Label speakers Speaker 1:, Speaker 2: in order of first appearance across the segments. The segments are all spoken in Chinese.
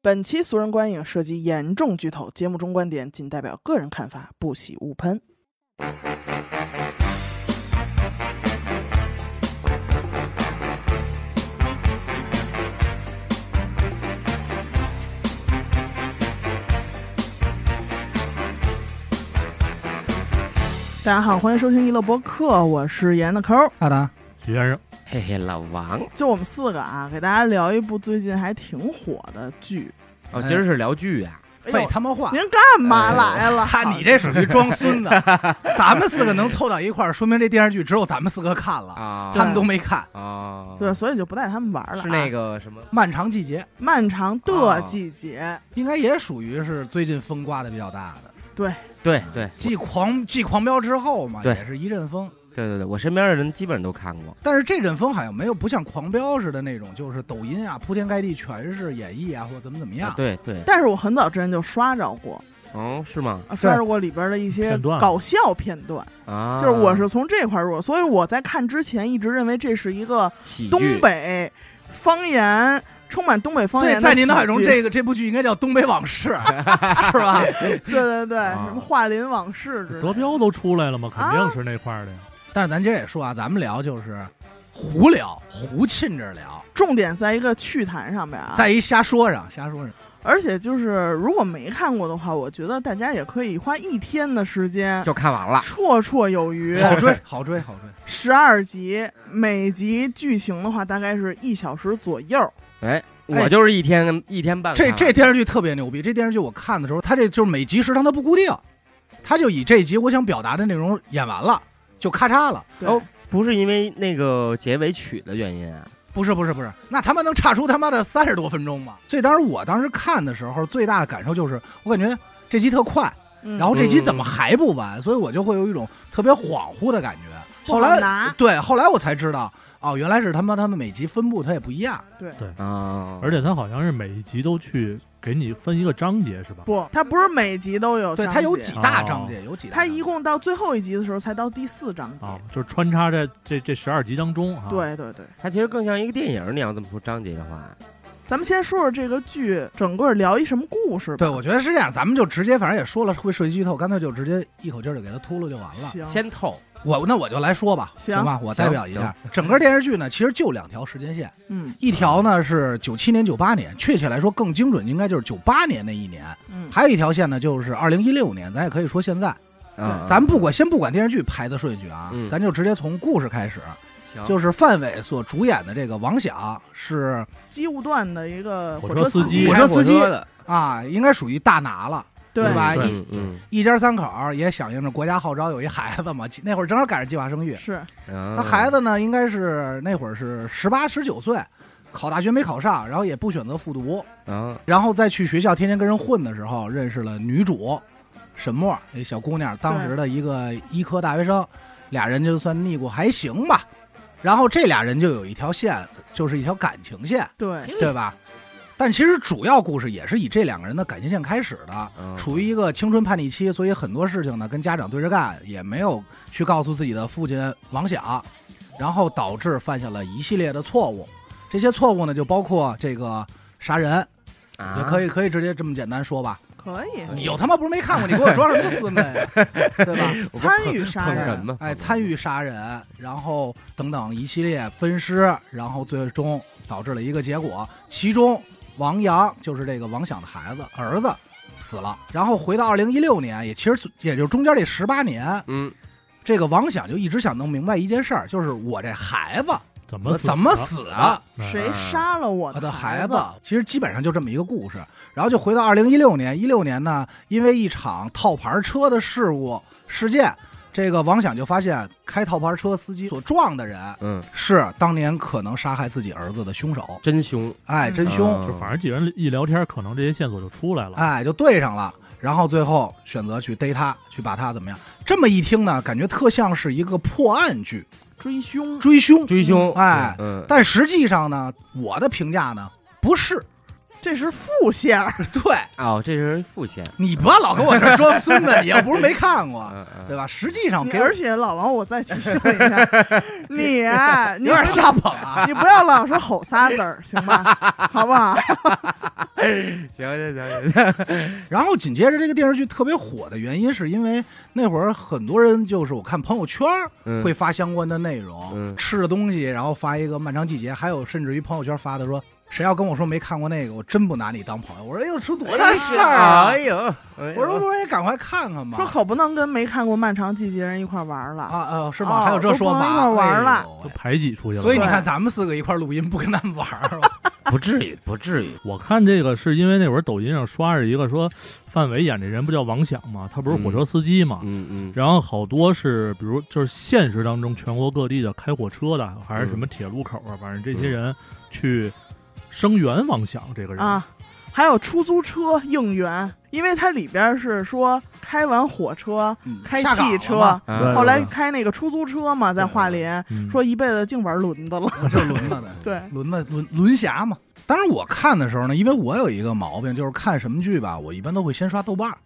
Speaker 1: 本期俗人观影涉及严重剧透，节目中观点仅代表个人看法，不喜勿喷。大家好，欢迎收听娱乐播客，我是严的抠儿。
Speaker 2: 阿达，
Speaker 3: 哎
Speaker 4: 徐先生，
Speaker 3: 嘿嘿，老王
Speaker 1: 就我们四个啊，给大家聊一部最近还挺火的剧。
Speaker 3: 哦，
Speaker 2: 哎
Speaker 3: 今儿是聊剧呀、
Speaker 1: 哎呦
Speaker 2: 废他妈话！
Speaker 1: 您干嘛来了？哎
Speaker 2: 哈，你这属于装孙子。 咱们四个能凑到一块儿，说明这电视剧只有咱们四个看了，
Speaker 3: 啊，
Speaker 2: 他们都没看。
Speaker 3: 啊，
Speaker 1: 对，所以就不带他们玩了、啊。
Speaker 3: 是那个什么
Speaker 2: 漫长季节
Speaker 1: 漫长的季节，
Speaker 2: 应该也属于是最近风刮的比较大的，
Speaker 3: 对对
Speaker 2: 继狂继狂飙之后嘛，
Speaker 3: 对
Speaker 2: 也是一阵风。
Speaker 3: 对对对，我身边的人基本上都看过，
Speaker 2: 但是这阵风好像没有不像狂飙似的那种，就是抖音啊铺天盖地全是演绎啊，或者怎么怎么样
Speaker 3: 啊。对对，
Speaker 1: 但是我很早之前就刷着过，
Speaker 3: 嗯，是吗？
Speaker 1: 啊刷着过里边的一些
Speaker 4: 片段
Speaker 1: 搞笑片段，
Speaker 3: 啊，
Speaker 1: 就是我是从这块入，所以我在看之前一直认为这是一个
Speaker 3: 喜
Speaker 1: 东
Speaker 3: 剧，
Speaker 1: 北方言，充满东北方
Speaker 2: 所
Speaker 1: 言
Speaker 2: 以
Speaker 1: 的
Speaker 2: 在您脑海中，
Speaker 1: 喜剧
Speaker 2: 这个这部剧应该叫《东北往 事》，是吧？
Speaker 1: 对对对，
Speaker 3: 啊
Speaker 1: 什么桦林往事之类
Speaker 4: 德
Speaker 1: 的，
Speaker 4: 彪都出来了嘛，肯定是那块儿的呀。
Speaker 2: 但是咱今儿也说啊，咱们聊就是胡聊，胡沁着聊，
Speaker 1: 重点在一个趣谈上面啊。
Speaker 2: 在一瞎说上，瞎说上。
Speaker 1: 而且就是如果没看过的话，我觉得大家也可以花一天的时间，
Speaker 3: 就啊看完了，
Speaker 1: 绰绰有余。
Speaker 2: 好追，好追，好追。
Speaker 1: 十二集，每集剧情的话大概是一小时左右。
Speaker 3: 哎，我就是一天一天半
Speaker 2: 这
Speaker 3: 看
Speaker 2: 这电视剧特别牛逼，这电视剧我看的时候，它这就是每集时长它不固定，它就以这集我想表达的内容演完了就咔嚓了。
Speaker 1: 对，
Speaker 3: 哦不是因为那个结尾曲的原因啊，
Speaker 2: 不是不是不是，那他妈能差出他妈的三十多分钟吗？所以当时我当时看的时候，最大的感受就是，我感觉这集特快，
Speaker 1: 嗯
Speaker 2: 然后这集怎么还不完？所以我就会有一种特别恍惚的感觉。
Speaker 1: 不好
Speaker 2: 后来
Speaker 1: 拿
Speaker 2: 对，后来我才知道，哦，原来是他妈他们每集分布它也不一样。
Speaker 3: 啊，
Speaker 4: 而且他好像是每一集都去给你分一个章节，是吧？
Speaker 1: 不，它不是每集都有哦
Speaker 2: 对，
Speaker 1: 章
Speaker 2: 它有
Speaker 1: 节
Speaker 2: 几大章节，有几大
Speaker 1: 它
Speaker 2: 章节。
Speaker 1: 一共到最后一集的时候才到第四章节。
Speaker 4: 啊，就是穿插在这这十二集当中啊。，
Speaker 1: 对对对，
Speaker 3: 它其实更像一个电影，你要这么说章节的话，
Speaker 1: 咱们先说说这个剧整个聊一什么故事吧。
Speaker 2: 对，我觉得是这样，咱们就直接，反正也说了会涉及剧透，干脆就直接一口气儿就给它秃噜就完了。
Speaker 1: 行，
Speaker 3: 先透，
Speaker 2: 我那我就来说吧，
Speaker 1: 行
Speaker 2: 行吧，我代表一下整个电视剧呢，其实就两条时间线，
Speaker 1: 嗯
Speaker 2: 一条呢是九七年、九八年，确切来说更精准应该就是九八年那一年，
Speaker 1: 嗯，
Speaker 2: 还有一条线呢就是二零一六年，咱也可以说现在，
Speaker 3: 啊，
Speaker 2: 咱不管先不管电视剧排的顺序啊，
Speaker 3: 嗯
Speaker 2: 咱就直接从故事开始，
Speaker 3: 行
Speaker 2: 就是范伟所主演的这个王响是
Speaker 1: 机务段的一个
Speaker 4: 火
Speaker 1: 火
Speaker 4: 车
Speaker 1: 车
Speaker 4: 司
Speaker 1: 机，
Speaker 4: 机
Speaker 3: 开
Speaker 2: 火车司机
Speaker 3: 的，
Speaker 2: 啊，应该属于大拿了。
Speaker 1: 对
Speaker 2: 对吧
Speaker 3: 嗯嗯
Speaker 2: 一家三口儿也响应着国家号召，有一孩子嘛，计那会儿正好赶上计划生育，
Speaker 1: 是
Speaker 3: 嗯，
Speaker 2: 他孩子呢应该是那会儿是十八十九岁，考大学没考上，然后也不选择复读，
Speaker 3: 啊，
Speaker 2: 然后再去学校天天跟人混的时候，认识了女主沈墨，那小姑娘，当时的一个医科大学生，俩人就算腻过还行吧，然后这俩人就有一条线，就是一条感情线，
Speaker 1: 对，
Speaker 2: 对吧？但其实主要故事也是以这两个人的感情线开始的，
Speaker 3: 嗯
Speaker 2: 处于一个青春叛逆期，所以很多事情呢跟家长对着干，也没有去告诉自己的父亲王响，然后导致犯下了一系列的错误。这些错误呢，就包括这个杀人，也可
Speaker 3: 以
Speaker 2: 以可以直接这么简单说吧。
Speaker 1: 可以
Speaker 2: 你有他妈不是没看过，你给我装什么孙子呀？ 对吧？
Speaker 1: 参与杀
Speaker 3: 碰
Speaker 1: 人
Speaker 3: 什么？
Speaker 2: 哎，参与杀人，然后等等一系列分尸，然后最终导致了一个结果，其中王阳就是这个王响的孩子儿子死了，然后回到二零一六年，也其实也就是中间这十八年，
Speaker 3: 嗯
Speaker 2: 这个王响就一直想弄明白一件事儿，就是我这孩子
Speaker 4: 怎么
Speaker 2: 怎么？死的。
Speaker 4: 哎
Speaker 1: 谁杀了我
Speaker 2: 我的
Speaker 1: 孩
Speaker 2: 孩子？其实基本上就这么一个故事，然后就回到二零一六年，一六年呢，因为一场套牌车的事故事件，这个王响就发现开套牌车司机所撞的人
Speaker 3: 嗯，
Speaker 2: 是当年可能杀害自己儿子的凶手，
Speaker 3: 真凶，
Speaker 2: 哎，
Speaker 1: 嗯
Speaker 2: 真凶，
Speaker 3: 啊
Speaker 4: 就反正几人一聊天，可能这些线索就出来了。
Speaker 2: 哎，就对上了。然后最后选择去逮他，去把他怎么样？这么一听呢，感觉特像是一个破案剧，
Speaker 1: 追凶，
Speaker 2: 追凶。
Speaker 3: 追凶，
Speaker 2: 哎
Speaker 3: 嗯，
Speaker 2: 但实际上呢，我的评价呢不是，
Speaker 1: 这是副线儿。
Speaker 2: 对
Speaker 3: 哦，这是副线，
Speaker 2: 你不要老跟我这儿装孙子，你又不是没看过。
Speaker 3: 嗯嗯
Speaker 2: 对吧？实际上
Speaker 1: 你
Speaker 2: 哦给
Speaker 1: 而且老王，我再提醒一下， 你啊你
Speaker 2: 有点瞎捧啊。
Speaker 1: 你不要老是吼仨字儿，行吧？好不好？
Speaker 3: 行行行行，
Speaker 2: 然后紧接着这个电视剧特别火的原因，是因为那会儿很多人就是我看朋友圈儿
Speaker 3: 嗯
Speaker 2: 会发相关的内容，
Speaker 3: 嗯
Speaker 2: 吃的东西，然后发一个漫长季节，还有甚至于朋友圈发的说，谁要跟我说没看过那个，我真不拿你当朋友。 我说哎呦，出多大事儿 啊！
Speaker 3: 哎呦，
Speaker 2: 我说我说也赶快看看吧
Speaker 1: 说。可不能跟没看过《漫长季节》人一块玩了。
Speaker 2: 啊呃是
Speaker 1: 哦
Speaker 2: 吗？还有这说法？
Speaker 1: 都不能一块玩了
Speaker 2: 哎呦
Speaker 4: 就排挤出
Speaker 2: 喂
Speaker 4: 去了。
Speaker 2: 所以你
Speaker 1: 对
Speaker 2: 看，咱们四个一块录音，不跟他们玩儿了。
Speaker 3: 不至于，不至于，
Speaker 4: 我看这个是因为那会儿抖音上刷着一个说范伟演这人不叫王响吗？他不是火车司机吗？
Speaker 3: 嗯嗯，
Speaker 4: 然后好多是，比如就是现实当中全国各地的开火车的，还是什么铁路口啊，反正这些人去声援王响这个人。
Speaker 1: 啊，还有出租车应援，因为它里边是说开完火车
Speaker 2: 嗯
Speaker 1: 开
Speaker 2: 下岗
Speaker 1: 汽
Speaker 2: 了
Speaker 1: 车
Speaker 2: 嘛，
Speaker 3: 嗯
Speaker 4: 对
Speaker 1: 后来开那个出租车嘛，在
Speaker 2: 对对
Speaker 1: 桦林
Speaker 4: 嗯
Speaker 1: 说一辈子净玩轮子了。
Speaker 2: 就是轮子的，
Speaker 1: 对
Speaker 2: 轮子轮轮侠嘛。当然我看的时候呢，因为我有一个毛病，就是看什么剧吧，我一般都会先刷豆瓣儿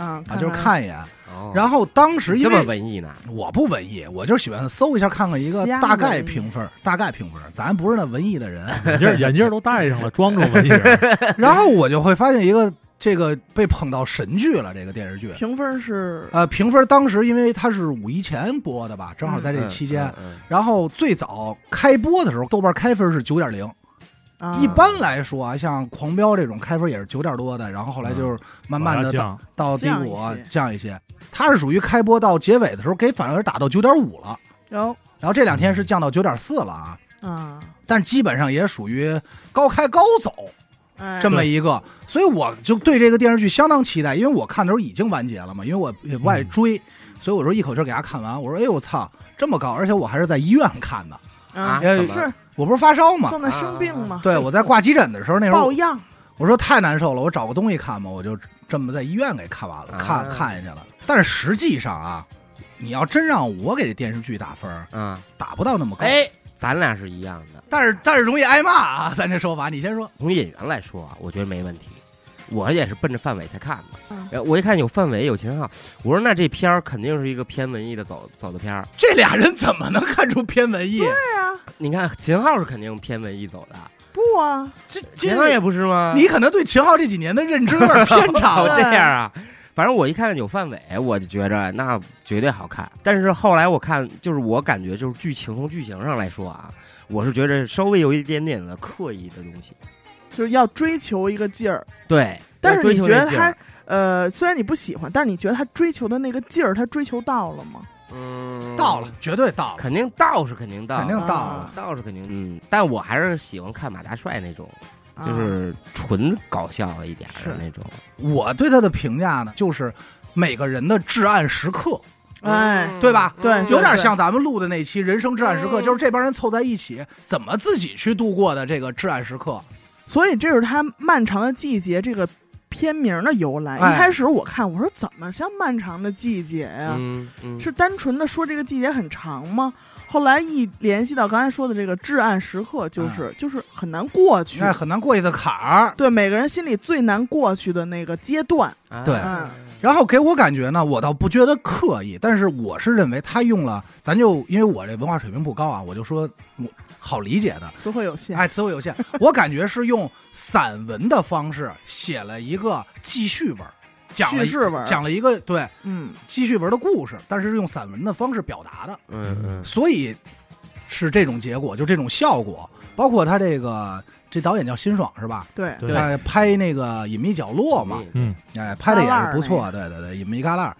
Speaker 1: 啊，
Speaker 2: 啊，就是看一眼。
Speaker 3: 哦
Speaker 2: 然后当时因
Speaker 3: 这么
Speaker 2: 为
Speaker 3: 文艺呢？
Speaker 2: 我不文艺，我就是喜欢搜一下看看一个
Speaker 1: 瞎
Speaker 2: 大概
Speaker 1: 文艺
Speaker 2: 评分儿，大概评分儿，咱不是那文艺的人。
Speaker 4: 眼镜眼镜都戴上了，装着文艺人。
Speaker 2: 然后我就会发现一个这个被捧到神剧了，这个电视剧。
Speaker 1: 评分是
Speaker 2: 呃，评分当时因为它是五一前播的吧，正好在这
Speaker 3: 嗯
Speaker 2: 期间。，
Speaker 3: 嗯
Speaker 2: 然后最早开播的时候，豆瓣开分是九点零。
Speaker 1: 啊
Speaker 2: 一般来说啊，像《狂飙》这种开分也是九点多的，然后后来就是慢慢的
Speaker 4: 嗯往下
Speaker 2: 到到
Speaker 4: 降
Speaker 2: 低
Speaker 1: 降
Speaker 2: 谷啊
Speaker 1: 一些
Speaker 2: 降一些。它是属于开播到结尾的时候给反而打到九点五了，
Speaker 1: 有
Speaker 2: 然后这两天
Speaker 4: 嗯
Speaker 2: 是降到九点四了啊，
Speaker 1: 啊，
Speaker 2: 但基本上也属于高开高走
Speaker 1: 哎
Speaker 2: 这么一个，所以我就对这个电视剧相当期待，因为我看的时候已经完结了嘛，因为我也不爱
Speaker 4: 嗯
Speaker 2: 追，所以我说一口气儿给它看完，我说哎呦我操这么高，而且我还是在医院看的，
Speaker 1: 啊
Speaker 3: 啊
Speaker 2: 哎
Speaker 3: 怎么
Speaker 1: 是
Speaker 2: 我不是发烧嘛。
Speaker 1: 正在生病嘛，
Speaker 2: 对，我在挂急诊的时候，那时候
Speaker 1: 抱恙，
Speaker 2: 我说太难受了，我找个东西看吧，我就这么在医院给看完了，看
Speaker 3: 啊
Speaker 2: 看下去了。但是实际上啊，你要真让我给这电视剧打分儿，
Speaker 3: 嗯，
Speaker 2: 打不到那么高。，
Speaker 3: 哎，咱俩是一样的。
Speaker 2: 但是但是容易挨骂啊，咱这说法，你先说。
Speaker 3: 从演员来说啊，我觉得没问题。我也是奔着范伟才看的
Speaker 1: 嗯，
Speaker 3: 然后我一看有范伟有秦昊，我说那这片儿肯定是一个偏文艺的走走的片儿。
Speaker 2: 这俩人怎么能看出偏文艺？
Speaker 1: 对啊，
Speaker 3: 你看秦昊是肯定偏文艺走的，
Speaker 1: 不啊，
Speaker 2: 这
Speaker 3: 秦昊也
Speaker 2: 这，
Speaker 3: 不是吗？
Speaker 2: 你可能对秦昊这几年的认知有 点偏差
Speaker 3: 哦
Speaker 2: 了。
Speaker 1: 对
Speaker 3: 这样啊，反正我一看有范伟，我就觉着那绝对好看。但是后来我看，就是我感觉就是剧情从剧情上来说啊，我是觉着稍微有一点点的刻意的东西。
Speaker 1: 就是要追求一个劲儿。
Speaker 3: 对，
Speaker 1: 但是
Speaker 3: 追
Speaker 1: 你
Speaker 3: 求
Speaker 1: 觉得
Speaker 3: 那劲
Speaker 1: 他
Speaker 3: 儿，
Speaker 1: 呃，虽然你不喜欢，但是你觉得他追求的那个劲儿，他追求到了吗？
Speaker 3: 嗯，
Speaker 2: 到了，，绝对到了，
Speaker 3: 肯定到是肯定到，
Speaker 2: 肯定到
Speaker 1: 啊
Speaker 2: 了。
Speaker 3: 到是肯定，嗯，但我还是喜欢看马大帅那种，
Speaker 1: 啊
Speaker 3: 就是纯搞笑一点的那种。
Speaker 2: 我对他的评价呢，就是每个人的至暗时刻。
Speaker 1: 哎
Speaker 3: 嗯
Speaker 2: 对吧
Speaker 1: 对嗯
Speaker 2: 有点像咱们录的那期《人生至暗时刻》，就是这帮人凑在一起，怎么自己去度过的这个至暗时刻。
Speaker 1: 所以这是他《漫长的季节》这个片名的由来。
Speaker 2: 哎
Speaker 1: 一开始我看，我说怎么像漫长的季节呀、
Speaker 3: 嗯嗯，
Speaker 1: 是单纯的说这个季节很长吗？后来一联系到刚才说的这个至暗时刻，
Speaker 3: 哎
Speaker 1: 就是、就是很难过去。
Speaker 2: 哎，很难过去的坎儿。
Speaker 1: 对每个人心里最难过去的那个阶段，
Speaker 3: 啊
Speaker 2: 对
Speaker 1: 嗯
Speaker 2: 然后给我感觉呢，我倒不觉得刻意，但是我是认为他用了，咱就因为我这文化水平不高啊，我就说我好理解的。
Speaker 1: 词汇有限。
Speaker 2: 哎，词汇有限，我感觉是用散文的方式写了一个记叙文，讲了
Speaker 1: 叙事文
Speaker 2: 讲了一个对
Speaker 1: 嗯，
Speaker 2: 记叙文的故事，但是是用散文的方式表达的。
Speaker 3: 嗯嗯，
Speaker 2: 所以是这种结果，就这种效果。包括他这个这导演叫辛爽是吧？
Speaker 1: 对，
Speaker 4: 对
Speaker 2: 他拍那个《隐秘角落》嘛，
Speaker 4: 嗯，
Speaker 2: 哎，拍的也是不错，对对对，《隐秘旮旯》。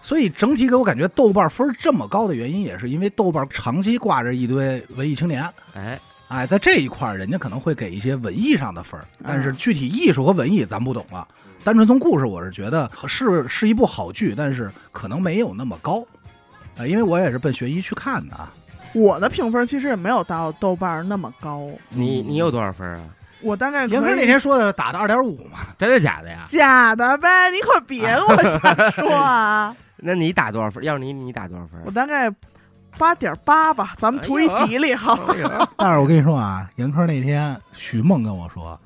Speaker 2: 所以整体给我感觉豆瓣分这么高的原因，也是因为豆瓣长期挂着一堆文艺青年，
Speaker 3: 哎，
Speaker 2: 哎，在这一块儿人家可能会给一些文艺上的分儿，但是
Speaker 1: 嗯
Speaker 2: 具体艺术和文艺咱不懂了。单纯从故事，我是觉得是是一部好剧，但是可能没有那么高，呃，因为我也是奔学医去看的啊。
Speaker 1: 我的评分其实也没有到豆瓣儿那么高，
Speaker 3: 你你有多少分啊？
Speaker 1: 我大概可以
Speaker 2: 严哥那天说的打的二点五嘛，
Speaker 3: 真的假的呀？
Speaker 1: 假的呗，你可别跟我瞎说啊！
Speaker 3: 那你打多少分？要是你你打多少分
Speaker 1: 我？大概八点八吧，咱们图一吉利 好。
Speaker 3: 哎呀
Speaker 2: 但是我跟你说啊，严科那天徐梦跟我说，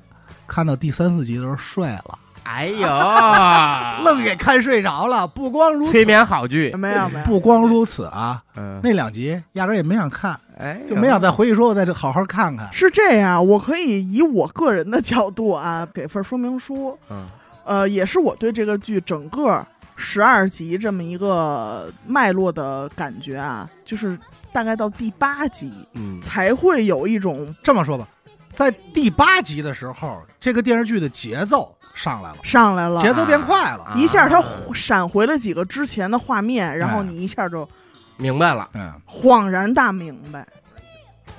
Speaker 2: 看到第三四集的时候睡了，
Speaker 3: 哎呦，
Speaker 2: 愣给看睡着了。不光如
Speaker 3: 催
Speaker 2: 此，
Speaker 3: 眠好剧，
Speaker 1: 没有没有，
Speaker 2: 不光如此啊，
Speaker 3: 嗯，
Speaker 2: 那两集压根儿也没想看，
Speaker 3: 哎，
Speaker 2: 就没想再回去说我再好好看看。
Speaker 1: 是这样，我可以以我个人的角度啊，给份说明书。
Speaker 3: 嗯，
Speaker 1: 呃，也是我对这个剧整个十二集这么一个脉络的感觉啊，就是大概到第八集
Speaker 3: 嗯，
Speaker 1: 才会有一种
Speaker 2: 这么说吧，在第八集的时候，这个电视剧的节奏上来了，
Speaker 1: 上来了，
Speaker 2: 节奏变快了。
Speaker 3: 啊
Speaker 1: 一下它闪回了几个之前的画面，然后
Speaker 2: 哎
Speaker 1: 你一下就
Speaker 3: 明白了，
Speaker 2: 嗯，
Speaker 1: 恍然大明白。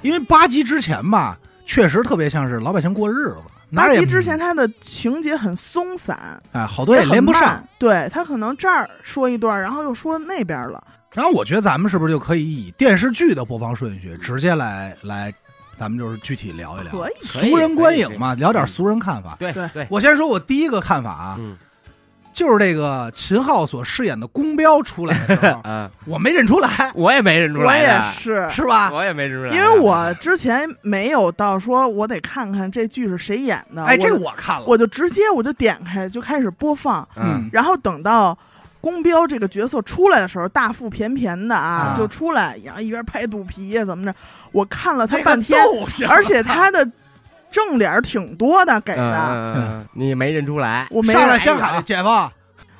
Speaker 2: 因为八集之前吧，确实特别像是老百姓过日子，哪
Speaker 1: 八
Speaker 2: 儿也
Speaker 1: 集之前它的情节很松散，
Speaker 2: 哎，好多也
Speaker 1: 很
Speaker 2: 连不上
Speaker 1: 慢。。对他可能这儿说一段，然后又说那边了。
Speaker 2: 然后我觉得咱们是不是就可以以电视剧的播放顺序直接来来，咱们就是具体聊一聊
Speaker 1: 可以
Speaker 3: 可以
Speaker 2: 俗人观影嘛，聊点俗人看法。
Speaker 3: 对
Speaker 1: 对
Speaker 3: 对，
Speaker 2: 我先说我第一个看法啊，
Speaker 3: 嗯
Speaker 2: 就是这个秦昊所饰演的宫彪出来 的时候，
Speaker 3: 啊，
Speaker 2: 我没认出来，
Speaker 3: 我也没认出
Speaker 1: 我
Speaker 3: 来
Speaker 1: 也
Speaker 3: 的，
Speaker 1: 是，
Speaker 2: 是啊吧？
Speaker 3: 我也没认出来的，
Speaker 1: 因为我之前没有到说我得看看这剧是谁演的。
Speaker 2: 哎，这
Speaker 1: 我
Speaker 2: 我看了，
Speaker 1: 我就直接我就点开就开始播放，
Speaker 3: 嗯，
Speaker 1: 然后等到。宫彪这个角色出来的时候，大腹便便的啊，
Speaker 2: 啊
Speaker 1: 就出来，然后一边拍肚皮呀、怎么着，我看了他
Speaker 2: 那个
Speaker 1: 半天，
Speaker 2: 揍是吧
Speaker 1: 而且他的正脸儿挺多的给
Speaker 3: 嗯
Speaker 1: 的，
Speaker 3: 嗯嗯嗯你没认出来，
Speaker 1: 我没
Speaker 2: 上来
Speaker 1: 来
Speaker 2: 先
Speaker 1: 由
Speaker 2: 喊姐夫，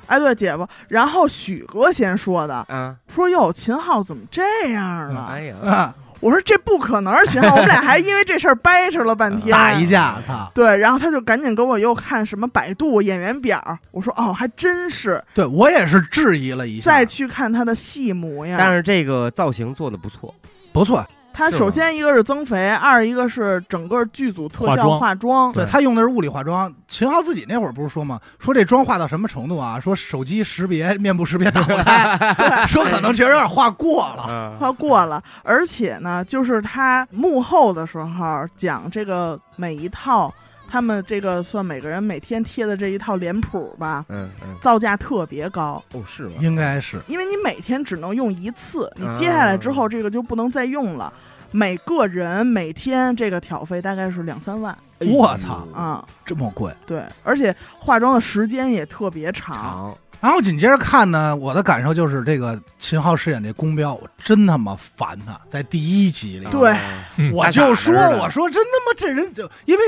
Speaker 1: 哎，对，姐夫。然后许哥先说的，
Speaker 3: 啊，
Speaker 1: 说哟，秦昊怎么这样了？
Speaker 3: 哎呀，
Speaker 2: 嗯
Speaker 1: 我说这不可能，秦 昊，我们俩还因为这事儿掰扯了半天。
Speaker 2: 打一架，操！
Speaker 1: 对，然后他就赶紧给我又看什么百度演员表，我说哦，还真是。
Speaker 2: 对我也是质疑了一下，
Speaker 1: 再去看他的戏模
Speaker 3: 但
Speaker 1: 样，
Speaker 3: 是这个造型做的不错，
Speaker 2: 不错，
Speaker 1: 他首先一个是增肥，二一个是整个剧组特
Speaker 4: 化
Speaker 1: 效
Speaker 4: 妆
Speaker 1: 化妆，
Speaker 2: 对他用的是物理化妆。秦昊自己那会儿不是说吗？说这妆化到什么程度啊？说手机识别、面部识别打不 开，说可能觉得有点化过了。
Speaker 1: 他
Speaker 3: 啊，
Speaker 1: 过了。而且呢，就是他幕后的时候讲这个每一套，他们这个算每个人每天贴的这一套脸谱吧，
Speaker 3: 嗯嗯，
Speaker 1: 造价特别高，
Speaker 3: 哦是吗？
Speaker 2: 应该是
Speaker 1: 因为你每天只能用一次，你
Speaker 3: 啊
Speaker 1: 接下来之后这个就不能再用了。每个人每天这个挑费大概是两三万
Speaker 3: 哎呦
Speaker 2: 我操
Speaker 1: 啊、
Speaker 2: 这么贵。
Speaker 1: 对，而且化妆的时间也特别长，
Speaker 3: 长，
Speaker 2: 然后紧接着看呢，我的感受就是这个秦昊饰演这宫彪，我真他妈烦他，在第一集里，
Speaker 1: 对
Speaker 3: 啊
Speaker 4: 嗯
Speaker 2: 我就说
Speaker 3: 大傻子似的
Speaker 2: 我说真他妈这人就因为。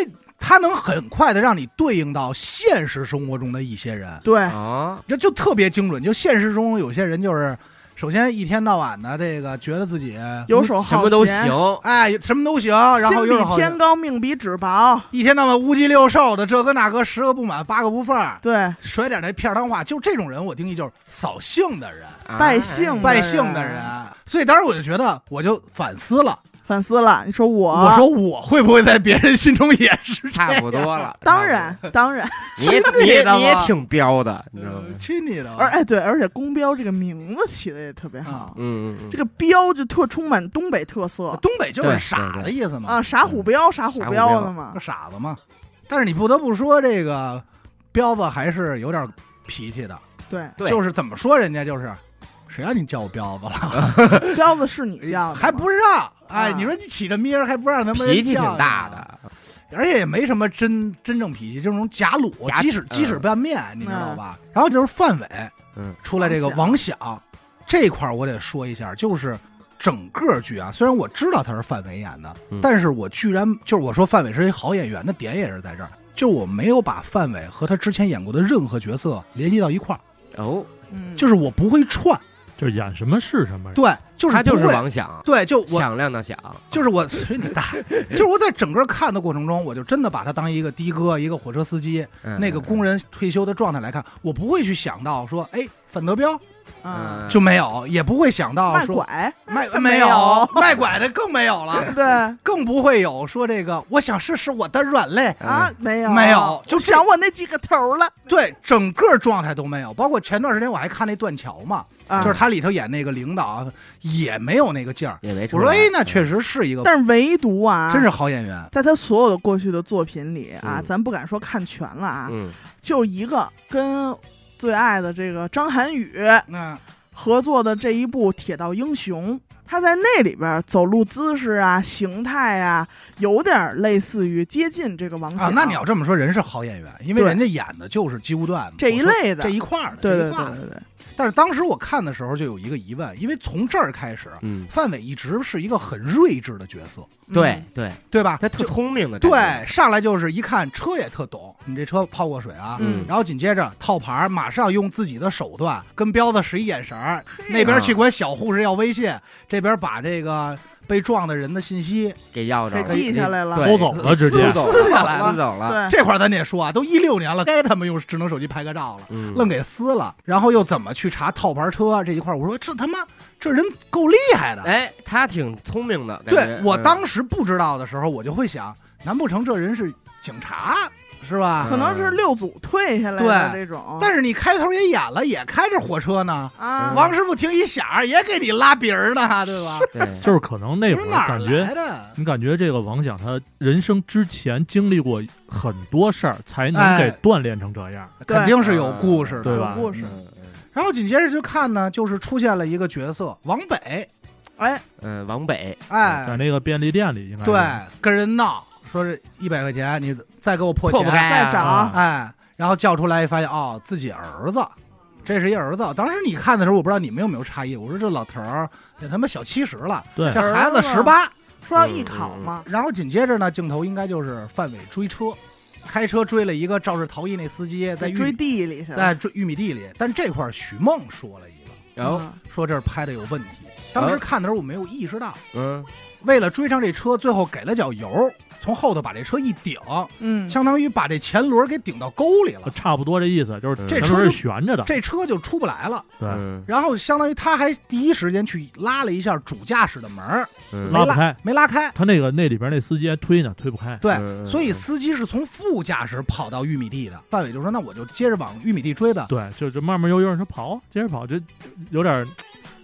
Speaker 2: 他能很快的让你对应到现实生活中的一些人，
Speaker 1: 对，
Speaker 3: 啊，
Speaker 2: 这就特别精准。就现实中有些人就是，首先一天到晚的这个觉得自己
Speaker 1: 游手好
Speaker 3: 什么都
Speaker 1: 闲
Speaker 3: 行，，
Speaker 2: 哎什么都行，然后
Speaker 1: 心
Speaker 2: 又是
Speaker 1: 比
Speaker 2: 好
Speaker 1: 天高，命比纸薄，
Speaker 2: 一天到晚乌鸡六兽的，这个那个十个不满八个不忿，
Speaker 1: 对，
Speaker 2: 甩点那片儿汤话，就这种人我定义就是扫兴的人，
Speaker 3: 啊
Speaker 1: 败兴
Speaker 2: 败兴的人。所以当时我就觉得，我就反思了，
Speaker 1: 反思了。你说我，
Speaker 2: 我说我会不会在别人心中也是这样
Speaker 3: 哎差不多了，
Speaker 1: 当然，
Speaker 2: 啊
Speaker 1: 当然，
Speaker 3: 你也
Speaker 2: 兄弟
Speaker 3: 你也
Speaker 2: 的
Speaker 3: 你也
Speaker 2: 吗
Speaker 3: 挺彪的， 你知道吗
Speaker 2: 呃？去你的吧！
Speaker 1: 而哎对，而且宫彪这个名字起的也特别
Speaker 2: 啊
Speaker 1: 好，
Speaker 3: 嗯嗯
Speaker 1: 这个彪就特充满东北特色
Speaker 2: 东北就是
Speaker 3: 对
Speaker 2: 傻
Speaker 3: 对
Speaker 2: 的意思嘛，
Speaker 1: 啊，傻虎彪，傻虎
Speaker 3: 傻虎
Speaker 1: 彪
Speaker 3: 彪
Speaker 1: 的嘛
Speaker 2: 就，傻子嘛。但是你不得不说，这个彪子还是有点脾气的，
Speaker 1: 对，
Speaker 3: 对
Speaker 2: 就是怎么说人家就是，谁让你叫我彪子了，
Speaker 1: 彪子是你叫的吗，
Speaker 2: 还不让。哎，
Speaker 1: 啊
Speaker 2: 你说你起这名儿还不让他
Speaker 3: 嗯，
Speaker 2: 们
Speaker 3: 脾气
Speaker 2: 叫啊
Speaker 3: 挺
Speaker 2: 你
Speaker 3: 大，的，
Speaker 2: 而且也没什么真真正脾气，就是那种假鲁
Speaker 3: 假
Speaker 2: 鸡屎
Speaker 3: 嗯
Speaker 2: 鸡屎拌面，你知道吧？然后就是范伟，
Speaker 3: 嗯，
Speaker 2: 出来这个
Speaker 1: 王
Speaker 2: 王响这块儿，我得说一下，就是整个剧啊，虽然我知道他是范伟演的，
Speaker 3: 嗯
Speaker 2: 但是我居然就是我说范伟是一好演员的点也是在这儿，就我没有把范伟和他之前演过的任何角色联系到一块儿，
Speaker 3: 哦，
Speaker 1: 嗯
Speaker 2: 就是我不会串，
Speaker 4: 就是演什么是什么。
Speaker 2: 对，就是
Speaker 3: 他就是
Speaker 2: 不会
Speaker 3: 王响，
Speaker 2: 对，就我
Speaker 3: 响亮的响，
Speaker 2: 就是我随你大爷，就是我在整个看的过程中，我就真的把他当一个的哥，一个火车司机，
Speaker 3: 嗯
Speaker 2: 那个工人退休的状态来看，我不会去想到说，哎，范德彪
Speaker 3: 嗯
Speaker 1: 啊，
Speaker 2: 就没有，也不会想到
Speaker 1: 卖
Speaker 2: 嗯说
Speaker 1: 拐，
Speaker 2: 卖
Speaker 1: 没
Speaker 2: 没
Speaker 1: 有
Speaker 2: 有卖拐的更没有了，
Speaker 1: 对
Speaker 2: 更不会有说这个我想试试我的软肋，
Speaker 1: 啊
Speaker 3: 嗯，
Speaker 1: 没有
Speaker 2: 没有就
Speaker 1: 就
Speaker 2: 这
Speaker 1: 想我那几个头了，
Speaker 2: 对，整个状态都没有。包括前段时间我还看那断桥嘛，
Speaker 1: 啊
Speaker 2: 就是他里头演那个领导啊也没有那个劲儿，
Speaker 3: 也没出
Speaker 2: 我
Speaker 3: 来。
Speaker 2: 说哎，那
Speaker 3: 嗯
Speaker 2: 确实是一个
Speaker 1: 但是唯独啊，
Speaker 2: 真是。好演员，
Speaker 1: 在他所有的过去的作品里啊，
Speaker 3: 嗯
Speaker 1: 咱不敢说看全了啊，
Speaker 3: 嗯，
Speaker 1: 就一个跟最爱的这个张涵予
Speaker 2: 那
Speaker 1: 合作的这一部《铁道英雄》，他在那里边走路姿势啊、形态啊，有点类似于接近这个王
Speaker 2: 啊
Speaker 1: 响。，
Speaker 2: 那你要这么说，人是好演员，因为
Speaker 1: 对
Speaker 2: 人家演的就是鸡无段
Speaker 1: 这一
Speaker 2: 我说
Speaker 1: 类的，
Speaker 2: 这一块儿的，
Speaker 1: 对
Speaker 2: 这
Speaker 1: 对对
Speaker 2: 一块儿的。
Speaker 1: 对对，
Speaker 2: 但是当时我看的时候就有一个疑问，因为从这儿开始，
Speaker 3: 嗯，
Speaker 2: 范伟一直是一个很睿智的角色，
Speaker 3: 对对，
Speaker 2: 对吧？
Speaker 3: 他
Speaker 2: 嗯
Speaker 3: 特
Speaker 2: 啊就
Speaker 3: 聪明的，
Speaker 2: 对，上来就是一看车也特懂，你这车泡过水啊。
Speaker 3: 嗯
Speaker 2: 然后紧接着套牌，马上用自己的手段跟彪子使一眼神儿，
Speaker 1: 嗯，
Speaker 4: 啊
Speaker 2: 那边去管小护士要微信，这边把这个被撞的人的信息
Speaker 3: 给要着嗯
Speaker 1: 给记下来了
Speaker 3: 对
Speaker 4: 偷走了直接
Speaker 3: 撕走
Speaker 2: 撕下来
Speaker 3: 了，
Speaker 2: 了
Speaker 3: 撕走了，
Speaker 1: 对，
Speaker 2: 这块儿咱得说啊，都一六年了，该他们用智能手机拍个照了，
Speaker 3: 嗯，
Speaker 2: 愣给撕了。然后又怎么去查套牌车这一块儿？我说这他妈这人够厉害的。
Speaker 3: 哎，他挺聪明的，感
Speaker 2: 对
Speaker 3: 觉
Speaker 2: 我
Speaker 3: 嗯
Speaker 2: 当时不知道的时候，我就会想，难不成这人是警察是吧？
Speaker 3: 嗯
Speaker 1: 可能是六组退下来的
Speaker 2: 对
Speaker 1: 这种。
Speaker 2: 但是你开头也演了，也开着火车呢。
Speaker 1: 啊，
Speaker 2: 王师傅听一响儿，也给你拉鼻儿呢，对吧？
Speaker 3: 对，
Speaker 4: 就是可能那
Speaker 2: 不
Speaker 4: 会
Speaker 2: 是
Speaker 4: 儿
Speaker 2: 哪儿
Speaker 4: 感觉
Speaker 2: 来的？
Speaker 4: 你感觉这个王响他人生之前经历过很多事儿，才能
Speaker 2: 哎
Speaker 4: 给锻炼成这样，
Speaker 1: 对
Speaker 2: 肯定是有故事
Speaker 4: 对
Speaker 2: 的。
Speaker 4: 吧
Speaker 1: 有故事，
Speaker 3: 嗯嗯
Speaker 2: 然后紧接着就看呢，就是出现了一个角色王北，
Speaker 1: 哎，
Speaker 3: 嗯，往北，
Speaker 4: 在
Speaker 2: 哎，
Speaker 4: 那个便利店里应该是
Speaker 2: 对，跟人闹，说这一百块钱你再给我破
Speaker 3: 迫不
Speaker 2: 钱，
Speaker 3: 该啊
Speaker 1: 再找
Speaker 4: 啊
Speaker 2: 哎，然后叫出来一发现哦，自己儿子，这是一儿子。当时你看的时候，我不知道你们有没有差异，我说这老头儿得他妈小七十了，
Speaker 4: 对
Speaker 2: 这孩子
Speaker 1: 儿子
Speaker 2: 十八，
Speaker 1: 说要艺考嘛，
Speaker 2: 然后紧接着呢，镜头应该就是范伟追车，开车追了一个肇事逃逸那司机，嗯在玉
Speaker 1: 追地里去了。
Speaker 2: 在追玉米地里。但这块儿许梦说了一个，
Speaker 3: 然后
Speaker 1: 嗯
Speaker 2: 说这儿拍的有问题。当时看的时候我没有意识到，
Speaker 3: 嗯，
Speaker 2: 为了追上这车，最后给了脚油，从后头把这车一顶，
Speaker 1: 嗯，
Speaker 2: 相当于把这前轮给顶到沟里了，
Speaker 4: 差不哦多这意思，就是
Speaker 3: 这
Speaker 4: 全
Speaker 2: 车
Speaker 4: 都
Speaker 2: 就是
Speaker 4: 悬着的，
Speaker 2: 这车就出不来了。
Speaker 4: 对，
Speaker 3: 嗯
Speaker 2: 然后相当于他还第一时间去拉了一下主驾驶的门儿，
Speaker 3: 嗯
Speaker 4: 拉
Speaker 2: 没
Speaker 4: 不开。
Speaker 2: 没拉开。
Speaker 4: 他那个那里边那司机还推呢，推不开。
Speaker 2: 对，
Speaker 3: 嗯嗯
Speaker 2: 所以
Speaker 3: 嗯
Speaker 2: 司机是从副驾驶跑到玉米地的。范伟就说：“那我就接着往玉米地追吧。
Speaker 4: 对，就就慢慢悠悠地说跑，接着跑，这有点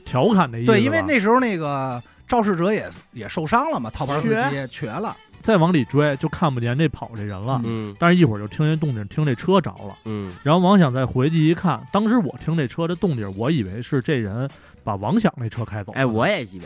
Speaker 4: 调侃的”意思吧。
Speaker 2: 对，因为那时候那个肇事者也也受伤了嘛，套牌司机瘸了。
Speaker 4: 再往里追就看不见这跑这人了。
Speaker 3: 嗯
Speaker 4: 但是，一会儿就听见动静，听这车着了。
Speaker 3: 嗯
Speaker 4: 然后王响再回去一看，当时我听这车的动静，我以为是这人把王响那车开走。
Speaker 3: 哎，我也以为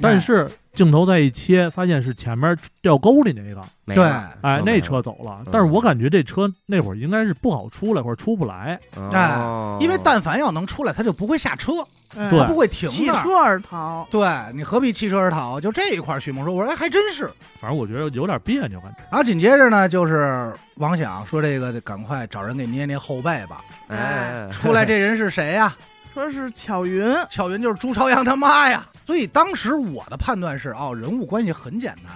Speaker 4: 但是镜头再一切，发现是前面掉沟里那个，
Speaker 3: 没
Speaker 2: 对，
Speaker 3: 了
Speaker 4: 哎，
Speaker 3: 没
Speaker 4: 那
Speaker 3: 了
Speaker 4: 车走了。但是我感觉这车那会儿应该是不好出来或者出不来，
Speaker 2: 哎
Speaker 3: 哦
Speaker 2: 因为但凡要能出来，他就不会下车，
Speaker 1: 嗯
Speaker 4: 对
Speaker 2: 他不会停
Speaker 1: 弃
Speaker 2: 那儿。
Speaker 1: 车而逃。
Speaker 2: 对你何必弃车而逃？就这一块儿，徐梦说：“我说哎，还真是。”
Speaker 4: 反正我觉得有点别扭，感觉。
Speaker 2: 然后紧接着呢，就是王响说：“这个得赶快找人给捏捏后背吧。
Speaker 3: 哎，”
Speaker 2: 出来这人是谁呀、
Speaker 1: 说是巧云，
Speaker 2: 巧云就是朱朝阳他妈呀。所以当时我的判断是，哦，人物关系很简单，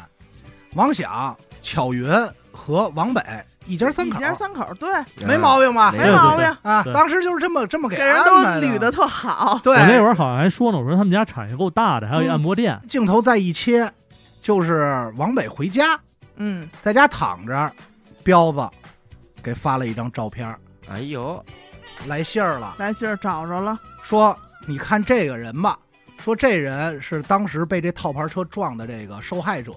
Speaker 2: 王响、巧云和王北一家三口
Speaker 1: 一，家三口，对，
Speaker 2: 没毛病吧？
Speaker 3: 没
Speaker 1: 没毛
Speaker 4: 对
Speaker 1: 病，
Speaker 2: 啊，
Speaker 4: 嗯对
Speaker 2: 当时就是这么这么给
Speaker 1: 给人
Speaker 2: 安
Speaker 1: 都
Speaker 2: 排嗯
Speaker 1: 捋的特好。
Speaker 2: 对
Speaker 4: 我，那会儿好像还说呢，我说他们家产业够大的，还有一按摩店。
Speaker 2: 镜头再一切，就是王北回家，
Speaker 1: 嗯，
Speaker 2: 在家躺着，彪子给发了一张照片，
Speaker 3: 哎呦，
Speaker 2: 来信儿了，
Speaker 1: 来信儿找着了，
Speaker 2: 说你看这个人吧，说这人是当时被这套牌车撞的这个受害者，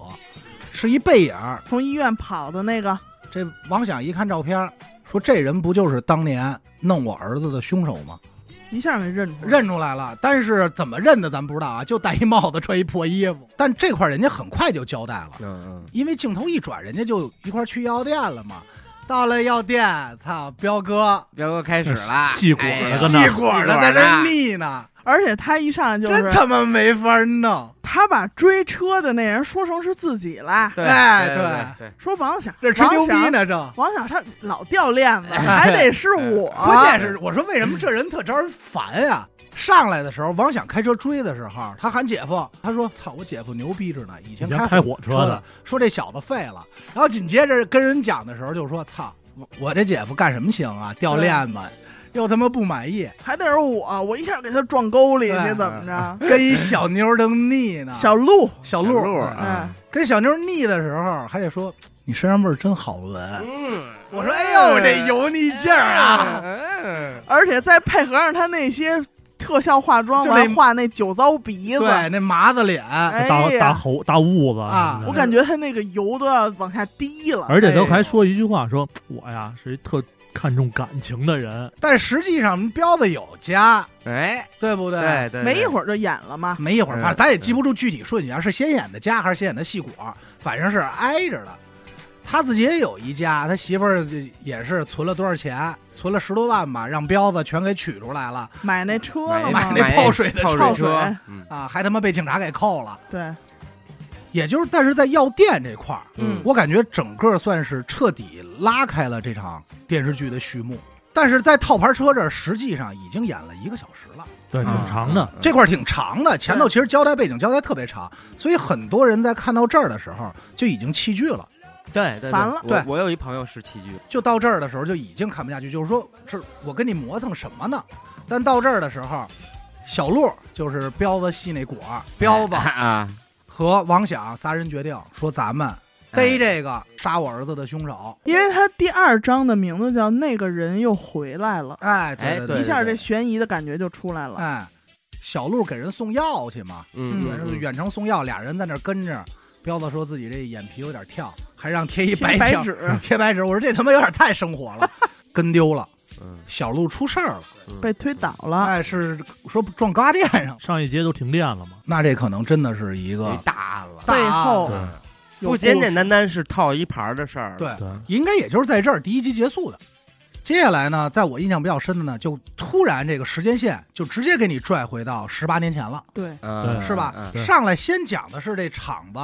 Speaker 2: 是一背影儿。
Speaker 1: 从医院跑的那个，
Speaker 2: 这王响一看照片儿，说这人不就是当年弄我儿子的凶手吗？
Speaker 1: 嗯一下给认出来。
Speaker 2: 认出来了，但是怎么认的咱不知道啊，就戴一帽子，穿一破衣服。但这块儿人家很快就交代了，
Speaker 3: 嗯
Speaker 2: 因为镜头一转，人家就一块儿去药店了嘛。到了药店，操，彪哥
Speaker 3: 彪哥开始了，
Speaker 4: 细果
Speaker 3: 哎呀
Speaker 4: 了搁那
Speaker 2: 吸
Speaker 4: 儿
Speaker 2: 管儿呢，在这儿腻呢，
Speaker 1: 而且他一上来就
Speaker 2: 真
Speaker 1: 是，
Speaker 2: 他妈没法弄。
Speaker 1: 他把追车的那人说成是自己了，
Speaker 3: 对
Speaker 2: 哎
Speaker 3: 对，
Speaker 1: 说王响，
Speaker 2: 这吹牛逼呢，这。
Speaker 1: 王响，王响他老掉链子，还得是我。
Speaker 3: 啊
Speaker 2: 哎关键是，我说为什么这人特招人烦呀、上来的时候，王想开车追的时候，他喊姐夫，他说：“操，我姐夫牛逼着呢，以
Speaker 4: 以
Speaker 2: 前
Speaker 4: 前
Speaker 2: 开
Speaker 4: 开火
Speaker 2: 车
Speaker 4: 车的，，
Speaker 2: 说这小子废了。”然后紧接着跟人讲的时候就说：“操，我我这姐夫干什么行啊？掉链子，又他妈不满意，
Speaker 1: 还得是我，我一下给他撞沟里
Speaker 2: 对哎
Speaker 1: 去，怎么着？
Speaker 2: 跟一小妞儿能腻呢。
Speaker 1: 小鹿，哎
Speaker 2: 小
Speaker 3: 小
Speaker 2: 鹿
Speaker 3: 鹿
Speaker 2: 儿嗯
Speaker 3: 啊，
Speaker 2: 跟小妞儿腻的时候，还得说你身上味儿真好闻。
Speaker 3: 嗯，
Speaker 2: 我说：“哎呦，这油腻劲儿啊！”
Speaker 3: 嗯
Speaker 1: 而且再配合上他那些特效化妆，
Speaker 2: 就
Speaker 1: 完
Speaker 2: 那
Speaker 1: 画那酒糟
Speaker 3: 哎
Speaker 1: 鼻子，
Speaker 2: 对，那麻子脸，
Speaker 1: 哎
Speaker 4: 大大
Speaker 1: 呀，
Speaker 4: 猴大痦子
Speaker 2: 啊
Speaker 4: 什么的
Speaker 1: 我感觉他那个油都要往下滴了。
Speaker 4: 而且他
Speaker 2: 哎
Speaker 4: 还
Speaker 2: 呦
Speaker 4: 说一句话，说我呀是一特看重感情的人，
Speaker 2: 但实际上彪子有家，
Speaker 3: 哎，
Speaker 2: 对不对？
Speaker 3: 对对，
Speaker 1: 没一
Speaker 3: 对
Speaker 1: 会儿就演了嘛，
Speaker 2: 没一会儿，
Speaker 3: 嗯
Speaker 2: 反正咱也记不住具体顺序啊，是先演的家还是先演的戏果，反正是挨着的。他自己也有一家，他媳妇儿也是存了多少钱，存了十多万吧，让彪子全给取出来了
Speaker 1: 买那车了
Speaker 2: 买
Speaker 1: 嘛，
Speaker 2: 那泡水的
Speaker 3: 哎泡
Speaker 1: 车
Speaker 3: 车，嗯
Speaker 2: 啊，还他妈被警察给扣了。
Speaker 1: 对，
Speaker 2: 也就是，但是在药店这块儿，
Speaker 1: 嗯
Speaker 2: 我感觉整个算是彻底拉开了这场电视剧的序幕。但是在套牌车这儿，实际上已经演了一个小时了。
Speaker 4: 对，挺
Speaker 3: 嗯
Speaker 4: 长的。，
Speaker 2: 这块儿挺长的，前头其实交代背景交代特别长，所以很多人在看到这儿的时候就已经弃剧了，
Speaker 3: 对对对哎
Speaker 1: 烦了
Speaker 3: 我
Speaker 2: 对
Speaker 3: 我有一朋友是弃剧，
Speaker 2: 就到这儿的时候就已经看不下去，就是说这我跟你磨蹭什么呢？但到这儿的时候，小鹿就是彪子系那果儿，彪子
Speaker 3: 啊，
Speaker 2: 和王响仨人决定说咱们逮
Speaker 3: 哎
Speaker 2: 这个杀我儿子的凶手。
Speaker 1: 因为他第二章的名字叫《那个人又回来了
Speaker 2: 哎，
Speaker 3: 哎
Speaker 2: 对》，
Speaker 3: 对
Speaker 1: 一下
Speaker 3: 对
Speaker 1: 这悬疑的感觉就出来了。
Speaker 2: 哎，小鹿给人送药去嘛，
Speaker 3: 嗯，
Speaker 2: 远
Speaker 3: 嗯嗯
Speaker 2: 远程送药，俩人在那儿跟着。彪子说自己这眼皮有点跳，还让贴一
Speaker 1: 贴白
Speaker 2: 白条
Speaker 1: 纸
Speaker 2: 贴白纸，我说这他妈有点太生活了，跟丢了，
Speaker 3: 嗯
Speaker 2: 小路出事儿了，
Speaker 1: 被推倒
Speaker 3: 啊
Speaker 1: 了，
Speaker 2: 哎，是说撞高压电上，
Speaker 4: 上一节都停电了嘛，
Speaker 2: 那这可能真的是一个
Speaker 3: 没大了，
Speaker 2: 大
Speaker 1: 背后
Speaker 2: 案子
Speaker 1: 有
Speaker 3: 不
Speaker 1: 故
Speaker 3: 简简
Speaker 1: 事
Speaker 3: 单单是套一盘儿的事儿，
Speaker 2: 对，
Speaker 4: 对，
Speaker 2: 应该也就是在这儿第一集结束的。接下来呢，在我印象比较深的呢，就突然这个时间线就直接给你拽回到十八年前了，
Speaker 1: 对，
Speaker 3: 嗯，
Speaker 2: 是吧
Speaker 3: 嗯？嗯
Speaker 4: 对
Speaker 2: 上来先讲的是这厂子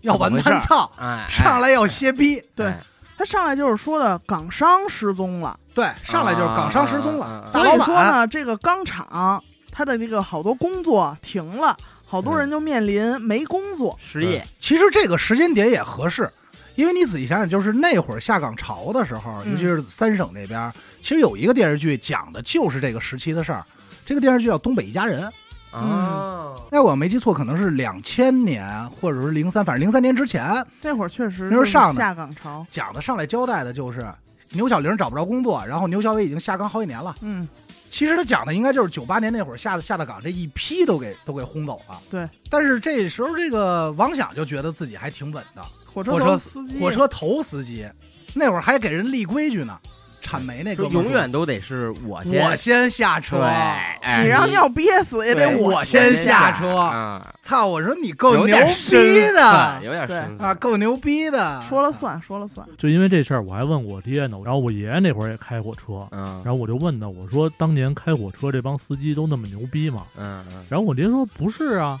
Speaker 2: 要完
Speaker 3: 怎么
Speaker 2: 蛋
Speaker 3: 回事
Speaker 2: 操，
Speaker 3: 哎，
Speaker 2: 上来要歇逼，
Speaker 1: 对
Speaker 3: 哎
Speaker 1: 他上来就是说的港商失踪了，
Speaker 2: 对，上来就是港商失踪
Speaker 3: 啊啊啊
Speaker 2: 了
Speaker 3: 啊，
Speaker 2: 大
Speaker 1: 所
Speaker 2: 老
Speaker 1: 以说
Speaker 2: 板
Speaker 1: 呢，这个钢厂他的这个好多工作停了，好
Speaker 2: 嗯
Speaker 1: 多人就面临没工作。
Speaker 3: 失业，
Speaker 2: 其实这个时间点也合适，因为你仔细想想，就是那会儿下岗潮的时候，
Speaker 1: 嗯
Speaker 2: 尤其是三省这边儿，其实有一个电视剧讲的就是这个时期的事儿。这个电视剧叫《东北一家人》，
Speaker 3: 啊，
Speaker 2: 那我要没记错，可能是两千年或者是零三，反正零三年之前
Speaker 1: 那会儿确实
Speaker 2: 那时候
Speaker 1: 是
Speaker 2: 上呢
Speaker 1: 下岗潮，
Speaker 2: 讲的。上来交代的就是牛小玲找不着工作，然后牛小伟已经下岗好几年了。
Speaker 1: 嗯，
Speaker 2: 其实他讲的应该就是九八年那会儿下的下的岗，这一批都给都给轰走了。
Speaker 1: 对，
Speaker 2: 但是这时候这个王响就觉得自己还挺稳的，
Speaker 1: 火车
Speaker 2: 火车
Speaker 1: 头司机，
Speaker 2: 火车头司机，那会儿还给人立规矩呢，铲煤那
Speaker 3: 就
Speaker 2: 个
Speaker 3: 永远都得是我先，
Speaker 2: 我先下
Speaker 3: 对，
Speaker 2: 车，
Speaker 3: 哎
Speaker 1: 你让尿憋死也得
Speaker 2: 对我
Speaker 1: 先
Speaker 2: 先下车
Speaker 3: 啊，
Speaker 2: 操！我说你够
Speaker 3: 有
Speaker 2: 牛
Speaker 3: 点
Speaker 2: 逼
Speaker 3: 深
Speaker 2: 的
Speaker 3: 啊有点深
Speaker 2: 啊，够牛逼的， 啊
Speaker 1: 说了算，说了算。
Speaker 4: 就因为这事儿，我还问我爹呢。然后我爷爷那会儿也开火车，
Speaker 3: 嗯
Speaker 4: 然后我就问他，我说当年开火车这帮司机都那么牛逼吗？
Speaker 3: 嗯嗯
Speaker 4: 然后我爹说不是啊，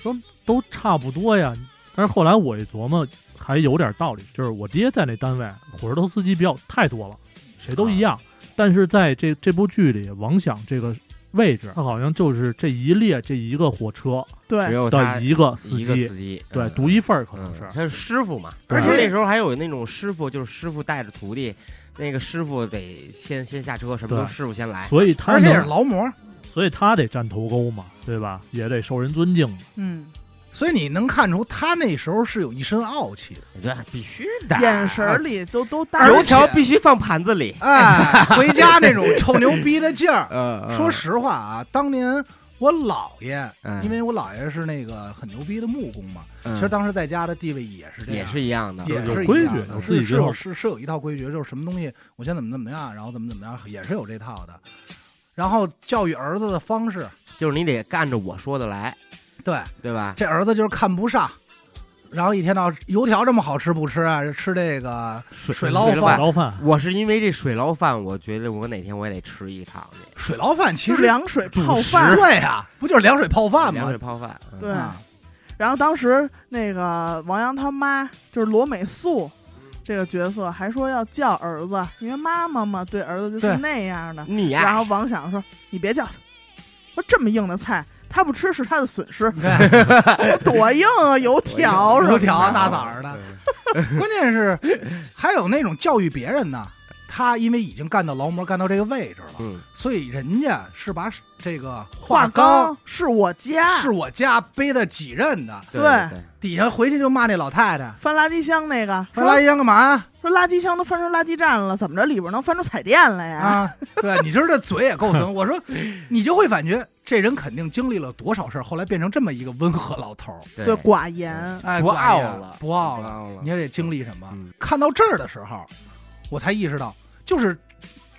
Speaker 4: 说都差不多呀。但是后来我一琢磨，还有点道理，就是我爹在那单位，火车头司机比较太多了，谁都一
Speaker 3: 啊
Speaker 4: 样。但是在这这部剧里，王响这个位置，他好像就是这一列这一个火车
Speaker 3: 只
Speaker 1: 对，
Speaker 3: 有他
Speaker 4: 的一个司
Speaker 3: 一个
Speaker 4: 机，
Speaker 3: 司机，
Speaker 4: 对，
Speaker 3: 嗯
Speaker 4: 独一份儿可能
Speaker 3: 嗯，
Speaker 4: 是。
Speaker 3: 他是师傅嘛，
Speaker 4: 对
Speaker 3: 而且那时候还有那种师傅，就是师傅带着徒弟，那个师傅得先先下车，什么
Speaker 4: 对
Speaker 3: 都师傅先来，
Speaker 4: 所以他
Speaker 2: 而且也是
Speaker 4: 能，
Speaker 2: 劳模，
Speaker 4: 所以他得占头沟嘛，对吧？也得受人尊敬嘛。
Speaker 1: 嗯，
Speaker 2: 所以你能看出他那时候是有一身傲气的。
Speaker 3: 我觉得啊必须的，啊
Speaker 1: 眼神儿里都都带
Speaker 3: 油
Speaker 2: 而且
Speaker 3: 条必须放盘子里，
Speaker 2: 哎，回家那种臭牛逼的劲儿。
Speaker 3: 呃
Speaker 2: 说实话啊，当年我姥爷，
Speaker 3: 嗯
Speaker 2: 因为我姥爷是那个很牛逼的木工嘛，其
Speaker 3: 其
Speaker 2: 实当时在家的地位也是这
Speaker 3: 嗯也
Speaker 2: 样，
Speaker 3: 是一样的，
Speaker 2: 也
Speaker 4: 啊有
Speaker 2: 是一
Speaker 4: 规
Speaker 2: 样
Speaker 4: 矩
Speaker 2: 的
Speaker 4: 有
Speaker 2: 是
Speaker 4: 自己
Speaker 2: 是
Speaker 4: 这
Speaker 2: 有
Speaker 4: 套
Speaker 2: 是是有一套规矩，就是什么东西我先怎么怎么样，然后怎么怎么样，也是有这套的。然后教育儿子的方式，
Speaker 3: 就是你得按着我说的来，
Speaker 2: 对，
Speaker 3: 对吧？
Speaker 2: 这儿子就是看不上，然后一天到油条这么好吃不吃啊？吃这个
Speaker 4: 水
Speaker 2: 水捞
Speaker 3: 水
Speaker 4: 水
Speaker 3: 饭
Speaker 4: 捞饭，
Speaker 3: 我是因为这水捞饭，我觉得我哪天我也得吃一趟去，
Speaker 2: 水捞饭，其
Speaker 1: 就
Speaker 2: 实
Speaker 1: 是凉水泡饭。
Speaker 2: 对啊，不就是凉水泡饭
Speaker 3: 凉
Speaker 2: 吗
Speaker 3: 水？泡饭，嗯
Speaker 1: 对
Speaker 2: 啊，
Speaker 1: 然后当时那个王阳他妈就是罗美素这个角色，还说要叫儿子，因为妈妈嘛对儿子就是
Speaker 2: 对。
Speaker 1: 那样的。
Speaker 3: 你
Speaker 1: 然
Speaker 3: 嗯呀，
Speaker 1: 后王想说：“你别叫他，说这么硬的菜，他不吃是他的损失
Speaker 2: 对，
Speaker 1: 多硬啊，油条是吧？
Speaker 2: 油条大枣儿的
Speaker 3: 嗯
Speaker 2: 关键是还有那种教育别人呢，他因为已经干到劳模，干到这个位置了，
Speaker 3: 嗯，
Speaker 2: 所以人家是把这个
Speaker 1: 画
Speaker 2: 画
Speaker 1: 缸是我家，
Speaker 2: 是我家背的几任的，
Speaker 3: 对
Speaker 1: 对
Speaker 3: 对，
Speaker 2: 底下回去就骂那老太太，
Speaker 1: 翻垃圾箱那个，
Speaker 2: 说来
Speaker 1: 说
Speaker 2: 一箱干嘛啊呀？
Speaker 1: 说垃圾箱都翻成垃圾站了，怎么着里边能翻出彩电来呀？
Speaker 2: 啊，对你今儿这嘴也够 损。我说，你就会感觉这人肯定经历了多少事儿，后来变成这么一个温和老头儿，
Speaker 1: 对，寡言，
Speaker 2: 哎，
Speaker 3: 不
Speaker 2: 管
Speaker 3: 傲
Speaker 2: 呀
Speaker 3: 了，
Speaker 2: 不傲了。
Speaker 3: 了
Speaker 2: 你还得经历什么？
Speaker 3: 嗯
Speaker 2: 看到这儿的时候，我才意识到，就是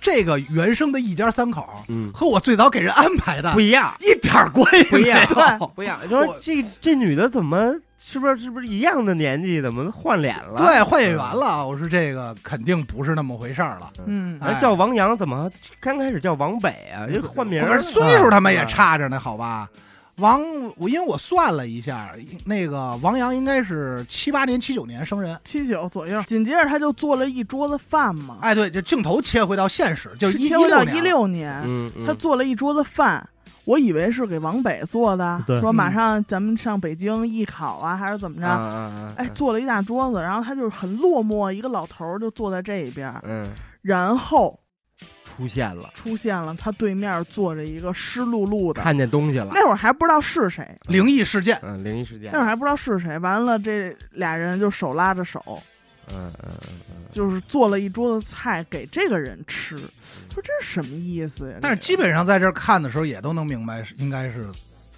Speaker 2: 这个原生的一家三口儿
Speaker 3: 嗯，
Speaker 2: 和我最早给人安排的
Speaker 3: 不一样，
Speaker 2: 一点儿关系
Speaker 3: 不一样
Speaker 2: 没有
Speaker 3: 不一样。你
Speaker 2: 我
Speaker 3: 说这这女的怎么是不是是不是一样的年纪，怎么换脸了？嗯
Speaker 2: 对，换演员了。我说这个肯定不是那么回事儿了。
Speaker 1: 嗯，
Speaker 2: 哎
Speaker 3: 哎，叫王阳怎么刚开始叫王北啊？人换名
Speaker 2: 不
Speaker 3: 儿
Speaker 2: 是岁数他妈
Speaker 1: 嗯
Speaker 2: 也差着呢，好吧？王，我因为我算了一下，那个王阳应该是七八年、七九年生人。
Speaker 1: 七九左右。紧接着他就做了一桌子饭嘛，
Speaker 2: 哎，对，这镜头切回到现实，就是一
Speaker 1: 切回到一
Speaker 2: 一
Speaker 1: 六年，
Speaker 3: 嗯嗯，
Speaker 1: 他做了一桌子饭。我以为是给王北做的，
Speaker 4: 对
Speaker 1: 说马上咱们上北京艺考啊，还是怎么
Speaker 3: 啊
Speaker 1: 着？
Speaker 3: 啊啊，
Speaker 1: 哎，做了一大桌子，然后他就是很落寞，一个老头儿就坐在这边儿，
Speaker 3: 嗯，
Speaker 1: 然后
Speaker 3: 出现了，
Speaker 1: 出现了他对面坐着一个湿漉漉的，
Speaker 3: 看见东西了，
Speaker 1: 那会儿还不知道是谁，
Speaker 2: 灵异事件，
Speaker 3: 嗯，灵异事件，
Speaker 1: 那会儿还不知道是谁。完了，这俩人就手拉着手，
Speaker 3: 嗯嗯嗯
Speaker 1: 就是做了一桌子菜给这个人吃，说这是什么意思呀？
Speaker 2: 但是
Speaker 1: 这
Speaker 2: 基本上在这儿看的时候也都能明白，是应该是，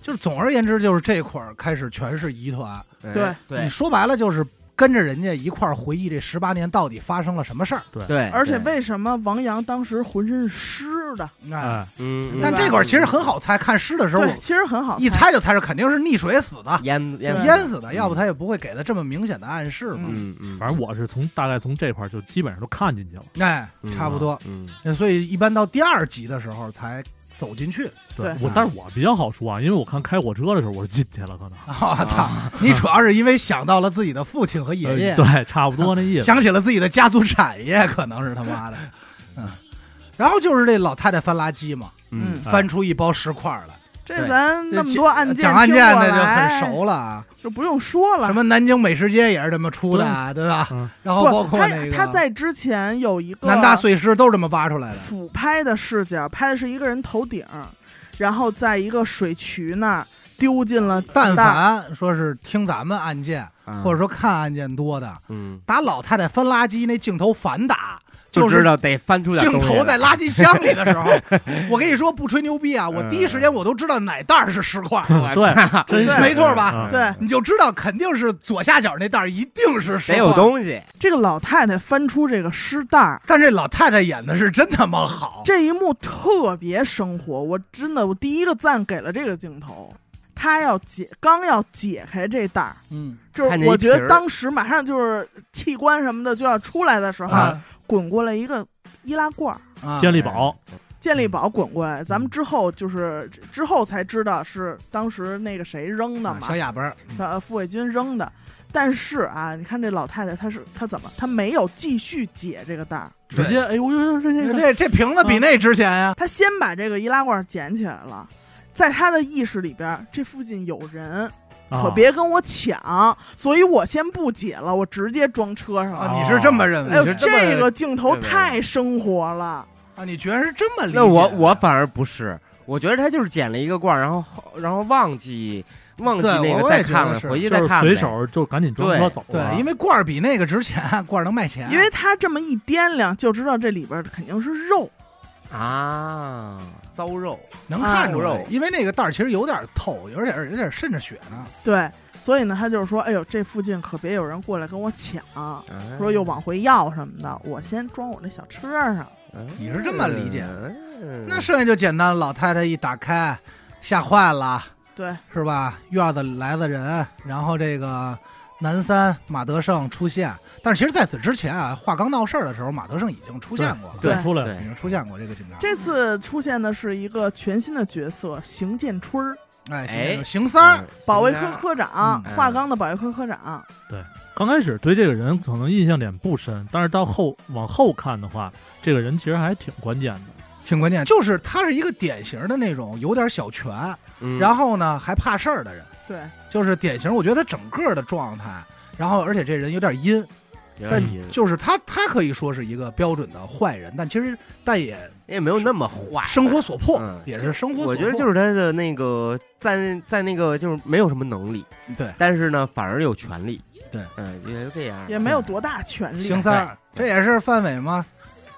Speaker 2: 就是总而言之，就是这块儿开始全是疑团。
Speaker 3: 嗯，
Speaker 1: 对
Speaker 2: 你
Speaker 3: 对
Speaker 2: 说白了就是跟着人家一块儿回忆这十八年到底发生了什么事儿。
Speaker 3: 对，
Speaker 1: 而且
Speaker 3: 对
Speaker 1: 为什么王阳当时浑身是湿的？
Speaker 2: 哎，
Speaker 4: 哎，
Speaker 3: 嗯，
Speaker 2: 但这块儿其实很好猜，看诗的时候
Speaker 1: 对，其实很好
Speaker 2: 一
Speaker 1: 猜。
Speaker 2: 猜就猜是肯定是溺水死的，
Speaker 3: 淹淹
Speaker 1: 对
Speaker 2: 淹死的，要不他也不会给他这么明显的暗示嘛。
Speaker 3: 嗯嗯，
Speaker 4: 反正我是从大概从这块儿就基本上都看进去了。
Speaker 2: 哎
Speaker 3: 嗯，
Speaker 2: 差不多。，
Speaker 3: 嗯
Speaker 2: 那所以一般到第二集的时候才走进去。
Speaker 1: 对
Speaker 4: 我但是我比较好说啊，因为我看开火车的时候我是进去了，可能
Speaker 2: 啊我操！
Speaker 3: 啊
Speaker 2: 你主要是因为想到了自己的父亲和爷
Speaker 4: 呃
Speaker 2: 爷，
Speaker 4: 对，差不多那意思。
Speaker 2: 想起了自己的家族产业，可能是他妈的，嗯。然后就是这老太太翻垃圾嘛，
Speaker 1: 嗯，
Speaker 2: 翻出一包石块来。
Speaker 1: 这
Speaker 3: 对
Speaker 1: 咱那么多案件
Speaker 2: 讲案
Speaker 1: 听
Speaker 2: 件
Speaker 1: 过
Speaker 2: 的就
Speaker 1: 来
Speaker 2: 很熟了啊，
Speaker 1: 就不用说了
Speaker 2: 什。么南京美食街也是这么出的啊，对吧
Speaker 4: 嗯？
Speaker 2: 然后包
Speaker 1: 不，
Speaker 2: 括
Speaker 1: 他
Speaker 2: 那个
Speaker 1: 他在之前有一个
Speaker 2: 南大碎尸都是这么挖出来的。
Speaker 1: 俯拍的视角，拍的是一个人头顶，然后在一个水渠那儿丢进了子
Speaker 2: 但
Speaker 1: 弹。
Speaker 2: 凡说是听咱们案件，
Speaker 3: 啊
Speaker 2: 或者说看案件多的，
Speaker 3: 嗯，
Speaker 2: 打老太太翻垃圾那镜头反打，
Speaker 3: 就是知道得翻出点
Speaker 2: 镜
Speaker 3: 东西
Speaker 2: 头
Speaker 3: 来
Speaker 2: 在垃圾箱里的时 候，我跟你说不吹牛逼啊，我
Speaker 3: 嗯
Speaker 2: 第一时间我都知道哪袋儿是十块，
Speaker 4: 对，
Speaker 1: 对
Speaker 4: 真是
Speaker 2: 没错吧
Speaker 4: 嗯
Speaker 1: 对
Speaker 2: 你就知道肯定是左下角那袋儿一定是十
Speaker 3: 得
Speaker 2: 块。
Speaker 3: 有东西，
Speaker 1: 这个老太太翻出这个尸袋儿，
Speaker 2: 但这老太太演的是真他妈好，
Speaker 1: 这一幕特别生活，我真的我第一个赞给了这个镜头。她要解刚要解开这袋儿，
Speaker 2: 嗯
Speaker 1: 就是
Speaker 3: 看见一
Speaker 1: 我觉得
Speaker 3: 瓶儿
Speaker 1: 当时马上就是器官什么的就要出来的时候，
Speaker 2: 啊
Speaker 1: 滚过来一个易拉罐儿，
Speaker 2: 啊，
Speaker 4: 健力宝，
Speaker 1: 健力宝滚过来。咱
Speaker 3: 嗯
Speaker 1: 们之后就是之后才知道是当时那个谁扔的
Speaker 2: 啊
Speaker 1: 嘛，
Speaker 2: 小哑巴儿，嗯
Speaker 1: 呃，傅卫军扔的。但是啊，你看这老太太，她是她怎么，她没有继续解这个袋儿，
Speaker 4: 直接哎呦呦这这这
Speaker 2: 这这瓶子比
Speaker 3: 啊
Speaker 2: 那值钱呀。
Speaker 1: 她先把这个易拉罐捡起来了。在她的意识里边儿，这附近有人，
Speaker 4: 啊
Speaker 1: 可别跟我抢，所以我先不解了，我直接装车上了。
Speaker 2: 啊，你是这么认为
Speaker 1: 哎呦，
Speaker 2: 的？
Speaker 3: 你是这么
Speaker 1: 这个镜头
Speaker 3: 认为的
Speaker 1: 太生活了，
Speaker 2: 啊，你居然是这么理解？
Speaker 3: 那我我反而不是，我觉得他就是捡了一个罐儿，然后后然后忘记忘记
Speaker 2: 对
Speaker 3: 那
Speaker 2: 我
Speaker 3: 个
Speaker 2: 我也
Speaker 3: 再
Speaker 2: 觉
Speaker 3: 看
Speaker 2: 得
Speaker 3: 了，
Speaker 2: 是
Speaker 3: 回去
Speaker 4: 就
Speaker 3: 再
Speaker 4: 是
Speaker 3: 看呗。
Speaker 4: 随手就赶紧装车
Speaker 3: 对
Speaker 4: 走了。啊
Speaker 2: 对，因为罐儿比那个值钱， 罐儿能卖钱。
Speaker 1: 因为她这么一掂量就知道这里边儿肯定是肉，
Speaker 3: 啊，糟肉，
Speaker 2: 能看出
Speaker 3: 啊
Speaker 2: 来，因为那个袋儿其实有点透，有点有点渗着血呢。
Speaker 1: 对，所以呢，她就是说，哎呦，这附近可别有人过来跟我抢，
Speaker 3: 啊
Speaker 1: 说又往回要什么的，我先装我那小车上。
Speaker 2: 你是这么理解？
Speaker 3: 啊嗯
Speaker 2: 那剩下就简单了，老太太一打开，吓坏了，
Speaker 1: 对，
Speaker 2: 是吧？院子里来的人，然后这个南三马德胜出现，但是其实在此之前啊，华刚闹事儿的时候，马德胜已经出现过了，
Speaker 1: 对
Speaker 4: 出来了，
Speaker 3: 对
Speaker 2: 已经出现过这个警察。
Speaker 1: 这次出现的是一个全新的角色——邢建春儿，
Speaker 2: 哎，
Speaker 3: 哎
Speaker 2: 邢三儿，
Speaker 1: 保卫科科长，
Speaker 3: 嗯
Speaker 1: 华钢的保卫科科长。
Speaker 4: 刚开始对这个人可能印象点不深，但是到后往后看的话，这个人其实还挺关键的。
Speaker 2: 挺关键，就是他是一个典型的那种有点小权，
Speaker 3: 嗯
Speaker 2: 然后呢还怕事儿的人。
Speaker 1: 对，
Speaker 3: 嗯
Speaker 2: 就是典型，我觉得他整个的状态，然后而且这人有点阴，
Speaker 3: 有点
Speaker 2: 但
Speaker 3: 意思，
Speaker 2: 就是他，他可以说是一个标准的坏人，但其实但也
Speaker 3: 也没有那么坏。
Speaker 2: 生活所迫，
Speaker 3: 嗯
Speaker 2: 也是生活所迫。
Speaker 3: 我觉得就是他的那个在在那个就是没有什么能力，
Speaker 2: 对
Speaker 3: 但是呢反而有权利。
Speaker 2: 对，
Speaker 3: 嗯，也就这样。
Speaker 1: 也没有多大权利。
Speaker 2: 邢三儿，这
Speaker 3: 对
Speaker 2: 也是范伟嘛，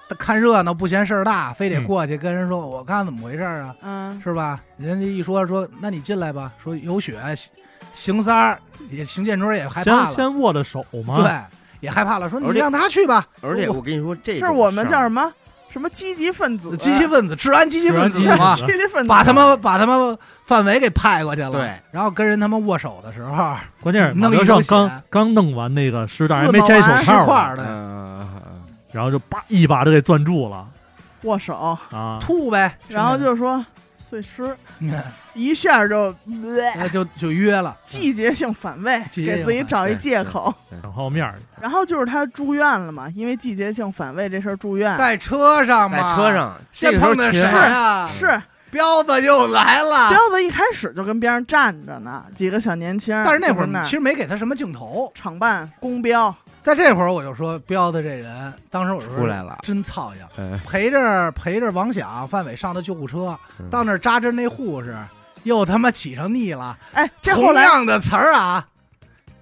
Speaker 2: 他看热闹不嫌事儿大，非得
Speaker 3: 嗯
Speaker 2: 过去跟人说，我看怎么回事儿啊，
Speaker 1: 嗯，
Speaker 2: 是吧？人家一说说，那你进来吧，说有雪，邢三儿也邢建春也害怕
Speaker 4: 先
Speaker 2: 了，
Speaker 4: 先握着手嘛，
Speaker 2: 对，也害怕了，说你
Speaker 3: 而且
Speaker 2: 让他去吧，
Speaker 3: 而且我跟你说，这
Speaker 1: 这是我们叫什
Speaker 3: 么？
Speaker 1: 么什么积极分子？
Speaker 2: 呃积极分子，治安积极分子
Speaker 4: 治安积极
Speaker 2: 嘛
Speaker 4: 分子，
Speaker 1: 积极 分子，
Speaker 2: 把他们把他们范伟给派过去了，
Speaker 3: 对，
Speaker 2: 然后跟人他们握手的时候，
Speaker 4: 关键是马
Speaker 2: 弄一啊
Speaker 4: 德
Speaker 2: 手
Speaker 4: 胜
Speaker 2: 血
Speaker 4: 刚刚弄完那个师大，
Speaker 1: 自
Speaker 4: 还没摘手
Speaker 1: 谋完
Speaker 4: 套
Speaker 2: 啊块
Speaker 4: 呢，
Speaker 2: 儿的
Speaker 3: 嗯，
Speaker 4: 然后就叭一把就给攥住了
Speaker 1: 握手，
Speaker 4: 啊，
Speaker 2: 吐呗，
Speaker 1: 然后就说碎尸，
Speaker 2: 嗯
Speaker 1: 一下就、呃
Speaker 2: 就就约了，
Speaker 1: 季节性反胃，
Speaker 2: 哎季节
Speaker 1: 给
Speaker 2: 性
Speaker 1: 自己找一借口。
Speaker 4: 很好面儿，
Speaker 1: 然后就是他住院了嘛，因为季节性反胃这事儿住院。
Speaker 2: 在车上
Speaker 3: 在
Speaker 2: 嘛，
Speaker 3: 车。上
Speaker 2: 先碰的
Speaker 3: 这
Speaker 2: 谁
Speaker 3: 个时候啊秦
Speaker 2: 呀？
Speaker 1: 是
Speaker 2: 彪子又来了。
Speaker 1: 彪子一开始就跟边上站着呢，几个小年轻儿。
Speaker 2: 但是那会
Speaker 1: 就跟
Speaker 2: 儿其实没给他什么镜头，
Speaker 1: 厂办公标，
Speaker 2: 在这会儿我就说彪子这人，当时我说
Speaker 3: 出来了，
Speaker 2: 真操性，
Speaker 3: 嗯，
Speaker 2: 陪着陪着王响、范伟上的救护车，到那儿扎针那护士又他妈起上腻了，
Speaker 1: 哎，这后
Speaker 2: 同
Speaker 1: 来
Speaker 2: 样的词儿啊，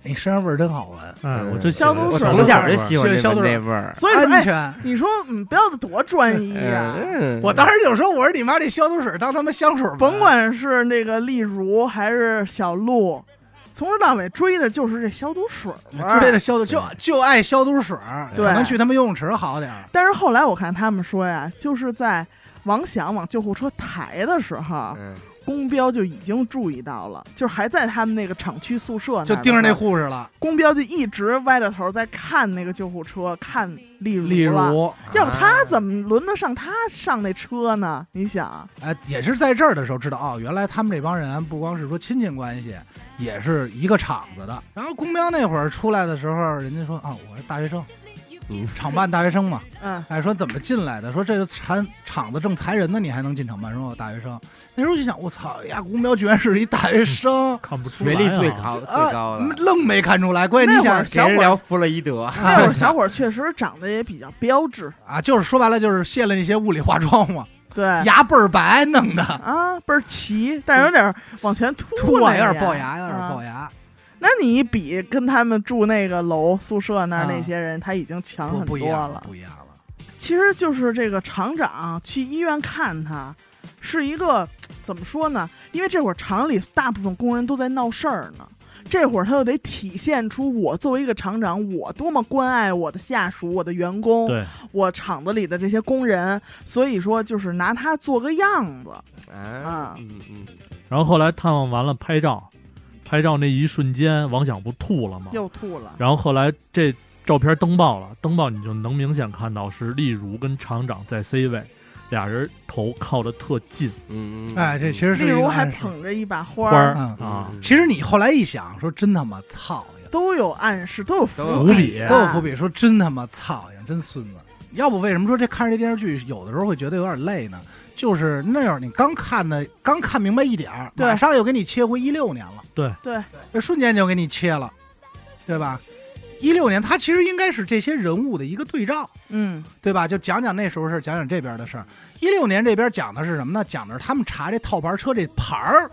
Speaker 2: 你身上味儿真好闻，
Speaker 4: 哎，
Speaker 3: 嗯
Speaker 4: 我真
Speaker 1: 消毒
Speaker 3: 我
Speaker 1: 水
Speaker 3: 从小就喜
Speaker 4: 喜
Speaker 3: 欢
Speaker 2: 消消
Speaker 3: 这
Speaker 2: 毒水
Speaker 3: 那味儿。
Speaker 1: 所以说
Speaker 2: 安
Speaker 1: 哎，
Speaker 2: 全。
Speaker 1: 你说嗯，彪子多专一
Speaker 2: 哎
Speaker 1: 呀、
Speaker 3: 嗯，
Speaker 2: 我当时就说，我说你妈这消毒水当他妈香水闻，
Speaker 1: 甭管是那个丽如还是小鹿，从头到尾追的就是这消毒水味
Speaker 2: 之类
Speaker 1: 儿。
Speaker 2: 的消毒，就就爱消毒水儿，
Speaker 1: 对
Speaker 2: 可能去他们游泳池好点儿。
Speaker 1: 但是后来我看他们说呀，就是在王响往救护车抬的时候，
Speaker 3: 嗯
Speaker 1: 宫彪就已经注意到了，就是还在他们那个厂区宿舍那儿
Speaker 2: 就盯着那。护士了，
Speaker 1: 宫彪就一直歪着头在看那个救护车，看丽如
Speaker 2: 例
Speaker 1: 了。
Speaker 2: 如，
Speaker 1: 要不
Speaker 2: 啊
Speaker 1: 他怎么轮得上他上那车呢？你想，
Speaker 2: 哎，也是在这儿的时候知道哦，原来他们这帮人不光是说亲情关系，也是一个厂子的。然后公标那会儿出来的时候，人家说啊，我是大学生，
Speaker 3: 嗯
Speaker 2: 厂办大学生嘛。
Speaker 1: 嗯，
Speaker 2: 哎，说怎么进来的？说这个厂厂子正裁人呢，你还能进厂办？说我大学生。那时候就想，我操哎呀，公标居然是一大学生，
Speaker 4: 看不出来
Speaker 3: 学历
Speaker 4: 啊
Speaker 3: 最高最
Speaker 2: 啊
Speaker 3: 高的，
Speaker 2: 愣没看出来。关键你
Speaker 1: 那会
Speaker 2: 想
Speaker 1: 儿
Speaker 3: 给人聊弗洛伊德，
Speaker 1: 那会儿小伙儿确实长得也比较标 致，
Speaker 2: 啊，就是说白了就是卸了那些物理化妆 嘛，
Speaker 1: 对，
Speaker 2: 牙倍儿白弄 的，
Speaker 1: 啊，倍儿齐，但是有点儿往前突
Speaker 2: 秃
Speaker 1: 了
Speaker 2: 啊，有点龅牙，
Speaker 1: 呀
Speaker 2: 有点龅
Speaker 1: 牙。
Speaker 2: 牙。
Speaker 1: 那你一比跟他们住那个楼宿舍那儿
Speaker 2: 啊
Speaker 1: 那些人，他已经强嗯
Speaker 2: 不
Speaker 1: 很
Speaker 2: 不
Speaker 1: 多
Speaker 2: 一样
Speaker 1: 了。
Speaker 2: 不一样了。
Speaker 1: 其实就是这个厂长去医院看他，是一个怎么说呢？因为这会儿厂里大部分工人都在闹事儿呢。这会儿他就得体现出我作为一个厂长，我多么关爱我的下属、我的员工，
Speaker 4: 对，
Speaker 1: 我厂子里的这些工人。所以说，就是拿他做个样子。
Speaker 3: 啊，嗯嗯，
Speaker 4: 然后后来探望完了拍照，拍照那一瞬间，王响不吐了吗？
Speaker 1: 又吐了，
Speaker 4: 然后后来这照片登报了，登报你就能明显看到是丽如跟厂长在 C 位，俩人头靠得特近，
Speaker 3: 嗯嗯，
Speaker 2: 哎，这其实是
Speaker 1: 例
Speaker 2: 一
Speaker 1: 如
Speaker 2: 个
Speaker 1: 还
Speaker 2: 暗示
Speaker 1: 捧着一把花
Speaker 4: 花
Speaker 1: 儿
Speaker 4: 儿，
Speaker 2: 嗯
Speaker 4: 啊。
Speaker 2: 其实你后来一想，说真他妈操呀，
Speaker 1: 都有暗示，都有伏
Speaker 3: 都有
Speaker 1: 笔
Speaker 4: 伏
Speaker 1: 啊，
Speaker 2: 都有伏笔，说真他妈操呀，真孙子。要不为什么说这看着这电视剧有的时候会觉得有点累呢？就是那会儿你刚看的，刚看明白一点儿，
Speaker 1: 对
Speaker 2: 马上又给你切回一六年了，
Speaker 1: 对，
Speaker 2: 这瞬间就给你切了，对吧？一六年，它其实应该是这些人物的一个对照，
Speaker 1: 嗯，
Speaker 2: 对吧？就讲讲那时候事儿，讲讲这边的事儿。一六年这边讲的是什么呢？讲的是他们查这套牌车这牌儿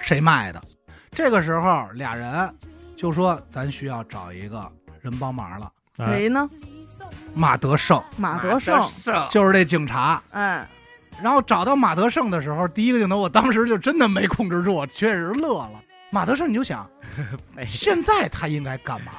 Speaker 2: 谁卖的。这个时候俩人就说咱需要找一个人帮忙了。
Speaker 4: 哎，
Speaker 1: 谁呢？
Speaker 2: 马德胜
Speaker 1: 马德胜，
Speaker 2: 就是这警察。
Speaker 1: 哎，
Speaker 2: 然后找到马德胜的时候，第一个镜头，我当时就真的没控制住，我确实乐了。马德胜，你就 想
Speaker 3: 哎
Speaker 2: 现在他应该干嘛？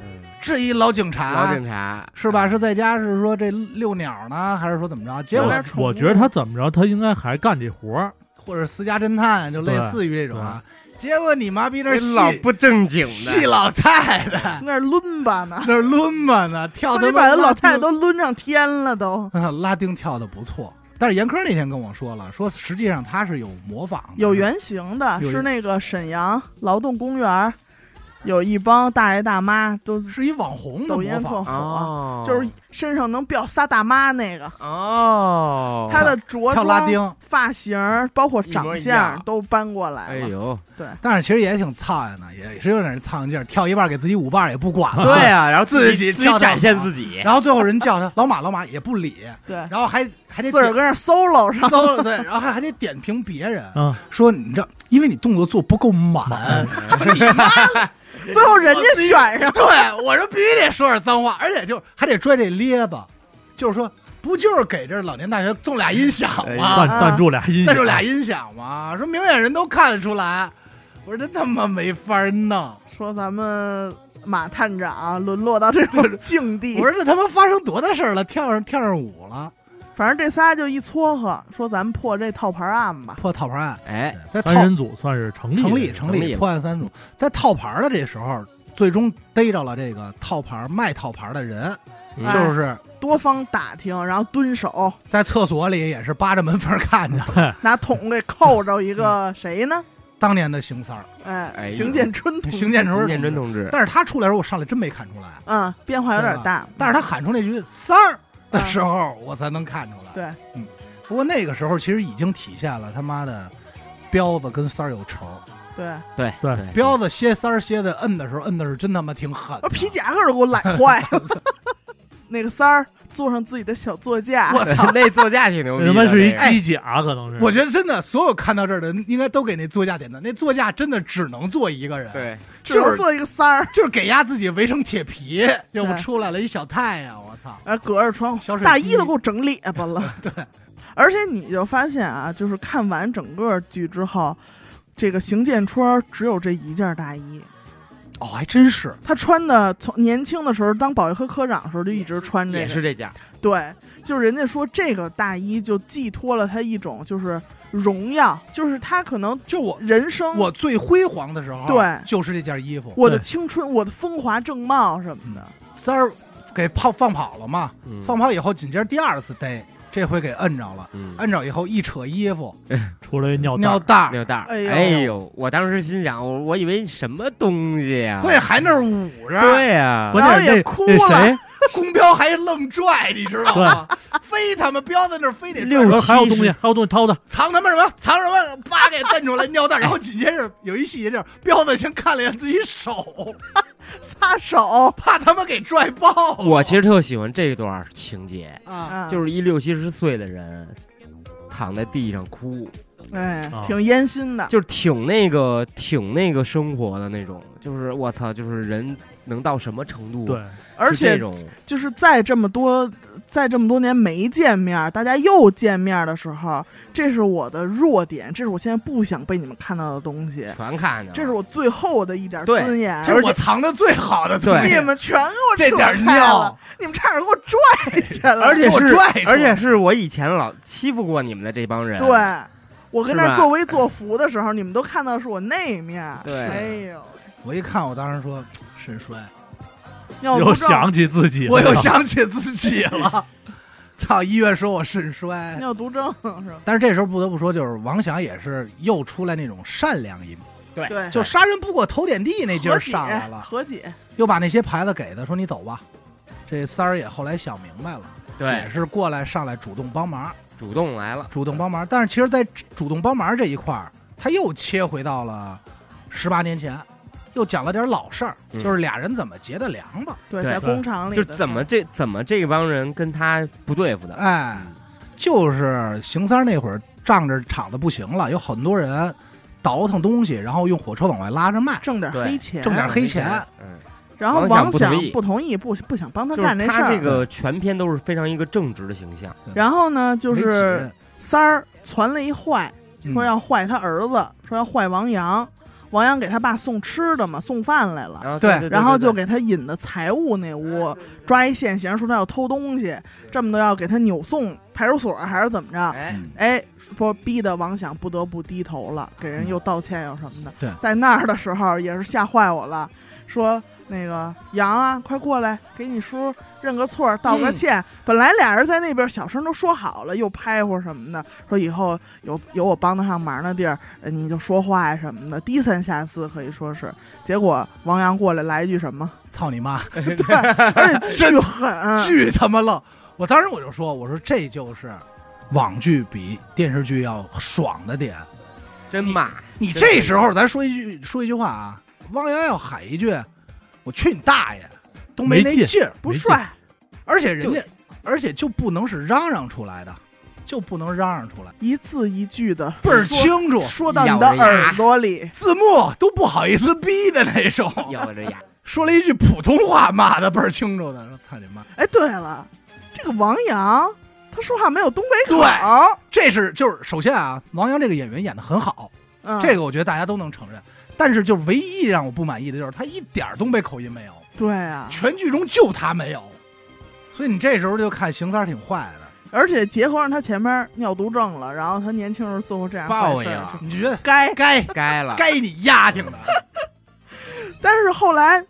Speaker 3: 嗯
Speaker 2: 这一老警察，
Speaker 3: 老警察
Speaker 2: 是吧？是在家是说这遛鸟呢，还是说怎么着？结
Speaker 1: 有
Speaker 2: 果
Speaker 1: 点宠物
Speaker 4: 我觉得他怎么着，他应该还干这活儿，
Speaker 2: 或者私家侦探，就类似于这种啊。结果你妈逼那
Speaker 3: 这
Speaker 2: 儿戏
Speaker 3: 老不正经
Speaker 2: 戏
Speaker 3: 的，
Speaker 2: 老太 太
Speaker 1: 那儿抡吧 呢，
Speaker 2: 那儿抡吧呢，跳
Speaker 1: 说
Speaker 2: 他
Speaker 1: 你把
Speaker 2: 妈
Speaker 1: 人老
Speaker 2: 拉
Speaker 1: 太太
Speaker 2: 丁
Speaker 1: 都抡上天了都，
Speaker 2: 啊 拉丁跳的不错。但是严科那天跟我说了，说实际上他是有模仿的，
Speaker 1: 有原型的，
Speaker 2: 有
Speaker 1: 是那个沈阳劳动公园儿，有一帮大爷大妈都
Speaker 2: 是一网红的
Speaker 1: 抖音
Speaker 3: 啊
Speaker 2: 模
Speaker 1: 特
Speaker 2: 仿。
Speaker 1: 火，
Speaker 3: 哦，
Speaker 1: 就是身上能飙仨大妈那个，
Speaker 3: 哦，
Speaker 1: 他他的着
Speaker 2: 跳拉
Speaker 1: 装、
Speaker 2: 丁，
Speaker 1: 发型，包括
Speaker 3: 一模
Speaker 1: 长
Speaker 3: 一
Speaker 1: 相
Speaker 3: 样
Speaker 1: 都搬过来
Speaker 3: 哎
Speaker 1: 了。
Speaker 3: 呦，
Speaker 2: 但是其实也挺苍蝇的，也是有点苍蝇劲儿，跳一半给自己五瓣儿也不管了。
Speaker 3: 对呀，然后自
Speaker 2: 自己
Speaker 3: 自
Speaker 2: 跳跳
Speaker 3: 己展现
Speaker 2: 舞
Speaker 3: 自己，
Speaker 2: 然后最后人叫他老马，老马也不理，
Speaker 1: 对，
Speaker 2: 然后还还得
Speaker 1: 自个儿
Speaker 2: 点
Speaker 1: 跟那 solo 上，
Speaker 2: 搜，对，然后还还得点评别人，
Speaker 4: 嗯，
Speaker 2: 说你这因为你动作做不够满，
Speaker 1: 最后人家选上，
Speaker 2: 对我说必须得说点脏话，而且就还得拽这咧子，就是说不就是给这老年大学送俩音响
Speaker 4: 赞
Speaker 2: 吗？
Speaker 1: 啊
Speaker 4: 赞助俩音
Speaker 2: 再
Speaker 4: 响，
Speaker 2: 说俩音响吗？说明眼人都看得出来，我说真他妈没法弄。
Speaker 1: 说咱们马探长沦落到这种境地。
Speaker 2: 我说这他妈发生多大事儿了？跳上跳上舞了，
Speaker 1: 反正这仨就一撮合，说咱们破这套牌案吧。
Speaker 2: 破套牌案，
Speaker 3: 哎，
Speaker 2: 在套
Speaker 4: 三人组算是成立
Speaker 2: 成立
Speaker 4: 了
Speaker 2: 成
Speaker 3: 成立
Speaker 2: 立
Speaker 3: 了
Speaker 2: 破案三组，在套牌的这时候，最终逮着了这个套牌卖套牌的人，
Speaker 3: 嗯
Speaker 1: 哎
Speaker 2: 就是
Speaker 1: 多方打听，然后蹲手
Speaker 2: 在厕所里也是扒着门缝看着
Speaker 1: 拿桶给扣着一
Speaker 2: 嗯
Speaker 1: 个谁呢？
Speaker 2: 当年的邢三儿，
Speaker 1: 哎，
Speaker 3: 哎呀
Speaker 1: 邢建春同志，
Speaker 2: 邢建春，
Speaker 3: 陈嗯建真同志，
Speaker 2: 但是他出来的时候，我上来真没看出来，
Speaker 1: 嗯，变化有点大，
Speaker 2: 但是他喊出那句“三儿”的时候，我才能看出来。
Speaker 1: 对，
Speaker 2: 嗯，不过那个时候其实已经体现了他妈的。彪子跟三儿有仇，
Speaker 1: 对，
Speaker 3: 对
Speaker 4: 对
Speaker 2: 彪子歇三儿歇的摁的时候，摁的是真他妈挺狠的。
Speaker 1: 我皮夹克都给我揽坏了。 那个三儿坐上自己的小座驾，
Speaker 3: 我操， 那座驾挺牛逼
Speaker 4: 呃那他
Speaker 3: 的，
Speaker 4: 妈是一
Speaker 3: 那个
Speaker 4: 机甲，可能是
Speaker 2: 我觉得真的，所有看到这儿的人应该都给那座驾点赞。那座驾真的只能坐一个人，，
Speaker 3: 对，
Speaker 1: 就
Speaker 2: 就是
Speaker 1: 做一个三儿，
Speaker 2: 就是给压自己围成铁皮，要不
Speaker 1: 对
Speaker 2: 出来了一小太阳，我操！
Speaker 1: 哎，隔着窗户
Speaker 2: 小水
Speaker 1: 大
Speaker 2: 滴
Speaker 1: 衣都给我整裂巴了。对，而且你就发现啊，就是看完整个剧之后，这个邢建春儿只有这一件大衣，
Speaker 2: 哦，还真是，
Speaker 1: 他穿的从年轻的时候当保卫科科长的时候就一直穿这
Speaker 3: 也
Speaker 1: 个，
Speaker 3: 是这家，
Speaker 1: 对，就是人家说这个大衣就寄托了他一种就是荣耀，就是他可能
Speaker 2: 就我
Speaker 1: 人生
Speaker 2: 我最辉煌的时候，
Speaker 1: 对
Speaker 2: 就是这件衣服。
Speaker 1: 我的
Speaker 4: 对
Speaker 1: 青春、我的风华正茂什么的，
Speaker 2: 三儿给跑放跑了嘛，
Speaker 3: 嗯
Speaker 2: 放跑以后紧接着第二次逮，这回给摁着了，
Speaker 3: 嗯
Speaker 2: 摁着以后一扯衣服，
Speaker 4: 出来尿
Speaker 2: 尿
Speaker 4: 袋，
Speaker 2: 袋儿，
Speaker 3: 尿袋儿，
Speaker 1: 哎呦
Speaker 3: 哎呦，我当时心想，我我以为什么东西呀，
Speaker 2: 关键还那儿捂着，
Speaker 3: 对呀，
Speaker 1: 然后
Speaker 4: 关键
Speaker 1: 也
Speaker 4: 那
Speaker 1: 哭
Speaker 4: 那
Speaker 1: 了
Speaker 4: 谁
Speaker 2: 公标还愣拽，你知道吗？非他妈标在那儿，非得拽
Speaker 3: 六
Speaker 4: 说还有
Speaker 3: 七
Speaker 4: 东西，
Speaker 3: 十
Speaker 4: 还有东西掏的，
Speaker 2: 藏他妈什么？藏什么？叭给瞪 出来尿袋，然后紧接着有一细节就是彪子先看了一眼自己手，
Speaker 1: 擦手
Speaker 2: 怕他妈给拽爆了。
Speaker 3: 我其实特喜欢这段情节，
Speaker 2: 啊，
Speaker 1: 啊，
Speaker 3: 就是一六七十岁的人躺在地上哭，
Speaker 1: 哎
Speaker 4: 啊，
Speaker 1: 挺烟熏的，
Speaker 3: 就是挺那个挺那个生活的那种，就是我操，就是人能到什么程度？
Speaker 4: 对，
Speaker 1: 而
Speaker 3: 是这
Speaker 1: 且
Speaker 3: 种
Speaker 1: 就是在这么多在这么多年没见面，大家又见面的时候，这是我的弱点，这是我现在不想被你们看到的东西，
Speaker 3: 全看见，
Speaker 1: 这是我最后的一点
Speaker 3: 对
Speaker 1: 尊严。
Speaker 2: 这是我藏的最好的东西
Speaker 1: 你们全给我
Speaker 2: 这
Speaker 1: 扯
Speaker 2: 点儿
Speaker 1: 开了
Speaker 2: 尿，，
Speaker 1: 你们差点给我拽下来，
Speaker 3: 而且
Speaker 2: 给我
Speaker 3: 是
Speaker 2: 拽出来
Speaker 3: 而且是我以前老欺负过你们的这帮人，
Speaker 1: 对，我跟那儿
Speaker 3: 是吧
Speaker 1: 作威作福的时候，你们都看到是我那面。
Speaker 3: 对
Speaker 1: 哎呦，
Speaker 2: 我一看，我当时说肾衰，
Speaker 1: 尿
Speaker 4: 又
Speaker 1: 毒症，
Speaker 4: 想起自己 了，
Speaker 2: 我又想起自己了。 操，医院说我肾衰，
Speaker 1: 尿毒症是吧？
Speaker 2: 但是这时候不得不说，就是王响也是又出来那种善良一面，
Speaker 1: 对，
Speaker 3: 哎
Speaker 2: 就杀人不过头点地那劲
Speaker 1: 和
Speaker 2: 儿
Speaker 1: 解
Speaker 2: 上来了，
Speaker 1: 和解，
Speaker 2: 又把那些牌子给他，说你走吧。这三儿也后来想明白了，也
Speaker 3: 对，
Speaker 2: 是过来上来主动帮忙，
Speaker 3: 主动来了，
Speaker 2: 主动帮忙。但是其实，在主动帮忙这一块儿，他又切回到了十八年前，又讲了点老事儿，
Speaker 3: 嗯
Speaker 2: 就是俩人怎么结的梁吧。
Speaker 1: 对，
Speaker 3: 对
Speaker 1: 在工厂里
Speaker 3: 就
Speaker 1: 的嗯
Speaker 3: 怎么这怎么这帮人跟他不对付的，
Speaker 2: 哎，就是邢三儿那会儿仗着厂子不行了，有很多人倒腾东西，然后用火车往外拉着卖。
Speaker 1: 挣点
Speaker 3: 对
Speaker 1: 黑钱，
Speaker 2: 挣点黑钱，
Speaker 3: 嗯，
Speaker 1: 然后
Speaker 3: 王
Speaker 1: 王
Speaker 3: 想不
Speaker 1: 想
Speaker 3: 同意
Speaker 1: 不同意，不不想帮他
Speaker 3: 就
Speaker 1: 干
Speaker 3: 是
Speaker 1: 事
Speaker 3: 他
Speaker 1: 儿
Speaker 3: 这。个全篇都是非常一个正直的形象，
Speaker 1: 然后呢，就
Speaker 2: 没几
Speaker 1: 是
Speaker 2: 人
Speaker 1: 三儿传了一坏，
Speaker 2: 嗯
Speaker 1: 说要坏他儿子，说要坏王阳，王阳给他爸送吃的嘛，送饭来了。
Speaker 3: 然后
Speaker 2: 对
Speaker 3: 啊对
Speaker 1: 然后就
Speaker 3: 对
Speaker 1: 给他引到财务那屋，抓一现行，说他要偷东西，这么的要给他扭送派出所还是怎么着？
Speaker 3: 哎，
Speaker 1: 哎，说逼得王想不得不低头了，给人又道歉又什么的。
Speaker 2: 嗯对
Speaker 1: 在那儿的时候也是吓坏我了，说那个杨啊，快过来给你叔认个错儿，道
Speaker 2: 嗯
Speaker 1: 个歉。本来俩人在那边小声都说好了，又拍或什么的，说以后有有我帮得上忙的地儿，呃你就说话呀什么的，低三下四可以说是。结果王阳过来来一句什 么，
Speaker 2: 操你妈，
Speaker 1: 对，而且巨狠，嗯
Speaker 2: 巨他妈愣！我当时我就说，我说这就是网剧比电视剧要爽的点。
Speaker 3: 真骂
Speaker 2: 你这时候咱说一句说一句话啊，汪洋要喊一句：“我去你大爷！”都没那
Speaker 4: 没劲
Speaker 2: 劲儿，
Speaker 1: 不帅，
Speaker 2: 而且人家，而且就不能是嚷嚷出来的，就不能嚷嚷出来，
Speaker 1: 一字一句的
Speaker 2: 倍儿清楚，
Speaker 1: 说到你的耳朵里，
Speaker 2: 字幕都不好意思逼的那种。
Speaker 3: 咬着牙，
Speaker 2: 说了一句普通话，骂的倍儿清楚的，说操你妈！
Speaker 1: 哎，对了，这个王阳他说话没有东北口，
Speaker 2: 这是就是首先啊，王阳这个演员演的很好，
Speaker 1: 嗯，
Speaker 2: 这个我觉得大家都能承认。但是就唯一让我不满意的就是他一点儿东北口音没有，
Speaker 1: 对啊，
Speaker 2: 全剧中就他没有，所以你这时候就看邢三儿挺坏的，
Speaker 1: 而且结合上他前面尿毒症了，然后他年轻时候做过这样
Speaker 3: 报
Speaker 1: 坏事
Speaker 3: 应
Speaker 1: 儿
Speaker 3: 啊
Speaker 2: 你就觉得
Speaker 1: 该。
Speaker 2: 该
Speaker 3: 该了，
Speaker 2: 该你丫挺的，
Speaker 1: 但是后来，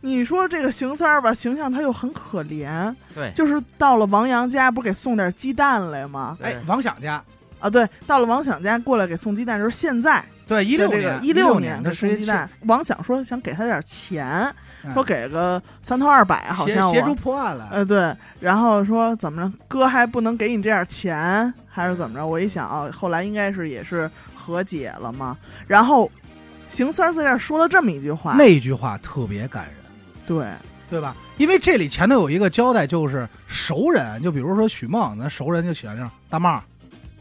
Speaker 1: 你说这个邢三儿吧，形象他又很可怜，
Speaker 3: 对
Speaker 1: 就是到了王阳家，不是给送点鸡蛋来吗？
Speaker 2: 哎，王想家。
Speaker 1: 啊，对，到了王想家过来给送鸡蛋，就是现在
Speaker 2: 对，一六
Speaker 1: 这个
Speaker 2: 年，
Speaker 1: 一
Speaker 2: 六
Speaker 1: 六
Speaker 2: 年
Speaker 1: 给
Speaker 2: 这
Speaker 1: 送
Speaker 2: 是
Speaker 1: 鸡蛋，王想说想给他点钱，
Speaker 2: 嗯
Speaker 1: 说给个三头二百，好
Speaker 2: 协
Speaker 1: 像
Speaker 2: 协
Speaker 1: 我
Speaker 2: 助破案了。
Speaker 1: 呃，对，然后说怎么着，哥还不能给你这点钱，还是怎么着？我一想啊，后来应该是也是和解了嘛。然后邢三儿在这儿说了这么一句话，
Speaker 2: 那句话特别感人，
Speaker 1: 对，
Speaker 2: 对吧？因为这里前头有一个交代，就是熟人，就比如说许梦，咱熟人就喜欢这样大帽儿，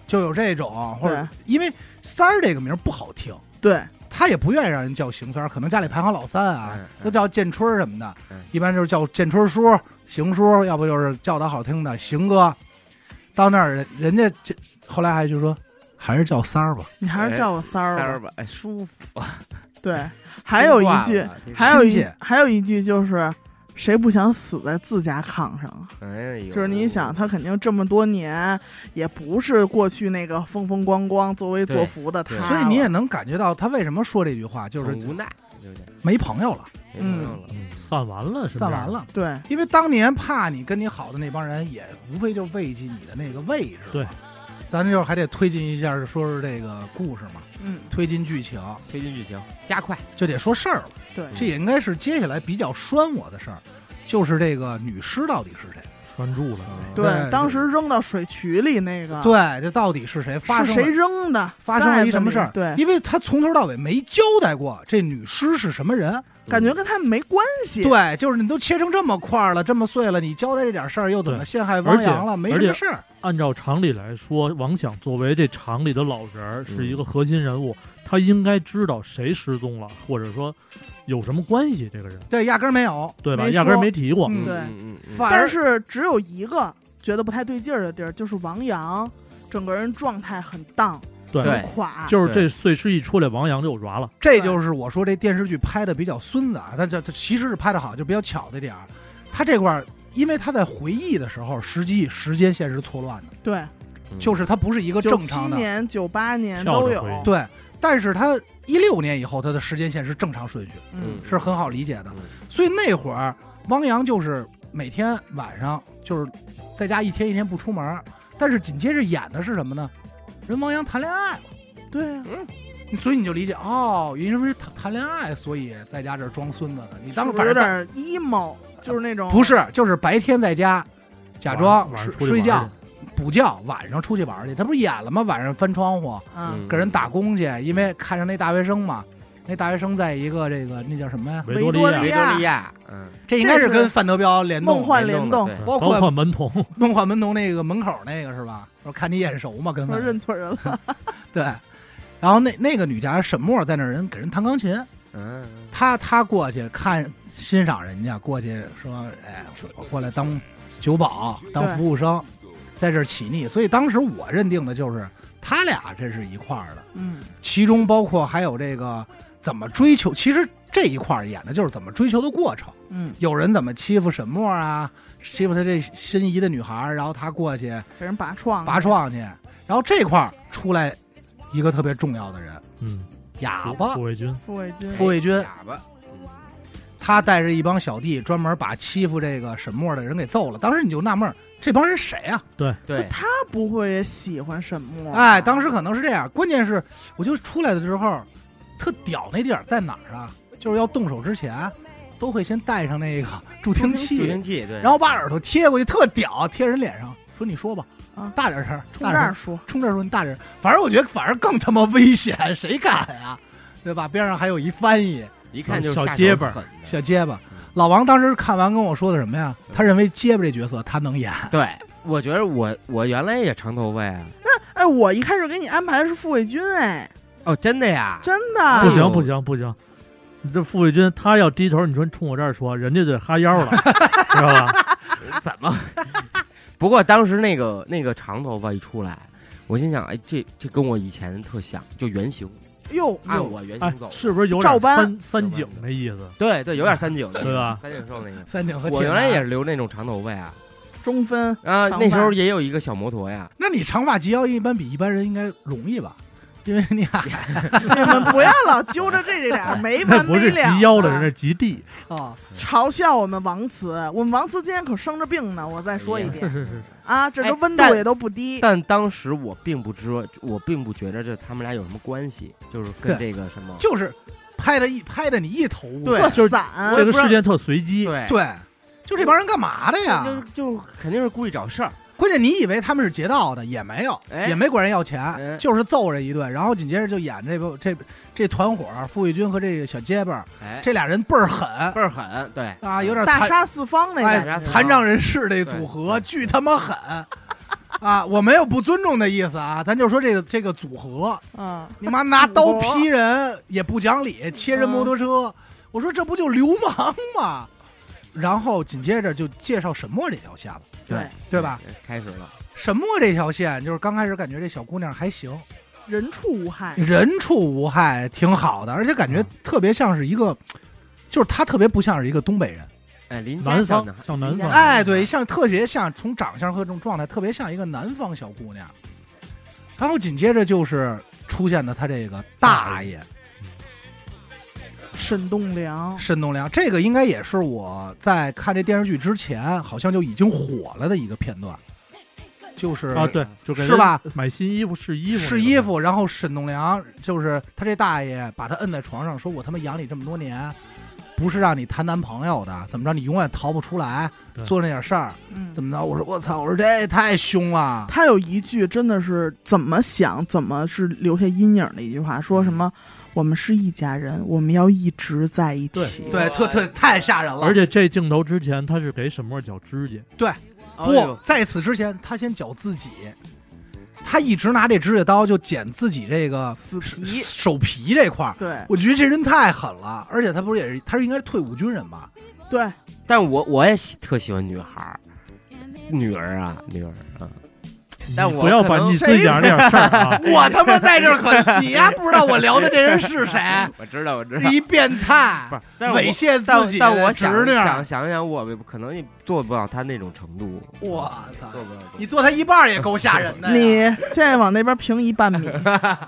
Speaker 2: 就有这种，或者
Speaker 1: 对
Speaker 2: 因为三儿这个名儿不好听，
Speaker 1: 对，
Speaker 2: 他也不愿意让人叫邢三儿，可能家里排行老三啊
Speaker 3: 嗯，嗯
Speaker 2: 都叫建春儿什么的
Speaker 3: 嗯，
Speaker 2: 一般就是叫建春叔、邢叔，要不就是叫他好听的邢哥。到那儿人人家这后来还就说，还是叫三儿吧，
Speaker 1: 你还是叫我三儿
Speaker 3: 三
Speaker 1: 吧。
Speaker 3: 儿吧，哎，舒服。
Speaker 1: 对，还有一
Speaker 3: 听
Speaker 1: 句
Speaker 3: 惯，了，听
Speaker 1: 还有
Speaker 2: 亲
Speaker 1: 一
Speaker 2: 切
Speaker 1: 还有一句就是，谁不想死在自家炕上啊？
Speaker 3: 哎呦，
Speaker 1: 就是你想，他肯定这么多年也不是过去那个风风光光作威作
Speaker 3: 对
Speaker 1: 福的他
Speaker 3: 对
Speaker 1: 了，
Speaker 2: 所以你也能感觉到他为什么说这句话，就
Speaker 3: 很
Speaker 2: 是
Speaker 3: 无奈，就是
Speaker 2: 没朋友了，
Speaker 3: 没朋友了。
Speaker 4: 嗯散完了，是不是
Speaker 2: 散完。了。
Speaker 1: 对
Speaker 2: 因为当年怕你跟你好的那帮人，也无非就慰藉你的那个位置。
Speaker 4: 对，
Speaker 2: 咱这就是还得推进一下，说说这个故事嘛，
Speaker 1: 嗯
Speaker 2: 推进剧情
Speaker 3: 推进剧情，加快，
Speaker 2: 就得说事儿了。
Speaker 1: 对，
Speaker 2: 这也应该是接下来比较拴我的事儿，就是这个女尸到底是谁？
Speaker 4: 拴住了，
Speaker 3: 嗯
Speaker 2: 对
Speaker 1: 对，当时扔到水渠里那个，
Speaker 2: 对，这到底是谁发
Speaker 1: 啊是
Speaker 2: 生
Speaker 1: 谁
Speaker 2: 了？
Speaker 1: 扔的？
Speaker 2: 发生了一什么事儿？
Speaker 1: 盖子里对，
Speaker 2: 因为他从头到尾没交代过这女尸是什么人。
Speaker 3: 嗯
Speaker 1: 感觉跟他们没关系。，
Speaker 2: 对，就是你都切成这么块儿了，这么碎了，你交代这点事儿又怎么
Speaker 4: 对
Speaker 2: 陷害汪洋
Speaker 4: 而
Speaker 2: 了？
Speaker 4: 且
Speaker 2: 没什么事儿。
Speaker 4: 按照常理来说，王想作为这厂里的老人儿，是一个核心人物，他应该知道谁失踪了，或者说有什么关系，这个人
Speaker 2: 对，压根儿没有。
Speaker 4: 对吧？
Speaker 1: 没
Speaker 4: 压根儿
Speaker 1: 说
Speaker 4: 没提过。
Speaker 2: 嗯
Speaker 3: 嗯
Speaker 1: 对
Speaker 3: 嗯嗯
Speaker 2: 反
Speaker 1: 但
Speaker 2: 而
Speaker 1: 是只有一个觉得不太对劲儿的地儿，就是王阳，整个人状态很荡，
Speaker 4: 对
Speaker 3: 对
Speaker 1: 很垮。
Speaker 4: 就是这碎尸一出来，王阳就抓了。
Speaker 2: 这就是我说这电视剧拍的比较孙子啊，但这这其实是拍的好，就比较巧的点儿。他这块儿，因为他在回忆的时候，实际时间线是错乱的，
Speaker 1: 对，
Speaker 3: 嗯
Speaker 2: 就是他不是一个
Speaker 1: 九
Speaker 2: 正
Speaker 1: 七
Speaker 2: 常的。
Speaker 1: 年、九八年
Speaker 4: 跳着
Speaker 1: 都有嗯
Speaker 4: 回。
Speaker 2: 对，但是他一六年以后，他的时间线是正常顺序，
Speaker 1: 嗯，
Speaker 2: 是很好理解的
Speaker 3: 嗯。
Speaker 2: 所以那会儿，汪洋就是每天晚上就是在家一天一天不出门儿，但是紧接着演的是什么呢？人汪洋谈恋爱了。
Speaker 1: 对啊，
Speaker 2: 所以你就理解哦，云是不是谈谈恋爱，所以在家这儿装孙子呢？你当
Speaker 1: 是
Speaker 2: 时
Speaker 1: 不是
Speaker 2: 反
Speaker 1: 有
Speaker 2: 正
Speaker 1: 点 emo，就是那种
Speaker 2: 不是，就是白天在家假装
Speaker 4: 晚上
Speaker 2: 睡
Speaker 4: 出去
Speaker 2: 睡
Speaker 4: 玩
Speaker 2: 觉
Speaker 4: 去
Speaker 2: 补觉，晚上出去玩去。他不是演了吗？晚上翻窗户
Speaker 1: 啊，
Speaker 2: 给人打工去，因为看上那大学生嘛。那大学生在一个这个那叫什么呀？
Speaker 4: 维多利
Speaker 1: 维
Speaker 4: 亚
Speaker 1: 多
Speaker 3: 维多利亚，嗯，
Speaker 2: 这应该是
Speaker 1: 这是
Speaker 2: 跟范德彪联动
Speaker 1: 梦幻
Speaker 2: 的
Speaker 1: 联
Speaker 3: 联
Speaker 1: 动
Speaker 3: 动，
Speaker 4: 嗯
Speaker 2: 包
Speaker 4: 包
Speaker 2: 括
Speaker 4: 括 门童，
Speaker 2: 梦幻门童那个门口那个是吧？我看你眼熟嘛，跟
Speaker 1: 我
Speaker 2: 范
Speaker 1: 认错人 了。
Speaker 2: 对。然后那那个女家沈墨在那儿人给人弹钢琴，
Speaker 3: 嗯，
Speaker 2: 他他过去看欣赏人家，过去说，哎，我过来当酒保，当服务生，在这儿起腻。所以当时我认定的就是他俩这是一块儿的，
Speaker 1: 嗯，
Speaker 2: 其中包括还有这个怎么追求，其实这一块儿演的就是怎么追求的过程。
Speaker 1: 嗯，
Speaker 2: 有人怎么欺负沈墨啊，欺负他这心仪的女孩儿，然后他过去
Speaker 1: 给人拔创，
Speaker 2: 拔，创去，然后这块儿出来一个特别重要的人，
Speaker 4: 嗯，
Speaker 2: 哑
Speaker 4: 傅
Speaker 2: 巴
Speaker 4: 傅卫军，
Speaker 1: 傅卫军，
Speaker 2: 傅卫军。
Speaker 3: 嗯哑巴，嗯
Speaker 2: 他带着一帮小弟，专门把欺负这个沈墨的人给揍了。当时你就纳闷儿，这帮人谁啊？
Speaker 3: 对，
Speaker 1: 他不会也喜欢沈墨吧？
Speaker 2: 哎，当时可能是这样。关键是，我就出来的时候，特屌那地儿在哪儿啊？就是要动手之前，都会先带上那个助听
Speaker 1: 助
Speaker 3: 助
Speaker 2: 器
Speaker 3: 听，器，对，
Speaker 2: 然后把耳朵贴过去，特屌，贴人脸上，说你说吧，
Speaker 1: 啊
Speaker 2: 大点声，
Speaker 1: 冲
Speaker 2: 大
Speaker 1: 这
Speaker 2: 点
Speaker 1: 儿
Speaker 2: 声，
Speaker 1: 说，
Speaker 2: 冲这儿说你大点声。反正我觉得反而更他妈危险，谁敢啊？对吧？边上还有一翻译
Speaker 3: 一看就是
Speaker 4: 小
Speaker 3: 下手
Speaker 4: 结巴
Speaker 3: 狠的
Speaker 2: 小结巴
Speaker 3: 嗯。
Speaker 2: 老王当时看完跟我说的什么呀？他认为结巴这角色他能演，
Speaker 3: 对，我觉得我我原来也长头发呀，
Speaker 1: 哎，我一开始给你安排的是傅卫军，哎，
Speaker 3: 哦，真的呀，
Speaker 1: 真
Speaker 4: 不
Speaker 1: 的，
Speaker 4: 行不行不行，你这傅卫军他要低头，你说你冲我这儿说，人家就哈腰了，知道吧？
Speaker 3: 啊怎么？ 不过当时那个那个长头发一出来，我心想，哎，这这跟我以前特像，就原型，
Speaker 1: 哟，
Speaker 3: 按我原
Speaker 4: 哎
Speaker 3: 型走，，
Speaker 4: 是不是有
Speaker 1: 照
Speaker 4: 点
Speaker 1: 搬
Speaker 4: 三三井那意思？
Speaker 3: 对对，有点三井那个，
Speaker 4: 对吧
Speaker 3: 三井 寿那个，
Speaker 2: 三井和
Speaker 3: 我
Speaker 2: 铁
Speaker 3: 原
Speaker 2: 男
Speaker 3: 来也是留那种长头发呀，
Speaker 1: 中 分，
Speaker 3: 啊，
Speaker 1: 长
Speaker 3: 那时候
Speaker 1: 发
Speaker 3: 也有一个小摩托呀，
Speaker 2: 那你长发及腰一般比一般人应该容易吧？因为你俩
Speaker 1: 你们不要老揪着这俩没
Speaker 4: 那
Speaker 1: 完
Speaker 4: 不
Speaker 1: 没
Speaker 4: 是
Speaker 1: 了。
Speaker 4: 及腰的人，哎是及地。
Speaker 2: 啊，
Speaker 1: 嘲笑我们王慈，我们王慈今天可生着病呢。我再说一
Speaker 4: 是
Speaker 1: 遍
Speaker 4: 是是，
Speaker 1: 啊，这都
Speaker 3: 哎
Speaker 1: 温
Speaker 3: 但
Speaker 1: 度也都不低。
Speaker 3: 但当时我并不知，我并不觉得这他们俩有什么关系，就是跟
Speaker 2: 对
Speaker 3: 这个什么，
Speaker 2: 就是拍的一拍的你一头雾水。
Speaker 3: 对
Speaker 1: 特
Speaker 4: 就是
Speaker 1: 散，
Speaker 4: 这个事件特随机。
Speaker 3: 对
Speaker 2: 啊对，就这帮人干嘛的呀？
Speaker 3: 就就肯定是故意找事儿，
Speaker 2: 关键你以为他们是劫道的，也没有，
Speaker 3: 哎
Speaker 2: 也没管人要
Speaker 3: 哎
Speaker 2: 钱，就是揍人一顿，然后紧接着就演这部这这团伙，傅卫军和这个小结巴，
Speaker 3: 哎，
Speaker 2: 这俩人倍儿狠
Speaker 3: 倍儿狠，对嗯
Speaker 2: 啊，有点
Speaker 1: 大
Speaker 2: 残
Speaker 1: 杀四方那
Speaker 2: 哎
Speaker 1: 个，
Speaker 3: 大杀四方
Speaker 2: 残障人士这组合
Speaker 3: 啊对
Speaker 2: 巨他妈狠啊！我没有不尊重的意思啊，咱就说这个这个组合，
Speaker 1: 嗯，
Speaker 2: 你妈拿刀劈人也不讲理，切人摩托车，我说这不就流氓吗？然后紧接着就介绍沈墨这条线了，
Speaker 1: 对
Speaker 2: 对吧？？
Speaker 3: 开始了，
Speaker 2: 沈墨这条线就是刚开始感觉这小姑娘还行，
Speaker 1: 人畜无 害，
Speaker 2: 人畜无害，挺好的，而且感觉特别像是一个，就是她特别不像是一个东北人，
Speaker 3: 哎，邻家
Speaker 4: 南
Speaker 3: 小
Speaker 4: 方
Speaker 3: 男孩
Speaker 4: 像南
Speaker 3: 邻家
Speaker 4: 方
Speaker 3: 小男
Speaker 2: 哎，
Speaker 3: 孩
Speaker 2: 对，像特别像从长相和这种状态，特别像一个南方小姑娘。然后紧接着就是出现的她这个大爷
Speaker 1: 沈栋梁，
Speaker 2: 申东亮，这个应该也是我在看这电视剧之前，好像就已经火了的一个片段，就是
Speaker 4: 啊，对，就给
Speaker 2: 是
Speaker 4: 人
Speaker 2: 吧？
Speaker 4: 买新衣服试衣服，
Speaker 2: 试衣，服，然后沈栋梁就是他这大爷把他摁在床上，说我他妈养你这么多年，不是让你谈男朋友的，怎么着你永远逃不出来，
Speaker 4: 对
Speaker 2: 做那点事儿，
Speaker 1: 嗯，
Speaker 2: 怎么着？我说我操，我说这也太凶了，
Speaker 1: 他有一句真的是怎么想怎么是留下阴影的一句话，说什么我们是一家人，我们要一直在一起。
Speaker 2: 对，特特太吓人了。
Speaker 4: 而且这镜头之前他是给沈墨绞指甲，
Speaker 3: 哎
Speaker 2: 不
Speaker 3: 呦，
Speaker 2: 在此之前他先绞自己，他一直拿这指甲刀就剪自己这个
Speaker 1: 死皮
Speaker 2: 手皮这块儿。
Speaker 1: 对
Speaker 2: 我觉得这人太狠了，而且他不是也是，他是应该是退伍军人吧？。
Speaker 1: 对，
Speaker 3: 但我我也喜特喜欢女孩儿，女儿啊，女儿，嗯，但
Speaker 4: 你
Speaker 3: 我
Speaker 4: 不要
Speaker 3: 可
Speaker 4: 把
Speaker 3: 能
Speaker 4: 你自己讲那点事儿啊
Speaker 2: 我他妈在这儿可，你丫不知道我聊的这人是 谁，
Speaker 3: 我知道，我知道
Speaker 2: 是，一变态
Speaker 3: 不是，但是
Speaker 2: 猥
Speaker 3: 我
Speaker 2: 亵自
Speaker 3: 但
Speaker 2: 己
Speaker 3: 但我
Speaker 2: 的侄
Speaker 3: 想
Speaker 2: 女。
Speaker 3: 想想想，我可能也做不到他那种程度，
Speaker 2: 我操！
Speaker 3: 做不到这种。
Speaker 2: 你做他一半儿也够吓 人的呀。
Speaker 1: 你现在往那边平移半米，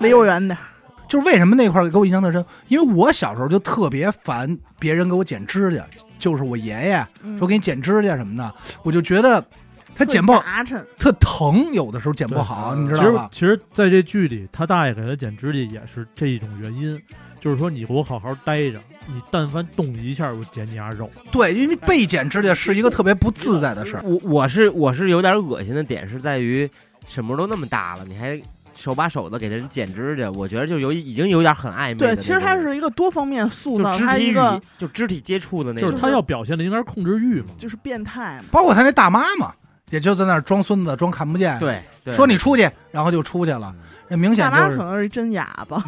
Speaker 1: 离我远点儿。
Speaker 2: 就是为什么那块儿给我印象特深，因为我小时候就特别烦别人给我剪指甲，就是我爷爷
Speaker 1: 嗯
Speaker 2: 说给你剪指甲什么的，我就觉得他剪不好
Speaker 1: 特麻碜，
Speaker 2: 特疼，有的时候剪 不好，
Speaker 3: 对
Speaker 2: 你知
Speaker 4: 其
Speaker 2: 道
Speaker 4: 实
Speaker 2: 吧，？
Speaker 4: 其实在这剧里，他大爷给他剪指甲也是这一种原因，就是说你给我好好待着，你但凡动一下，我剪你牙肉。
Speaker 2: 对，因为被剪指甲是一个特别不自在的事儿。
Speaker 3: 我我是我是有点恶心的点是在于，什么都那么大了，你还手把手的给人剪指甲，我觉得就有已经有点很暧昧的
Speaker 1: 对，
Speaker 3: 那种。
Speaker 1: 其实它是一个多方面塑
Speaker 3: 就
Speaker 1: 造，
Speaker 3: 肢
Speaker 1: 它
Speaker 3: 体
Speaker 1: 一
Speaker 3: 语
Speaker 1: 个
Speaker 3: 就肢体接触的那
Speaker 4: 就
Speaker 3: 种。
Speaker 4: 是他要表现的应该是控制欲嘛。
Speaker 1: 就是变态嘛。
Speaker 2: 包括他那大妈嘛，也就在那儿装孙子装看不见，，
Speaker 3: 对对嗯
Speaker 2: 说你出去，然后就出去了，这明显
Speaker 1: 大妈
Speaker 2: 就
Speaker 1: 可
Speaker 2: 是
Speaker 1: 能是一真哑巴，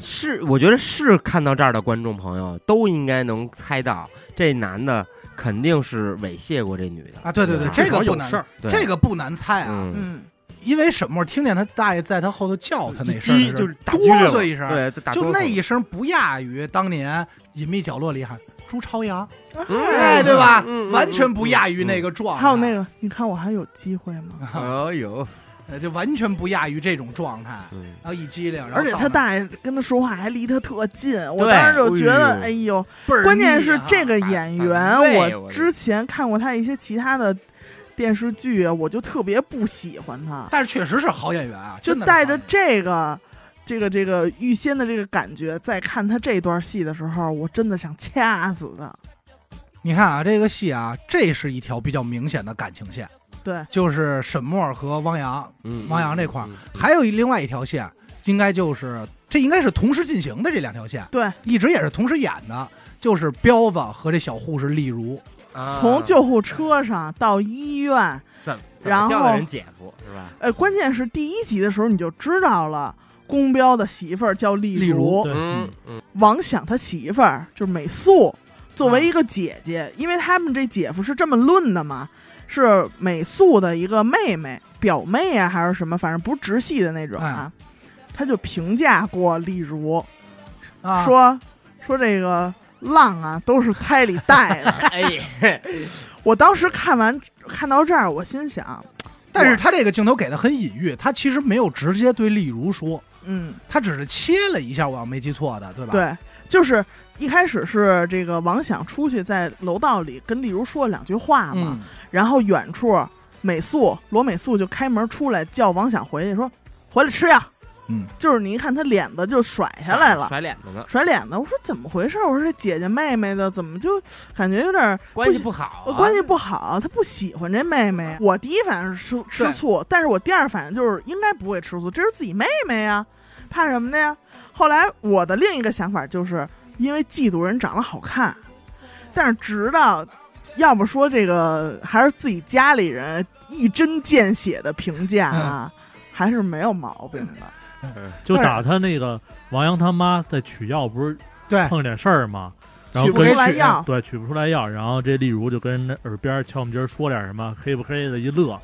Speaker 3: 是，我觉得是看到这儿的观众朋友都应该能猜到，这男的肯定是猥亵过这女的
Speaker 2: 啊，对对对，
Speaker 3: 吧
Speaker 2: 这个
Speaker 4: 至少
Speaker 2: 不
Speaker 4: 有
Speaker 2: 难
Speaker 4: 事，儿，
Speaker 3: 对
Speaker 2: 这个不难猜啊，
Speaker 3: 嗯，
Speaker 1: 嗯，
Speaker 2: 因为沈墨听见他大爷在他后头叫他那声儿的时
Speaker 3: 鸡
Speaker 2: 候，
Speaker 3: 就是打
Speaker 2: 哆
Speaker 3: 鸡了
Speaker 2: 嗦一声，
Speaker 3: 对，打哆
Speaker 2: 就
Speaker 3: 嗦
Speaker 2: 那一声不亚于当年隐秘角落里喊朱朝阳，
Speaker 3: 嗯
Speaker 2: 哎，对吧？
Speaker 3: 嗯嗯
Speaker 2: 完全不亚于那个状态，
Speaker 1: 还有那个，你看我还有机会吗？
Speaker 3: 哎呦，
Speaker 2: 个，就完全不亚于这种状态。
Speaker 3: 嗯，
Speaker 2: 然后一激灵，然后
Speaker 1: 而且
Speaker 2: 到
Speaker 1: 他
Speaker 2: 那
Speaker 1: 大爷跟他说话还离他特近，我
Speaker 3: 对
Speaker 1: 当时就觉得，
Speaker 3: 哎
Speaker 1: 哎呦，
Speaker 2: 倍儿腻啊，
Speaker 1: 关键是这个
Speaker 3: 反
Speaker 1: 演
Speaker 3: 反
Speaker 1: 员，
Speaker 3: 胃
Speaker 1: 我
Speaker 3: 我
Speaker 1: 之前看过他一些其他的电视剧，我就特别不喜欢 他，
Speaker 2: 但是确实是好演员啊，
Speaker 1: 就
Speaker 2: 真的是
Speaker 1: 带着
Speaker 2: 好演员
Speaker 1: 这个。这个这个预先的这个感觉，在看他这段戏的时候，我真的想掐死他。
Speaker 2: 你看啊，这个戏啊，这是一条比较明显的感情线，
Speaker 1: 对，
Speaker 2: 就是沈墨和汪洋，
Speaker 3: 嗯
Speaker 2: 汪洋这块儿
Speaker 3: 嗯嗯
Speaker 2: 还有一另外一条线，应该就是这应该是同时进行的这两条线，
Speaker 1: 对，
Speaker 2: 一直也是同时演的，就是彪子和这小护士丽如，
Speaker 3: 啊
Speaker 1: 从救护车上到医院，
Speaker 3: 怎怎
Speaker 1: 然
Speaker 3: 么
Speaker 1: 后
Speaker 3: 叫的人姐夫是吧？
Speaker 1: 呃，关键是第一集的时候你就知道了，宫彪的媳妇儿叫丽
Speaker 2: 丽如
Speaker 4: 对，
Speaker 3: 嗯嗯
Speaker 1: 王想他媳妇儿就是美素，作
Speaker 2: 啊
Speaker 1: 为一个姐姐，因为他们这姐夫是这么论的嘛，是美素的一个妹妹、表妹啊，还是什么，反正不是直系的那种啊。他就评价过丽如，
Speaker 2: 啊，
Speaker 1: 说说这个浪啊都是胎里带的。
Speaker 3: 哎呀，
Speaker 1: 我当时看完看到这儿，我心想，
Speaker 2: 但是他这个镜头给的很隐喻，他其实没有直接对丽如说，
Speaker 1: 嗯，
Speaker 2: 他只是切了一下，我要没记错的，对吧？，
Speaker 1: 对，就是一开始是这个王想出去在楼道里跟丽如说了两句话嘛，
Speaker 2: 嗯，
Speaker 1: 然后远处美素罗美素就开门出来叫王想回去，说回来吃药。
Speaker 2: 嗯，
Speaker 1: 就是你一看她脸子就甩下来了，
Speaker 3: 甩脸子呢，
Speaker 1: 甩脸子。我说怎么回事？我说这姐姐妹妹的怎么就感觉有点儿
Speaker 3: 关系
Speaker 1: 不
Speaker 3: 不好
Speaker 1: 呃
Speaker 3: 啊，
Speaker 1: 关系不好？她不喜欢这妹妹。我第一反应是吃吃
Speaker 2: 对
Speaker 1: 醋，但是我第二反应就是应该不会吃醋，这是自己妹妹呀，怕什么的呀？后来我的另一个想法就是因为嫉妒人长得好看，但是直到要不说这个还是自己家里人一针见血的评价啊，还是没有毛病的。
Speaker 4: 就打他那个王阳他妈在取药，不是
Speaker 2: 对，
Speaker 4: 碰见点事儿吗？
Speaker 2: 哎
Speaker 4: 然
Speaker 1: 取
Speaker 4: 后
Speaker 1: 不
Speaker 4: 跟
Speaker 1: 出来药，
Speaker 4: 对取不嗯出来药，然后这丽如就跟那耳边敲门尖儿说点什么黑不黑的一乐，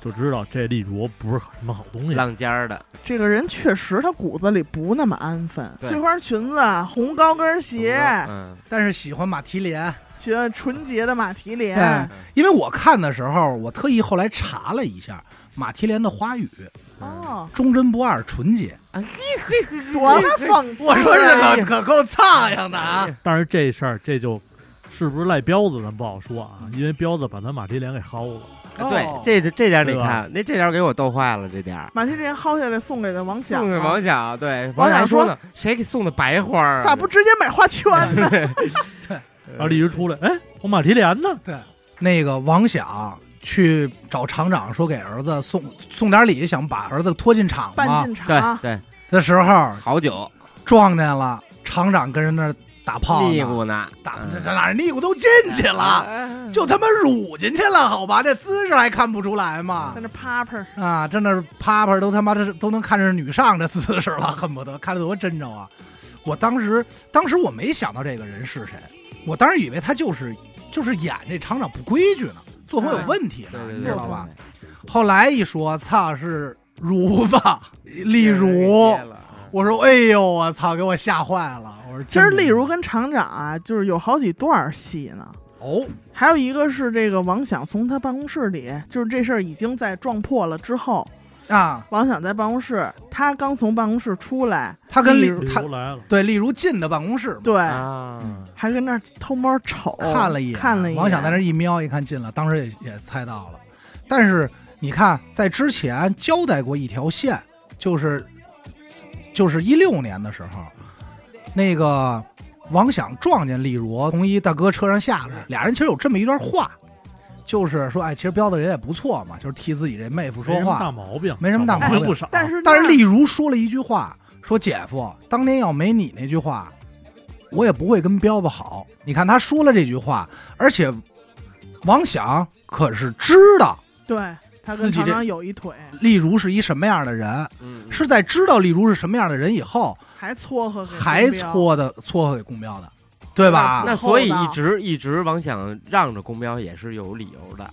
Speaker 4: 就知道这丽如不是什么好东西。
Speaker 3: 浪尖儿的，
Speaker 1: 这个人确实他骨子里不那么安分，
Speaker 3: 对
Speaker 1: 碎花裙子、啊红高跟鞋，
Speaker 3: 嗯，
Speaker 2: 但是喜欢马蹄莲，
Speaker 1: 学纯洁的马蹄
Speaker 2: 哎
Speaker 1: 莲，
Speaker 2: 因为我看的时候，我特意后来查了一下马蹄莲的花语，
Speaker 3: 嗯，
Speaker 1: 哦，
Speaker 2: 忠贞不二，纯洁。哎
Speaker 1: 多哎么讽刺！
Speaker 2: 可可够苍蝇的啊！
Speaker 4: 但是这事儿这就是不是赖彪子，咱不好说
Speaker 2: 嗯
Speaker 4: 啊，因为彪子把他马蹄脸给薅了。
Speaker 2: 哦
Speaker 3: 对，这这这点你
Speaker 4: 对吧
Speaker 3: 看，那这点给我逗坏了，这点儿。
Speaker 1: 马蹄莲薅下来送给的王想
Speaker 3: 送给
Speaker 1: 啊，
Speaker 3: 王想，对，
Speaker 1: 王
Speaker 3: 王
Speaker 1: 想
Speaker 3: 想
Speaker 1: 说
Speaker 3: 说呢，谁给送的白花儿啊？
Speaker 1: 咋不直接买花圈呢？
Speaker 2: 呃
Speaker 4: 然后丽如出来，哎，我马蹄莲呢？
Speaker 2: 那个王想去找厂长说给儿子送送点礼，想把儿子拖进厂
Speaker 1: 半
Speaker 2: 嘛
Speaker 1: 进
Speaker 3: 对
Speaker 1: 茶，
Speaker 3: 对，
Speaker 2: 的时候
Speaker 3: 好酒
Speaker 2: 撞见了厂长跟人那儿打炮
Speaker 3: 屁
Speaker 2: 呢，
Speaker 3: 股呢，
Speaker 2: 打
Speaker 3: 嗯
Speaker 2: 这这哪屁股都进去了，
Speaker 3: 啊
Speaker 2: 就他妈乳进去了，好吧，这姿势还看不出来吗
Speaker 1: 在？那啪啪，
Speaker 2: 啊，真的是啪啪都他妈这都能看着女上的姿势了， 恨不得看得多真着啊！我当时当时我没想到这个人是谁，我当时以为他就是就是演这厂长不规矩呢，作风有问题呢，
Speaker 3: 对对
Speaker 2: 你知
Speaker 3: 对
Speaker 1: 作
Speaker 2: 道
Speaker 1: 风
Speaker 2: 吧？？后来一说，操是如子，丽如，我说哎呦我操，给我吓坏了！我说
Speaker 1: 其实
Speaker 2: 真的
Speaker 1: 丽如跟厂长啊，就是有好几段戏呢。
Speaker 2: 哦
Speaker 1: 还有一个是这个王想从他办公室里，就是这事儿已经在撞破了之后，
Speaker 2: 啊，
Speaker 1: 王想在办公室，他刚从办公室出来，
Speaker 2: 他跟
Speaker 1: 丽
Speaker 2: 丽
Speaker 1: 如
Speaker 2: 他
Speaker 4: 丽如来了，
Speaker 2: 对丽如进的办公室嘛，
Speaker 1: 对，
Speaker 3: 啊，
Speaker 1: 还跟那儿偷摸瞅，
Speaker 2: 看了一眼，
Speaker 1: 看了一眼，
Speaker 2: 王想在那儿一瞄，一看进了，当时也也猜到了。但是你看，在之前交代过一条线，就是就是一六年的时候，那个王想撞见丽如从一大哥车上下来，俩人其实有这么一段话，就是说，哎，其实彪子人也不错嘛，就是替自己这妹夫说
Speaker 4: 没什么大
Speaker 2: 话。
Speaker 4: 毛病，
Speaker 2: 没什么大毛病
Speaker 4: 病不少。
Speaker 1: 但是
Speaker 2: 但是
Speaker 1: 那
Speaker 2: 丽如说了一句话，说姐夫，当年要没你那句话，我也不会跟彪子好。你看他说了这句话，而且王想可是知道
Speaker 1: 对他
Speaker 2: 自
Speaker 1: 跟
Speaker 2: 己
Speaker 1: 厂
Speaker 2: 这
Speaker 1: 长有一腿，
Speaker 2: 丽如是一什么样的人，
Speaker 3: 嗯，
Speaker 2: 是在知道丽如是什么样的人以后，
Speaker 1: 还撮合给
Speaker 2: 还
Speaker 1: 黄彪
Speaker 2: 撮的撮合给公彪的，对吧？
Speaker 3: 那所
Speaker 2: 啊
Speaker 3: 以一直一直王想让着公彪也是有理由的，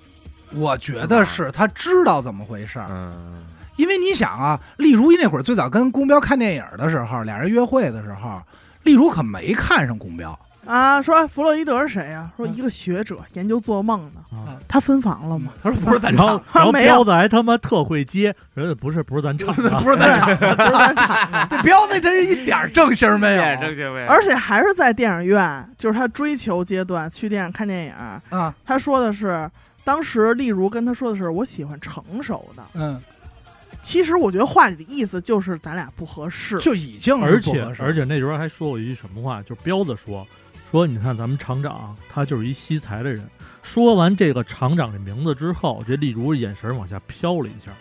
Speaker 2: 我觉得是他知道怎么回事儿，
Speaker 3: 嗯，
Speaker 2: 因为你想啊，丽如那会儿最早跟公彪看电影的时候，俩人约会的时候，丽如可没看上公彪。
Speaker 1: 啊，说弗洛伊德是谁呀、说
Speaker 2: 嗯
Speaker 1: 一个学者研究做梦呢，
Speaker 4: 啊
Speaker 1: 他分房了吗？
Speaker 2: 他说不是咱
Speaker 4: 然后
Speaker 2: 唱，
Speaker 4: 然后
Speaker 1: 没有
Speaker 4: 彪子还他妈特会接，人家不是不是咱厂 的，啊
Speaker 2: 不是咱唱， 这彪子真是一点正形儿没
Speaker 3: 也
Speaker 2: 有
Speaker 3: 正经呗，
Speaker 1: 而且还是在电影院，就是他追求阶段去电影看电影。
Speaker 2: 啊。
Speaker 1: 他说的是，当时例如跟他说的是，我喜欢成熟的。
Speaker 2: 嗯，
Speaker 1: 其实我觉得话里的意思就是咱俩不合适。
Speaker 2: 就已经
Speaker 4: 而且而
Speaker 2: 且
Speaker 4: 且那时候还说过一句什么话，就是彪子说说你看咱们厂长他就是一惜才的人。说完这个厂长这名字之后，这例如眼神往下飘了一下，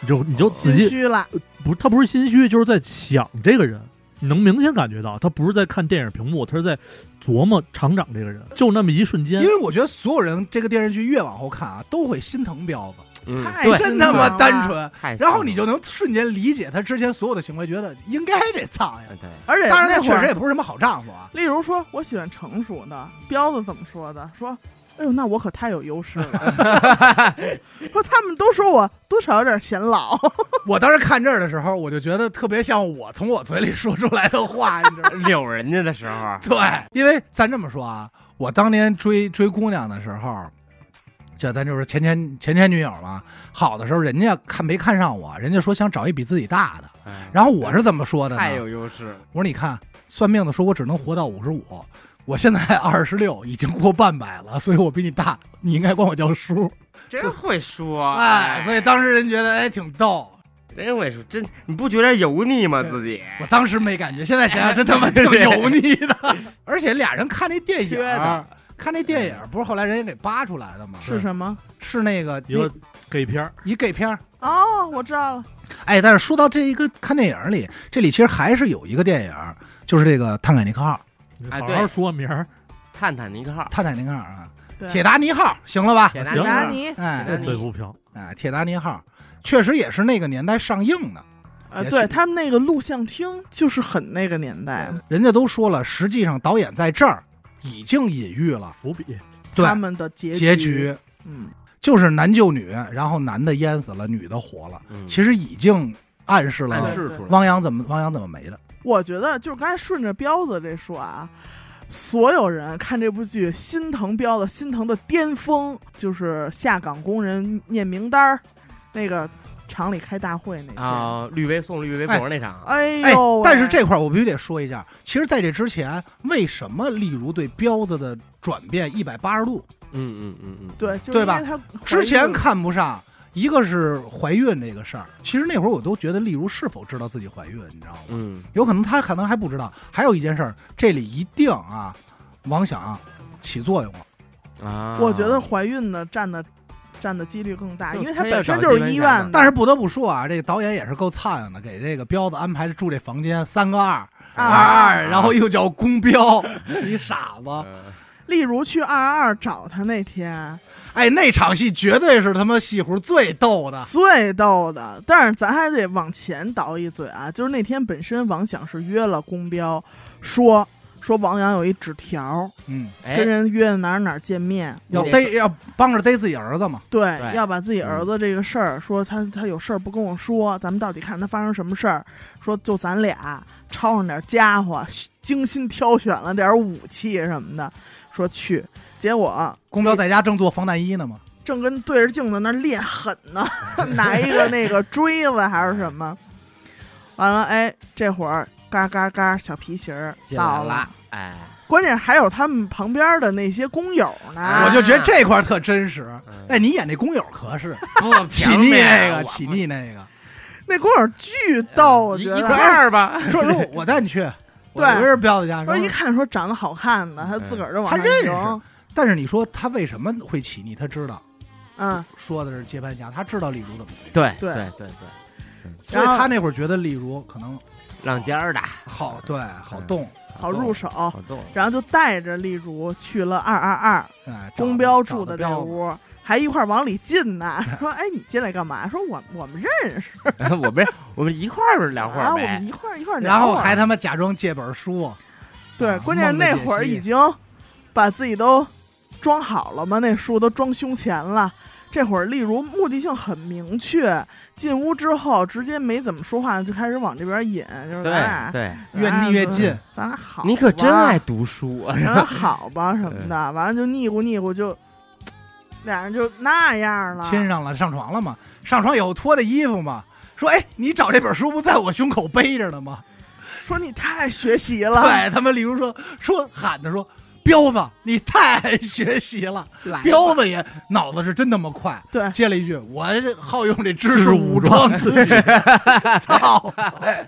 Speaker 4: 你就你就仔
Speaker 1: 心
Speaker 4: 细
Speaker 1: 虚了，
Speaker 4: 不是他不是心虚，就是在想这个人，你能明显感觉到他不是在看电影屏幕，他是在琢磨厂长这个人，就那么一瞬间
Speaker 2: 因。为我觉得所有人这个电视剧越往后看啊，都会心疼彪子，
Speaker 3: 嗯，
Speaker 1: 太
Speaker 3: 对，
Speaker 2: 哎真
Speaker 1: 心
Speaker 2: 他妈
Speaker 1: 疼了
Speaker 2: 单纯，
Speaker 3: 太
Speaker 2: 然后你就能瞬间理解他之前所有的行为，觉得应该这苍
Speaker 3: 哎
Speaker 2: 蝇。
Speaker 3: 对，
Speaker 1: 而且
Speaker 2: 当然，他
Speaker 1: 那会
Speaker 2: 确实也
Speaker 1: 儿，
Speaker 2: 不是什么好丈夫啊。
Speaker 1: 例如说我喜欢成熟的，彪子怎么说的？说，哎呦，那我可太有优势了。 说他们都说我多少有点显老，
Speaker 2: 我当时看这儿的时候，我就觉得特别像我从我嘴里说出来的话，你知道吗？
Speaker 3: 溜人家的时候，
Speaker 2: 对，因为咱这么说啊，我当年追追姑娘的时候，这咱就是前前前前女友嘛，好的时候人家看没看上我，人家说想找一比自己大的，
Speaker 3: 哎
Speaker 2: 然后我是怎么说的呢？
Speaker 3: 太有优势了，
Speaker 2: 我说你看，算命的说我只能活到五十五，我现在二十六，已经过半百了，所以我比你大，你应该管我叫叔。
Speaker 3: 真会说，
Speaker 2: 哎，所以当时人觉得哎挺逗，
Speaker 3: 真会说，真你不觉得油腻吗？
Speaker 2: 对
Speaker 3: 自己
Speaker 2: 我当时没感觉，现在想想真他妈挺油腻的。而且俩人看那电影
Speaker 1: 缺的
Speaker 2: 儿，看那电影儿不是后来人家给扒出来的吗？
Speaker 1: 是什么？
Speaker 2: 是那个
Speaker 4: 一个 gay 片儿，
Speaker 2: 一 gay 片儿。
Speaker 1: 哦，我知道了，
Speaker 2: 哎，但是说到这一个看电影里，这里其实还是有一个电影儿，就是这个《泰坦尼克号》。
Speaker 4: 你
Speaker 3: 哎
Speaker 4: 好
Speaker 3: 对
Speaker 4: 好说名儿，
Speaker 3: 探探尼克号，
Speaker 2: 泰坦尼克号啊，
Speaker 1: 对
Speaker 2: 铁达尼号，行了吧？
Speaker 3: 铁达
Speaker 4: 行
Speaker 1: 拿
Speaker 3: 尼
Speaker 1: 尼，
Speaker 2: 哎
Speaker 3: 铁达
Speaker 4: 这
Speaker 3: 尼
Speaker 4: 嘴不平。
Speaker 2: 哎，铁达尼号确实也是那个年代上映的。
Speaker 1: 呃，
Speaker 2: 也
Speaker 1: 对
Speaker 2: 是
Speaker 1: 他们那个录像厅就是很那个年代，
Speaker 2: 人家都说了，实际上导演在这儿已经隐喻了
Speaker 4: 伏笔，
Speaker 2: 对
Speaker 1: 他们的结
Speaker 2: 结
Speaker 1: 局，
Speaker 2: 局，
Speaker 1: 嗯，
Speaker 2: 就是男救女，然后男的淹死了，女的活了，
Speaker 3: 嗯
Speaker 2: 其实已经暗示
Speaker 3: 暗
Speaker 2: 了
Speaker 3: 示出来，
Speaker 2: 汪洋怎么汪洋怎么没的。
Speaker 1: 我觉得就是刚才顺着彪子这说啊，所有人看这部剧心疼彪子，心疼的巅峰就是下岗工人念名单儿，那个厂里开大会那天。
Speaker 3: 啊，绿微送绿微博那场，啊
Speaker 1: 哎
Speaker 2: 哎
Speaker 1: 呦喂、，
Speaker 2: 但是这块儿我必须得说一下，其实在这之前，为什么例如对彪子的转变一百八十度？
Speaker 3: 嗯嗯嗯嗯，
Speaker 1: 对，就
Speaker 2: 对
Speaker 1: 因为
Speaker 2: 吧
Speaker 1: 他
Speaker 2: 之
Speaker 1: 怀
Speaker 2: 前
Speaker 1: 孕
Speaker 2: 看不上，一个是怀孕这个事儿，其实那会儿我都觉得例如是否知道自己怀孕，你知道吗？
Speaker 3: 嗯，
Speaker 2: 有可能他可能还不知道。还有一件事儿，这里一定啊，王想起作用了。
Speaker 3: 啊，
Speaker 1: 我觉得怀孕的占的占的几率更大，
Speaker 3: 就
Speaker 1: 因为他
Speaker 3: 非要
Speaker 1: 本身
Speaker 3: 找
Speaker 1: 就是
Speaker 3: 金
Speaker 1: 医
Speaker 3: 元
Speaker 1: 院
Speaker 3: 奖
Speaker 1: 的，
Speaker 2: 但是不得不说啊，这个导演也是够苍蝇的，给这个彪子安排住这房间三个二二
Speaker 1: 啊
Speaker 2: 二，然后又叫 公彪，你傻子！
Speaker 3: 嗯
Speaker 1: 例如去二二二找他那天
Speaker 2: 哎，那场戏绝对是他妈戏胡最逗 的。
Speaker 1: 最逗的，但是咱还得往前倒一嘴啊，就是那天本身王想是约了公彪，说说王阳有一纸条，
Speaker 2: 嗯，
Speaker 1: 跟
Speaker 3: 哎，
Speaker 1: 人约哪儿哪儿见面，
Speaker 2: 要
Speaker 3: 你
Speaker 2: 逮要帮着逮自己儿子嘛。
Speaker 1: 对，
Speaker 3: 对嗯
Speaker 1: 要把自己儿子这个事儿、说他他有事儿不跟我说，咱们到底看他发生什么事儿，说就咱俩抄上点家伙，精心挑选了点武器什么的，说去，结果
Speaker 2: 公彪在家正做防弹衣呢嘛。
Speaker 1: 正跟对着镜子那儿练狠呢， 拿一个那个锥子还是什么，完了，哎，这会儿嘎嘎嘎小皮鞋儿
Speaker 3: 进
Speaker 1: 到
Speaker 3: 来了，哎，
Speaker 1: 关键还有他们旁边的那些工友呢，
Speaker 3: 啊
Speaker 2: 哎我就觉得这块儿特真实。哎，你演那工友合适，起腻那
Speaker 3: 啊
Speaker 2: 个，起腻那个。
Speaker 1: 那工友巨逗，我
Speaker 3: 一
Speaker 1: 觉
Speaker 3: 一
Speaker 1: 得
Speaker 3: 块二吧，
Speaker 2: 说说我带你去，我
Speaker 1: 对
Speaker 2: 不是彪子家。
Speaker 1: 说
Speaker 2: 说
Speaker 1: 哎一看说长得好看的，他自个儿就往上
Speaker 2: 他认识
Speaker 1: 迎
Speaker 2: 但是你说他为什么会起腻？他知道，
Speaker 1: 嗯，
Speaker 2: 说的是接班侠，他知道例如怎么回事，
Speaker 3: 对
Speaker 1: 对
Speaker 3: 对对对，
Speaker 2: 所以
Speaker 1: 然后
Speaker 2: 他那会儿觉得例如可能
Speaker 3: 浪尖儿的，
Speaker 2: 好，对，好动，
Speaker 1: 好入手，
Speaker 3: 好动，
Speaker 1: 然后就带着丽如去了二二二
Speaker 2: 哎，
Speaker 1: 公标
Speaker 2: 找
Speaker 1: 住的
Speaker 2: 的
Speaker 1: 这
Speaker 2: 彪子，
Speaker 1: 屋，还一块儿往里进呢。说哎，你进来干嘛？说我我们认识
Speaker 3: 我们我们一块儿聊会
Speaker 1: 啊，
Speaker 3: 儿
Speaker 1: 我
Speaker 3: 呗
Speaker 1: 们，一块儿一块儿聊
Speaker 2: 然
Speaker 1: 会儿。
Speaker 2: 后还他妈假装借本书，
Speaker 1: 啊对，
Speaker 2: 啊
Speaker 1: 关键是那会儿已经把自己都装好了嘛，那书都装胸前了。这会儿丽如目的性很明确，进屋之后直接没怎么说话，就开始往这边引，就是咱俩
Speaker 3: 对对，
Speaker 2: 越腻越近，
Speaker 1: 咱俩哎好吧，
Speaker 3: 你可真爱读书啊，
Speaker 1: 咱俩好吧什么的，完了就腻咕腻咕就，俩人就那样了。
Speaker 2: 亲上了，上床了嘛，上床以后脱的衣服嘛，说哎，你找这本书不在我胸口背着呢吗？
Speaker 1: 说你太学习了，
Speaker 2: 对他们，例如说说喊着说。 彪子，你太爱学习了。
Speaker 5: 来
Speaker 2: 彪子也脑子是真他妈快，
Speaker 1: 哎对
Speaker 2: 接了一句：“我好用这知识武装自 己。”操！
Speaker 1: 呃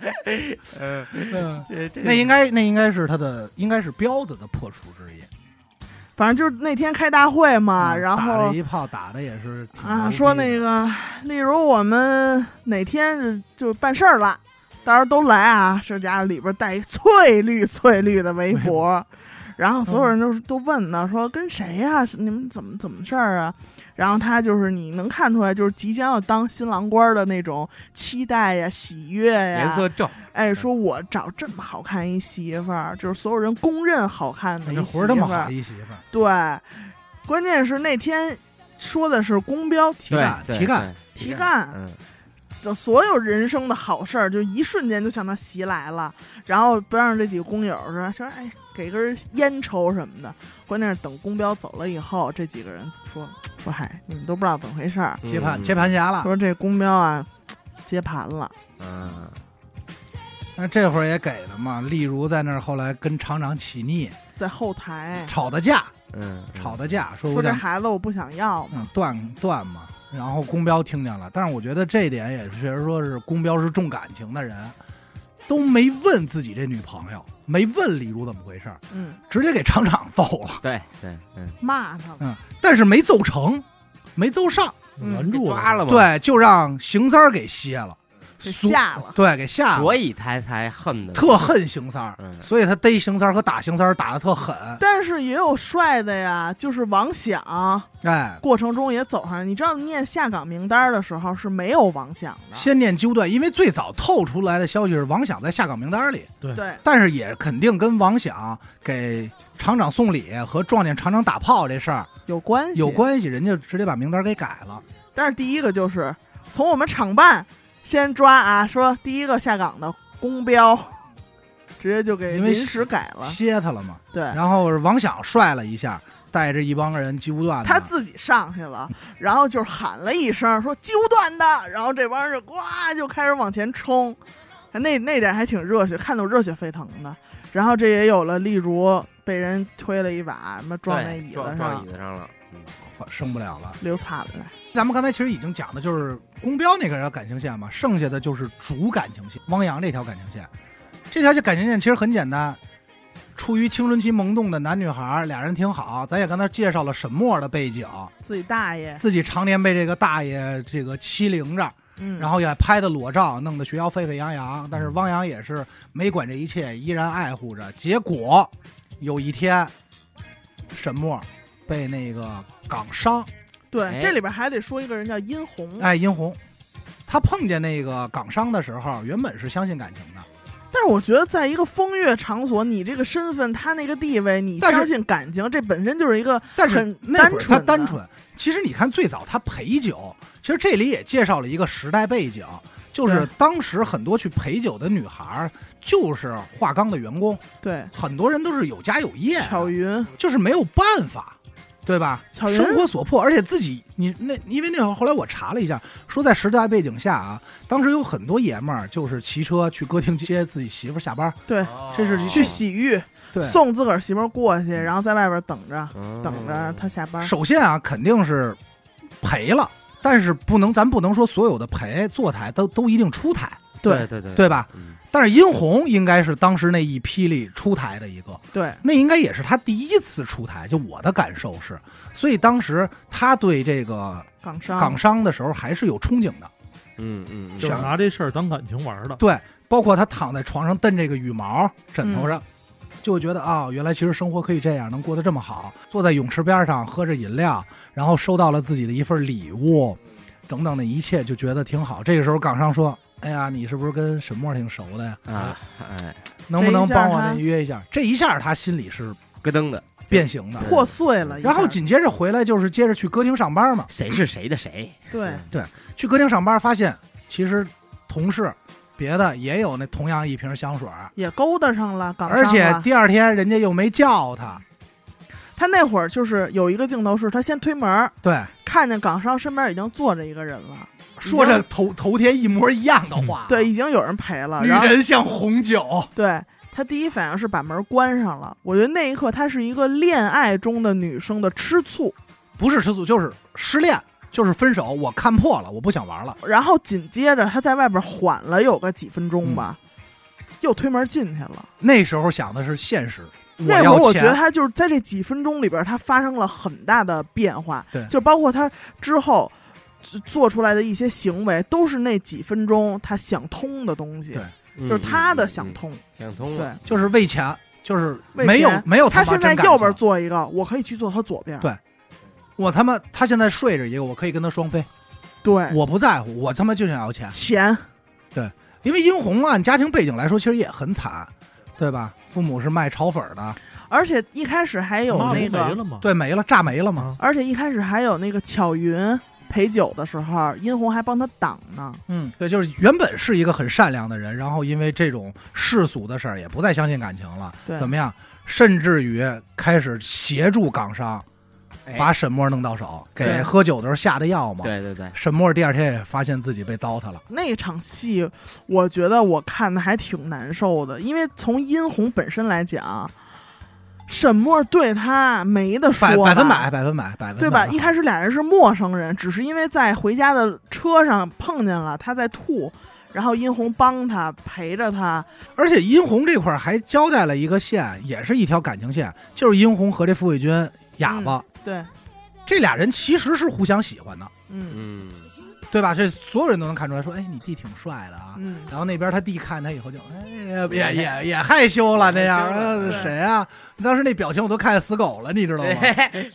Speaker 3: 嗯，
Speaker 2: 嗯
Speaker 3: 这这
Speaker 2: 那应该那应该是他的，应该是彪子的破除之一。
Speaker 1: 反正就是那天开大会嘛，
Speaker 2: 嗯
Speaker 1: 啊然
Speaker 2: 打
Speaker 1: 后
Speaker 2: 这一炮打的也是挺牛
Speaker 1: 啊，
Speaker 2: 逼
Speaker 1: 说
Speaker 2: 的
Speaker 1: 那个，例如我们哪天就办事儿了，到时候都来啊，这家伙里边带一翠绿翠绿的围
Speaker 2: 围嗯
Speaker 1: 脖，然后所有人都、都问呢，说跟谁呀、你们怎么怎么事儿啊？然后他就是你能看出来，就是即将要当新郎官的那种期待呀、喜悦呀，
Speaker 3: 颜色正，
Speaker 1: 哎，说我找这么好看一媳妇儿，就是所有人公认好看的一
Speaker 2: 这
Speaker 1: 媳妇
Speaker 2: 活儿
Speaker 1: 儿，
Speaker 2: 这么好，一媳妇儿，
Speaker 1: 对，关键是那天说的是公标
Speaker 2: 体
Speaker 3: 对
Speaker 2: 感
Speaker 3: 对
Speaker 2: 体感，
Speaker 3: 对
Speaker 1: 题干，
Speaker 3: 嗯，
Speaker 1: 就所有人生的好事儿，就一瞬间就向他袭来了。然后边上这几个工友说说，哎，给根烟抽什么的。关键是等公标走了以后，这几个人说说，嗨，你们都不知道怎么回事儿。
Speaker 2: 接盘
Speaker 3: 嗯
Speaker 2: 接，盘侠了。
Speaker 1: 说这公标啊，接盘了。
Speaker 3: 嗯，
Speaker 2: 那这会儿也给了嘛，例如在那儿后来跟厂长起腻，
Speaker 1: 在后台
Speaker 2: 吵的架，
Speaker 3: 嗯，
Speaker 2: 吵的架，说
Speaker 1: 说
Speaker 2: 我
Speaker 1: 这
Speaker 2: 想
Speaker 1: 孩子我不想要嘛，
Speaker 2: 嗯断断嘛。然后公标听见了，但是我觉得这点也是确实说是公标是重感情的人，都没问自己这女朋友，没问李如怎么回事儿，
Speaker 1: 嗯，
Speaker 2: 直接给厂长揍了，
Speaker 3: 对对，嗯，
Speaker 1: 骂他了。
Speaker 2: 但是没揍成，没揍上，
Speaker 4: 拦住了
Speaker 3: 抓了嘛，，
Speaker 2: 对，就让邢三儿给歇了，
Speaker 1: 给
Speaker 2: 所
Speaker 1: 吓了
Speaker 2: 对，给吓了，
Speaker 3: 所以他才恨的，
Speaker 2: 特恨邢三儿，
Speaker 3: 嗯
Speaker 2: 所以他逮邢三儿和打邢三儿打的特狠，
Speaker 1: 但是也有帅的呀，就是王响，
Speaker 2: 哎，
Speaker 1: 过程中也走上。你知道念下岗名单的时候是没有王响的，
Speaker 2: 先念纠断，因为最早透出来的消息是王响在下岗名单里，
Speaker 1: 对，
Speaker 2: 但是也肯定跟王响给厂长送礼和撞见厂长打炮这事儿
Speaker 1: 有关系，
Speaker 2: 有关系，人家直接把名单给改了。
Speaker 1: 但是第一个就是从我们厂办先抓啊，说第一个下岗的公标， 直接就给
Speaker 2: 因为啊
Speaker 1: 临时改了。嗯
Speaker 2: 歇他了嘛，
Speaker 1: 对，
Speaker 2: 然后王响帅了一下，带着一帮人纠断
Speaker 1: 他
Speaker 2: 他
Speaker 1: 自己上去了，然后就是喊了一声说“揪断的”，然后这帮人就呱就开始往前冲，那那点还挺热血，看得我热血沸腾的。然后这也有了，例如被人推了一把，什么撞那
Speaker 3: 对
Speaker 1: 椅
Speaker 3: 撞
Speaker 1: 子
Speaker 3: 撞
Speaker 1: 上
Speaker 3: 椅，子上了，嗯
Speaker 2: 升不了了。
Speaker 1: 流惨了。
Speaker 2: 咱们刚才其实已经讲的就是公标那个感情线嘛，剩下的就是主感情线，汪洋这条感情线。这条感情线其实很简单，处于青春期萌动的男女孩，俩人挺好。咱也刚才介绍了沈墨的背景，
Speaker 1: 自己大爷，
Speaker 2: 自己常年被这个大爷这个欺凌着，
Speaker 1: 嗯，
Speaker 2: 然后也拍的裸照，弄得学校沸沸扬扬。但是汪洋也是没管这一切，依然爱护着。结果有一天，沈墨被那个港商
Speaker 1: 对、
Speaker 3: 哎
Speaker 1: 这里边还得说一个人叫殷红，
Speaker 2: 哎，殷红，他碰见那个港商的时候，原本是相信感情的，
Speaker 1: 但是我觉得，在一个风月场所，你这个身份，他那个地位，你
Speaker 2: 但是
Speaker 1: 相信感情，这本身就是一个
Speaker 2: 但是
Speaker 1: 很
Speaker 2: 那会儿他
Speaker 1: 单纯的
Speaker 2: 单纯。其实你看，最早他陪酒，其实这里也介绍了一个时代背景，就是
Speaker 1: 对
Speaker 2: 当时很多去陪酒的女孩儿就是华钢的员工，
Speaker 1: 对。
Speaker 2: 很多人都是有家有业的，
Speaker 1: 巧云，
Speaker 2: 就是没有办法。对吧？
Speaker 1: 巧云
Speaker 2: 生活所迫，而且自己你那，因为那会儿后来我查了一下，说在时代背景下啊，当时有很多爷们儿就是骑车去歌厅接自己媳妇儿下班儿，
Speaker 1: 对，
Speaker 2: 哦这
Speaker 3: 哦
Speaker 2: 是
Speaker 1: 去洗浴，
Speaker 2: 对，
Speaker 1: 送自个儿媳妇儿过去，然后在外边等着，
Speaker 3: 嗯
Speaker 1: 等着他下班。
Speaker 2: 首先啊，肯定是赔了，但是不能，咱不能说所有的赔坐台都都一定出台，
Speaker 3: 对对对
Speaker 2: 对吧？
Speaker 3: 嗯
Speaker 2: 但是殷红应该是当时那一批里出台的一个，
Speaker 1: 对，
Speaker 2: 那应该也是他第一次出台。就我的感受是，所以当时他对这个
Speaker 1: 港商，
Speaker 2: 港商的时候还是有憧憬的，
Speaker 3: 嗯嗯，
Speaker 4: 就是
Speaker 2: 选
Speaker 4: 拿这事儿当感情玩儿的。
Speaker 2: 对，包括他躺在床上蹬这个羽毛枕头上。就觉得啊、原来其实生活可以这样，能过得这么好。坐在泳池边上喝着饮料，然后收到了自己的一份礼物，等等的一切，就觉得挺好。这个时候，港商说：“哎呀，你是不是跟沈墨挺熟的呀？
Speaker 3: 啊，哎，
Speaker 2: 能不能帮我
Speaker 1: 这一下他
Speaker 2: 那约一下？”这一下他心里是
Speaker 3: 咯噔的，
Speaker 2: 变形的。
Speaker 1: 破碎了一下。
Speaker 2: 然后紧接着回来就是接着去歌厅上班嘛，
Speaker 3: 谁是谁的谁？
Speaker 1: 对，
Speaker 2: 去歌厅上班发现其实同事别的也有那同样一瓶香水儿，啊
Speaker 1: 也勾搭上了港商
Speaker 2: 而且
Speaker 1: 了
Speaker 2: 第二天人家又没叫他，
Speaker 1: 他那会儿就是有一个镜头是，他先推门儿，
Speaker 2: 对，
Speaker 1: 看见港商身边已经坐着一个人了，
Speaker 2: 说着头头天一模一样的话，
Speaker 1: 啊对，已经有人陪了，
Speaker 2: 女
Speaker 1: 嗯然后
Speaker 2: 人像红酒，
Speaker 1: 对，他第一反应是把门关上了。我觉得那一刻，他是一个恋爱中的女生的吃醋，
Speaker 2: 不是吃醋就是失恋，就是分手，我看破了，我不想玩了。
Speaker 1: 然后紧接着他在外边缓了有个几分钟吧，又推门进去了。
Speaker 2: 那时候想的是现实，
Speaker 1: 那会儿
Speaker 2: 我
Speaker 1: 我
Speaker 2: 要
Speaker 1: 觉得
Speaker 2: 钱，
Speaker 1: 他就是在这几分钟里边，他发生了很大的变化，
Speaker 2: 对
Speaker 1: 就包括他之后做做出来的一些行为，都是那几分钟他想通的东西
Speaker 2: 对，
Speaker 1: 就是他的想
Speaker 3: 嗯嗯
Speaker 1: 通。
Speaker 3: 嗯想通
Speaker 1: 对
Speaker 3: 了，，
Speaker 2: 就是为钱，就是
Speaker 1: 为
Speaker 2: 没有
Speaker 1: 钱
Speaker 2: 没有
Speaker 1: 他
Speaker 2: 妈
Speaker 1: 现在
Speaker 2: 真感
Speaker 1: 右边
Speaker 2: 情
Speaker 1: 做一个，我可以去做他左边。
Speaker 2: 对我他妈他现在睡着一个，我可以跟他双飞，
Speaker 1: 对，
Speaker 2: 我不在乎，我他妈就想要钱。
Speaker 1: 钱
Speaker 2: 因为殷红按家庭背景来说，其实也很惨，对吧？父母是卖炒粉儿的，
Speaker 1: 而且一开始还有
Speaker 4: 妈
Speaker 1: 那
Speaker 4: 不没
Speaker 1: 个，
Speaker 4: 了吗？
Speaker 2: 对，没了，炸没了嘛。
Speaker 4: 啊，
Speaker 1: 而且一开始还有那个巧云陪酒的时候，殷红还帮他挡呢。
Speaker 2: 嗯，对，就是原本是一个很善良的人，然后因为这种世俗的事儿，也不再相信感情了，
Speaker 1: 对
Speaker 2: 怎么样？甚至于开始协助港商
Speaker 3: 哎
Speaker 2: 把沈墨弄到手，给
Speaker 1: 对
Speaker 2: 喝酒的时候下的药嘛。
Speaker 3: 对对对，
Speaker 2: 沈墨第二天也发现自己被糟蹋了，
Speaker 1: 那场戏，我觉得我看的还挺难受的，因为从殷红本身来讲，沈墨对他没得说
Speaker 2: 百
Speaker 1: 吧
Speaker 2: 百分百，百分百，百分百，
Speaker 1: 对吧？一开始俩人是陌生人，只是因为在回家的车上碰见了他在吐，然后殷红帮他陪着他，
Speaker 2: 而且殷红这块儿还交代了一个线，也是一条感情线，就是殷红和这傅卫军哑巴、
Speaker 1: 对，
Speaker 2: 这俩人其实是互相喜欢的，
Speaker 1: 嗯
Speaker 3: 嗯，
Speaker 2: 对吧？这所有人都能看出来说，哎，你弟挺帅的啊。
Speaker 1: 嗯，
Speaker 2: 然后那边他弟看他以后就，哎呀，也也也害羞了那样，
Speaker 3: 害羞了
Speaker 2: 呃
Speaker 1: 对
Speaker 2: 谁啊？当时那表情我都看死狗了，你知道吗？
Speaker 3: 哎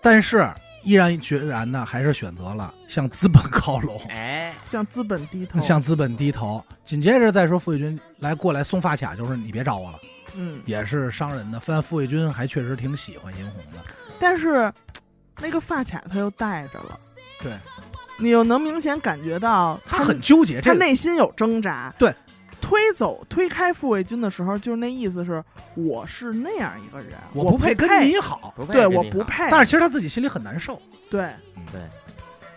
Speaker 2: 但是毅然决然的还是选择了向资本靠拢，
Speaker 3: 哎，
Speaker 1: 向资本低头，
Speaker 2: 向资本低头。紧接着再说傅卫军来过来送发卡，就是你别找我了，
Speaker 1: 嗯，
Speaker 2: 也是伤人的。但傅卫军还确实挺喜欢殷红的，
Speaker 1: 但是那个发卡他又戴着了，
Speaker 2: 对
Speaker 1: 你又能明显感觉到
Speaker 2: 他很纠结
Speaker 1: 他
Speaker 2: 这个。
Speaker 1: 内心有挣扎。
Speaker 2: 对，
Speaker 1: 推走推开傅卫军的时候，就是那意思是我是那样一个人，我
Speaker 2: 不
Speaker 1: 配
Speaker 2: 配跟你好，
Speaker 3: 不配
Speaker 1: 对，
Speaker 3: 跟
Speaker 1: 我
Speaker 3: 你
Speaker 1: 不
Speaker 3: 好
Speaker 1: 配。
Speaker 2: 但是其实他自己心里很难受。
Speaker 1: 对，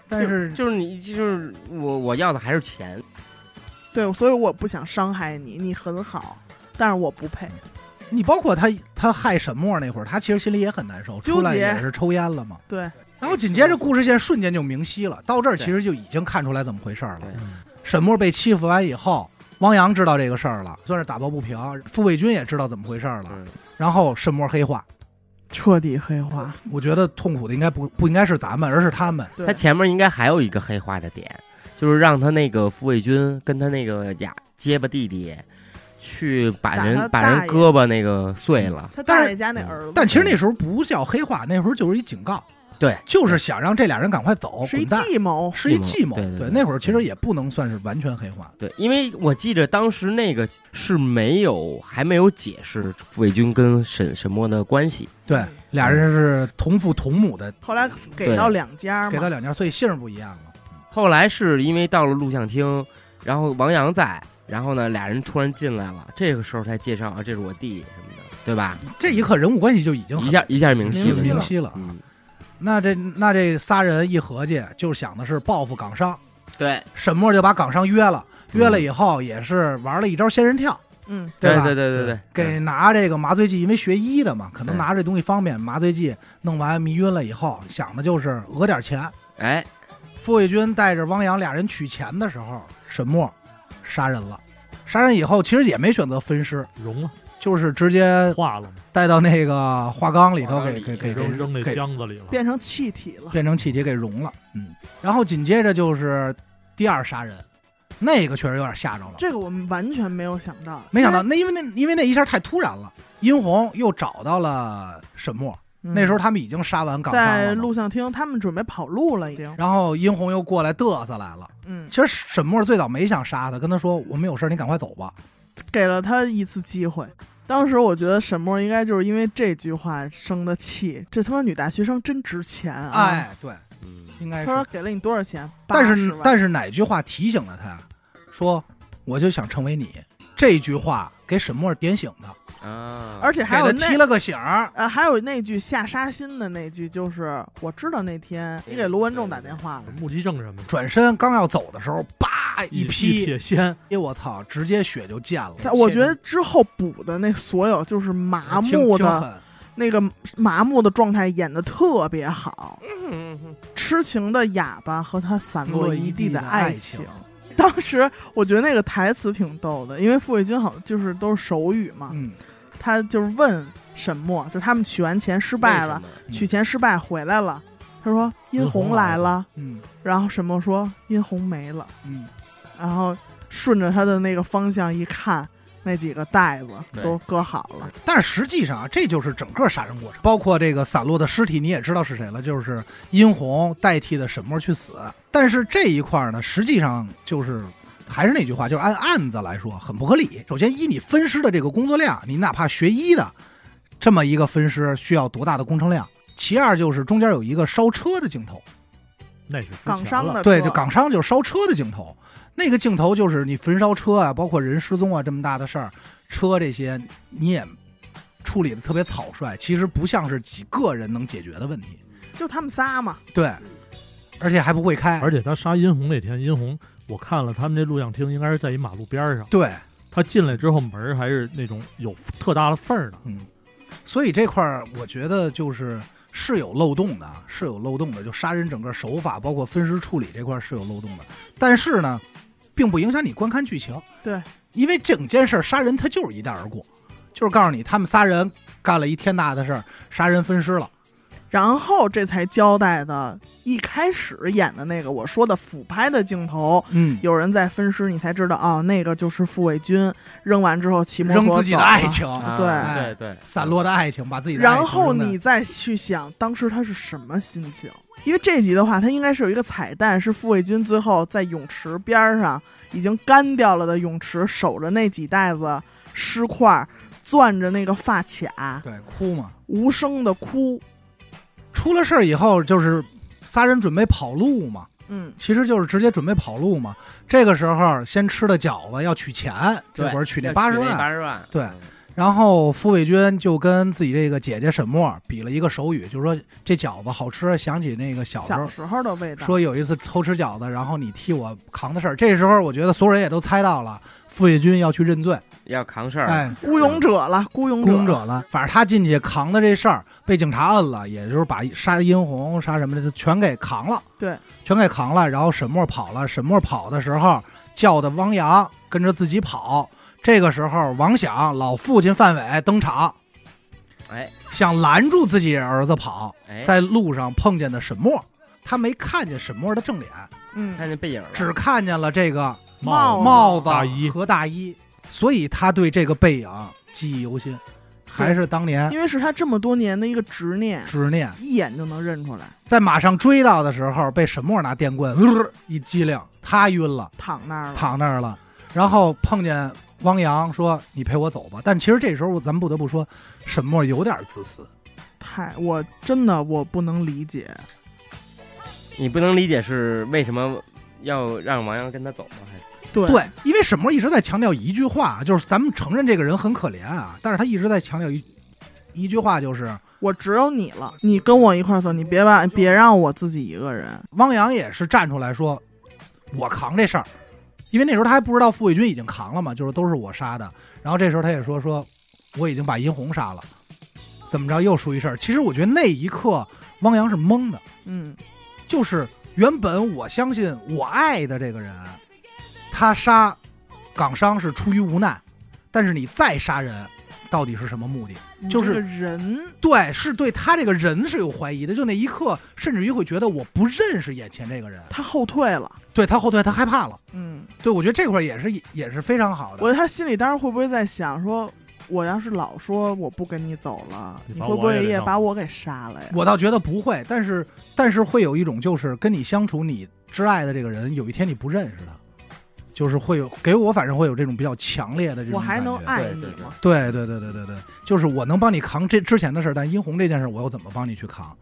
Speaker 2: 但是
Speaker 3: 就是你就是我我要的还是钱，
Speaker 1: 对，所以我不想伤害你，你很好，但是我不配。
Speaker 2: 你包括他他害沈墨那会儿，他其实心里也很难受，
Speaker 1: 纠结
Speaker 2: 出来也是抽烟了嘛。
Speaker 1: 对，
Speaker 2: 然后紧接着故事线瞬间就明晰了，到这儿其实就已经看出来怎么回事儿了
Speaker 3: 对。
Speaker 4: 嗯
Speaker 2: 沈墨被欺负完以后，汪洋知道这个事儿了，算是打抱不平。傅卫军也知道怎么回事儿了，
Speaker 3: 嗯
Speaker 2: 然后沈墨黑化。
Speaker 1: 彻底黑化。
Speaker 2: 我觉得痛苦的应该不不应该是咱们，而是他们。
Speaker 1: 对
Speaker 3: 他，前面应该还有一个黑化的点，就是让他那个傅卫军跟他那个哑结巴弟弟去把
Speaker 1: 打他
Speaker 3: 人把
Speaker 1: 大
Speaker 3: 人
Speaker 1: 爷
Speaker 3: 胳膊那个碎了，
Speaker 1: 他
Speaker 2: 但
Speaker 1: 大
Speaker 2: 是
Speaker 1: 爷家那儿子
Speaker 2: 但其实那时候不叫黑化，那时候就是一警告，
Speaker 3: 嗯对，
Speaker 2: 就是想让这俩人赶快走，
Speaker 1: 是一
Speaker 2: 滚蛋，
Speaker 1: 计谋，
Speaker 2: 是一计谋。
Speaker 3: 对对对
Speaker 2: 那会儿其实也不能算是完全黑化，
Speaker 3: 对，因为我记着当时那个是没有还没有解释傅卫军跟沈沈墨的关系，
Speaker 2: 对
Speaker 1: 嗯，
Speaker 2: 俩人是同父同母的，
Speaker 1: 后来给
Speaker 3: 对
Speaker 1: 到两家
Speaker 2: 给到
Speaker 1: 嘛，
Speaker 2: 两家，所以姓儿不一样了。
Speaker 3: 后来是因为到了录像厅，然后王阳在，然后呢俩人突然进来了，这个时候才介绍啊这是我弟什么的，对吧？
Speaker 2: 这一刻人物关系就已经很
Speaker 3: 一下一下明晰
Speaker 2: 明
Speaker 3: 了，
Speaker 1: 明
Speaker 2: 晰了。
Speaker 3: 嗯，
Speaker 2: 那这那这仨人一合计，就想的是报复港商。
Speaker 3: 对
Speaker 2: 沈墨就把港商约了，约了
Speaker 3: 嗯
Speaker 2: 以后也是玩了一招仙人跳，
Speaker 1: 嗯，
Speaker 3: 对
Speaker 2: 吧？
Speaker 3: 对对对对，
Speaker 2: 给拿这个麻醉剂，因为学医的嘛，可能
Speaker 3: 对
Speaker 2: 拿这东西方便。麻醉剂弄完迷晕了以后，想的就是讹点钱。
Speaker 3: 哎
Speaker 2: 傅卫军带着汪洋俩人取钱的时候，沈墨杀人了。杀人以后，其实也没选择分尸，
Speaker 4: 融了，
Speaker 2: 就是直接
Speaker 4: 化了嘛，
Speaker 2: 带到那个化缸里头给给给
Speaker 4: 扔扔
Speaker 2: 给
Speaker 4: 那
Speaker 2: 给
Speaker 4: 箱子里了。
Speaker 1: 变成气体了。
Speaker 2: 变成气体给融了。嗯，然后紧接着就是第二杀人，那个确实有点吓着了。
Speaker 1: 这个我们完全没有想到，
Speaker 2: 没想到
Speaker 1: 因为
Speaker 2: 那因为那因为那一下太突然了，殷红又找到了沈墨，
Speaker 1: 嗯
Speaker 2: 那时候他们已经杀完港商
Speaker 1: 在
Speaker 2: 了嘛。
Speaker 1: 录像厅，他们准备跑路了，已经。
Speaker 2: 然后殷红又过来嘚瑟来了。
Speaker 1: 嗯，
Speaker 2: 其实沈墨最早没想杀他，跟他说我们有事儿，你赶快走吧。
Speaker 1: 给了他一次机会。当时我觉得沈墨应该就是因为这句话生的气，这他妈女大学生真值钱啊！
Speaker 2: 哎，对，
Speaker 3: 嗯
Speaker 2: 应该
Speaker 1: 他
Speaker 2: 是。
Speaker 1: 说给了你多少钱？
Speaker 2: 但是
Speaker 1: 80万
Speaker 2: 但是哪句话提醒了他？说我就想成为你。这句话给沈墨点醒他，
Speaker 3: 啊，
Speaker 1: 而且还有
Speaker 2: 给他提
Speaker 1: 那
Speaker 2: 了个醒儿。
Speaker 1: 呃，还有那句下杀心的那句，就是呃我知道那天你给卢文仲打电话了，
Speaker 4: 目击证人嘛，
Speaker 2: 转身刚要走的时候，叭啪一
Speaker 4: 一
Speaker 2: 劈，
Speaker 4: 铁锨，
Speaker 2: 哎我操，直接血就溅了，
Speaker 1: 他我觉得之后补的那所有就是麻木
Speaker 2: 挺
Speaker 1: 的那个麻木的状态演的特别好，痴情的哑巴和他散
Speaker 2: 挺狠落
Speaker 1: 落一
Speaker 2: 地
Speaker 1: 地的
Speaker 2: 爱
Speaker 1: 爱情。啊当时我觉得那个台词挺逗的，因为傅卫军好就是都是手语嘛，
Speaker 2: 嗯，
Speaker 1: 他就是问沈墨，就他们取完钱失败了，，
Speaker 2: 嗯
Speaker 1: 取钱失败回来了，他说殷
Speaker 4: 殷红
Speaker 1: 红
Speaker 4: 来
Speaker 1: 来了，
Speaker 2: 嗯
Speaker 1: 然后沈墨说殷红没了，
Speaker 2: 嗯，
Speaker 1: 然后顺着他的那个方向一看，那几个袋子
Speaker 3: 对
Speaker 1: 都搁好了。
Speaker 2: 但是实际上啊，这就是整个杀人过程，包括这个散落的尸体，你也知道是谁了，就是殷红代替的沈墨去死。但是这一块儿呢，实际上就是。还是那句话，就是按案子来说很不合理。首先，依你分尸的这个工作量，你哪怕学医的这么一个分尸，需要多大的工程量？其二就是中间有一个烧车的镜头，
Speaker 4: 那是之前
Speaker 1: 港商
Speaker 4: 了
Speaker 1: 的
Speaker 2: 对，
Speaker 1: 车
Speaker 2: 就港商就是烧车的镜头，那个镜头就是你焚烧车啊，包括人失踪啊这么大的事儿，车这些你也处理的特别草率，其实不像是几个人能解决的问题，
Speaker 1: 就他们仨嘛，
Speaker 2: 对，而且还不会开，
Speaker 4: 而且他杀殷红那天，殷红我看了他们这录像厅，应该是在一马路边儿上。
Speaker 2: 对，
Speaker 4: 他进来之后，门儿还是那种有特大的缝儿的。
Speaker 2: 嗯，所以这块儿我觉得就是是有漏洞的，是有漏洞的，就杀人整个手法包括分尸处理这块儿是有漏洞的，但是呢，并不影响你观看剧情。
Speaker 1: 对，
Speaker 2: 因为整件事儿杀人它就是一带而过，就是告诉你他们仨人干了一天大的事儿，杀人分尸了。
Speaker 1: 然后这才交代的，一开始演的那个我说的俯拍的镜头，
Speaker 2: 嗯，
Speaker 1: 有人在分尸，你才知道哦，那个就是傅卫军扔完之后骑摩托
Speaker 2: 扔自己的
Speaker 1: 走了
Speaker 2: 爱，情，哎
Speaker 1: 对
Speaker 3: 啊对对，
Speaker 2: 散落的爱情，把自己的爱情
Speaker 1: 然后
Speaker 2: 扔在
Speaker 1: 你再去想当时他是什么心情。因为这集的话，它应该是有一个彩蛋，是傅卫军最后在泳池边儿上已经干掉了的泳池，守着那几袋子尸块，攥着那个发卡，
Speaker 2: 对哭嘛。
Speaker 1: 无声的哭。
Speaker 2: 出了事儿以后，就是仨人准备跑路嘛，
Speaker 1: 嗯，
Speaker 2: 其实就是直接准备跑路嘛。这个时候先吃的饺子要取钱，这会儿取那八十
Speaker 3: 八
Speaker 2: 万。
Speaker 3: 十万，嗯
Speaker 2: 对然后傅卫军就跟自己这个姐姐沈墨比了一个手语，就说这饺子好吃，想起那个小时
Speaker 1: 小
Speaker 2: 候。
Speaker 1: 时候的味道。
Speaker 2: 说有一次偷吃饺子，然后你替我扛的事儿，这时候我觉得所有人也都猜到了，傅卫军要去认罪，
Speaker 3: 要扛事儿，
Speaker 2: 哎，
Speaker 1: 孤勇者了，孤勇
Speaker 2: 孤勇者了。反正他进去扛的这事儿被警察摁了，也就是把杀殷红、杀什么的全给扛了，
Speaker 1: 对，
Speaker 2: 全给扛了。然后沈墨跑了，沈墨跑的时候叫的汪洋跟着自己跑。这个时候，王响老父亲范伟登场，
Speaker 3: 哎
Speaker 2: 想拦住自己儿子跑，
Speaker 3: 哎，
Speaker 2: 在路上碰见的沈墨，他没看见沈墨的正脸，
Speaker 1: 嗯，
Speaker 3: 看见背影了，
Speaker 2: 只看见了这个
Speaker 1: 帽子
Speaker 2: 帽子
Speaker 4: 哦大衣
Speaker 2: 和大衣，所以他对这个背影记忆犹新，还是当年
Speaker 1: 因为是他这么多年的一个执念，
Speaker 2: 执念。
Speaker 1: 一眼就能认出来，
Speaker 2: 在马上追到的时候，被沈墨拿电棍、呃一激灵，他晕了，
Speaker 1: 躺那儿了。
Speaker 2: 躺那儿了。然后碰见汪洋说：“你陪我走吧。”但其实这时候，咱们不得不说，沈墨有点自私。
Speaker 1: 太，我真的我不能理解，
Speaker 3: 你不能理解是为什么要让王阳跟他走吗？还是
Speaker 1: 对
Speaker 2: 对，因为沈墨一直在强调一句话，就是咱们承认这个人很可怜啊，但是他一直在强调一一句话，就是
Speaker 1: 我只有你了，你跟我一块儿走，你别把别让我自己一个人。
Speaker 2: 汪洋也是站出来说：“我扛这事儿。”因为那时候他还不知道傅卫军已经扛了嘛，就是都是我杀的。然后这时候他也说：“说我已经把殷红杀了，怎么着又出一事儿？”其实我觉得那一刻汪洋是懵的，
Speaker 1: 嗯，
Speaker 2: 就是原本我相信我爱的这个人，他杀港商是出于无奈，但是你再杀人，到底是什么目的？
Speaker 1: 你
Speaker 2: 就是
Speaker 1: 这个人，
Speaker 2: 对，是对他这个人是有怀疑的。就那一刻，甚至于会觉得我不认识眼前这个人。
Speaker 1: 他后退了。
Speaker 2: 对他后退，他害怕了。
Speaker 1: 嗯，
Speaker 2: 对我觉得这块儿也是也是非常好的。
Speaker 1: 我他心里当时会不会在想说，我要是老说我不跟你走了，
Speaker 4: 你
Speaker 1: 你
Speaker 4: 把
Speaker 1: 会不
Speaker 4: 我也
Speaker 1: 会
Speaker 4: 给
Speaker 1: 也
Speaker 4: 弄
Speaker 1: 把
Speaker 4: 了
Speaker 1: 我给杀了呀？
Speaker 2: 我倒觉得不会，但是但是会有一种就是跟你相处，你挚爱的这个人，有一天你不认识他，就是会有给我反正会有这种比较强烈的这种
Speaker 1: 我还能
Speaker 2: 感觉
Speaker 1: 爱
Speaker 3: 对
Speaker 1: 你
Speaker 3: 对对
Speaker 1: 吗？
Speaker 2: 对对对对对对，就是我能帮你扛这之前的事儿，但殷红这件事儿我又怎么帮你去扛，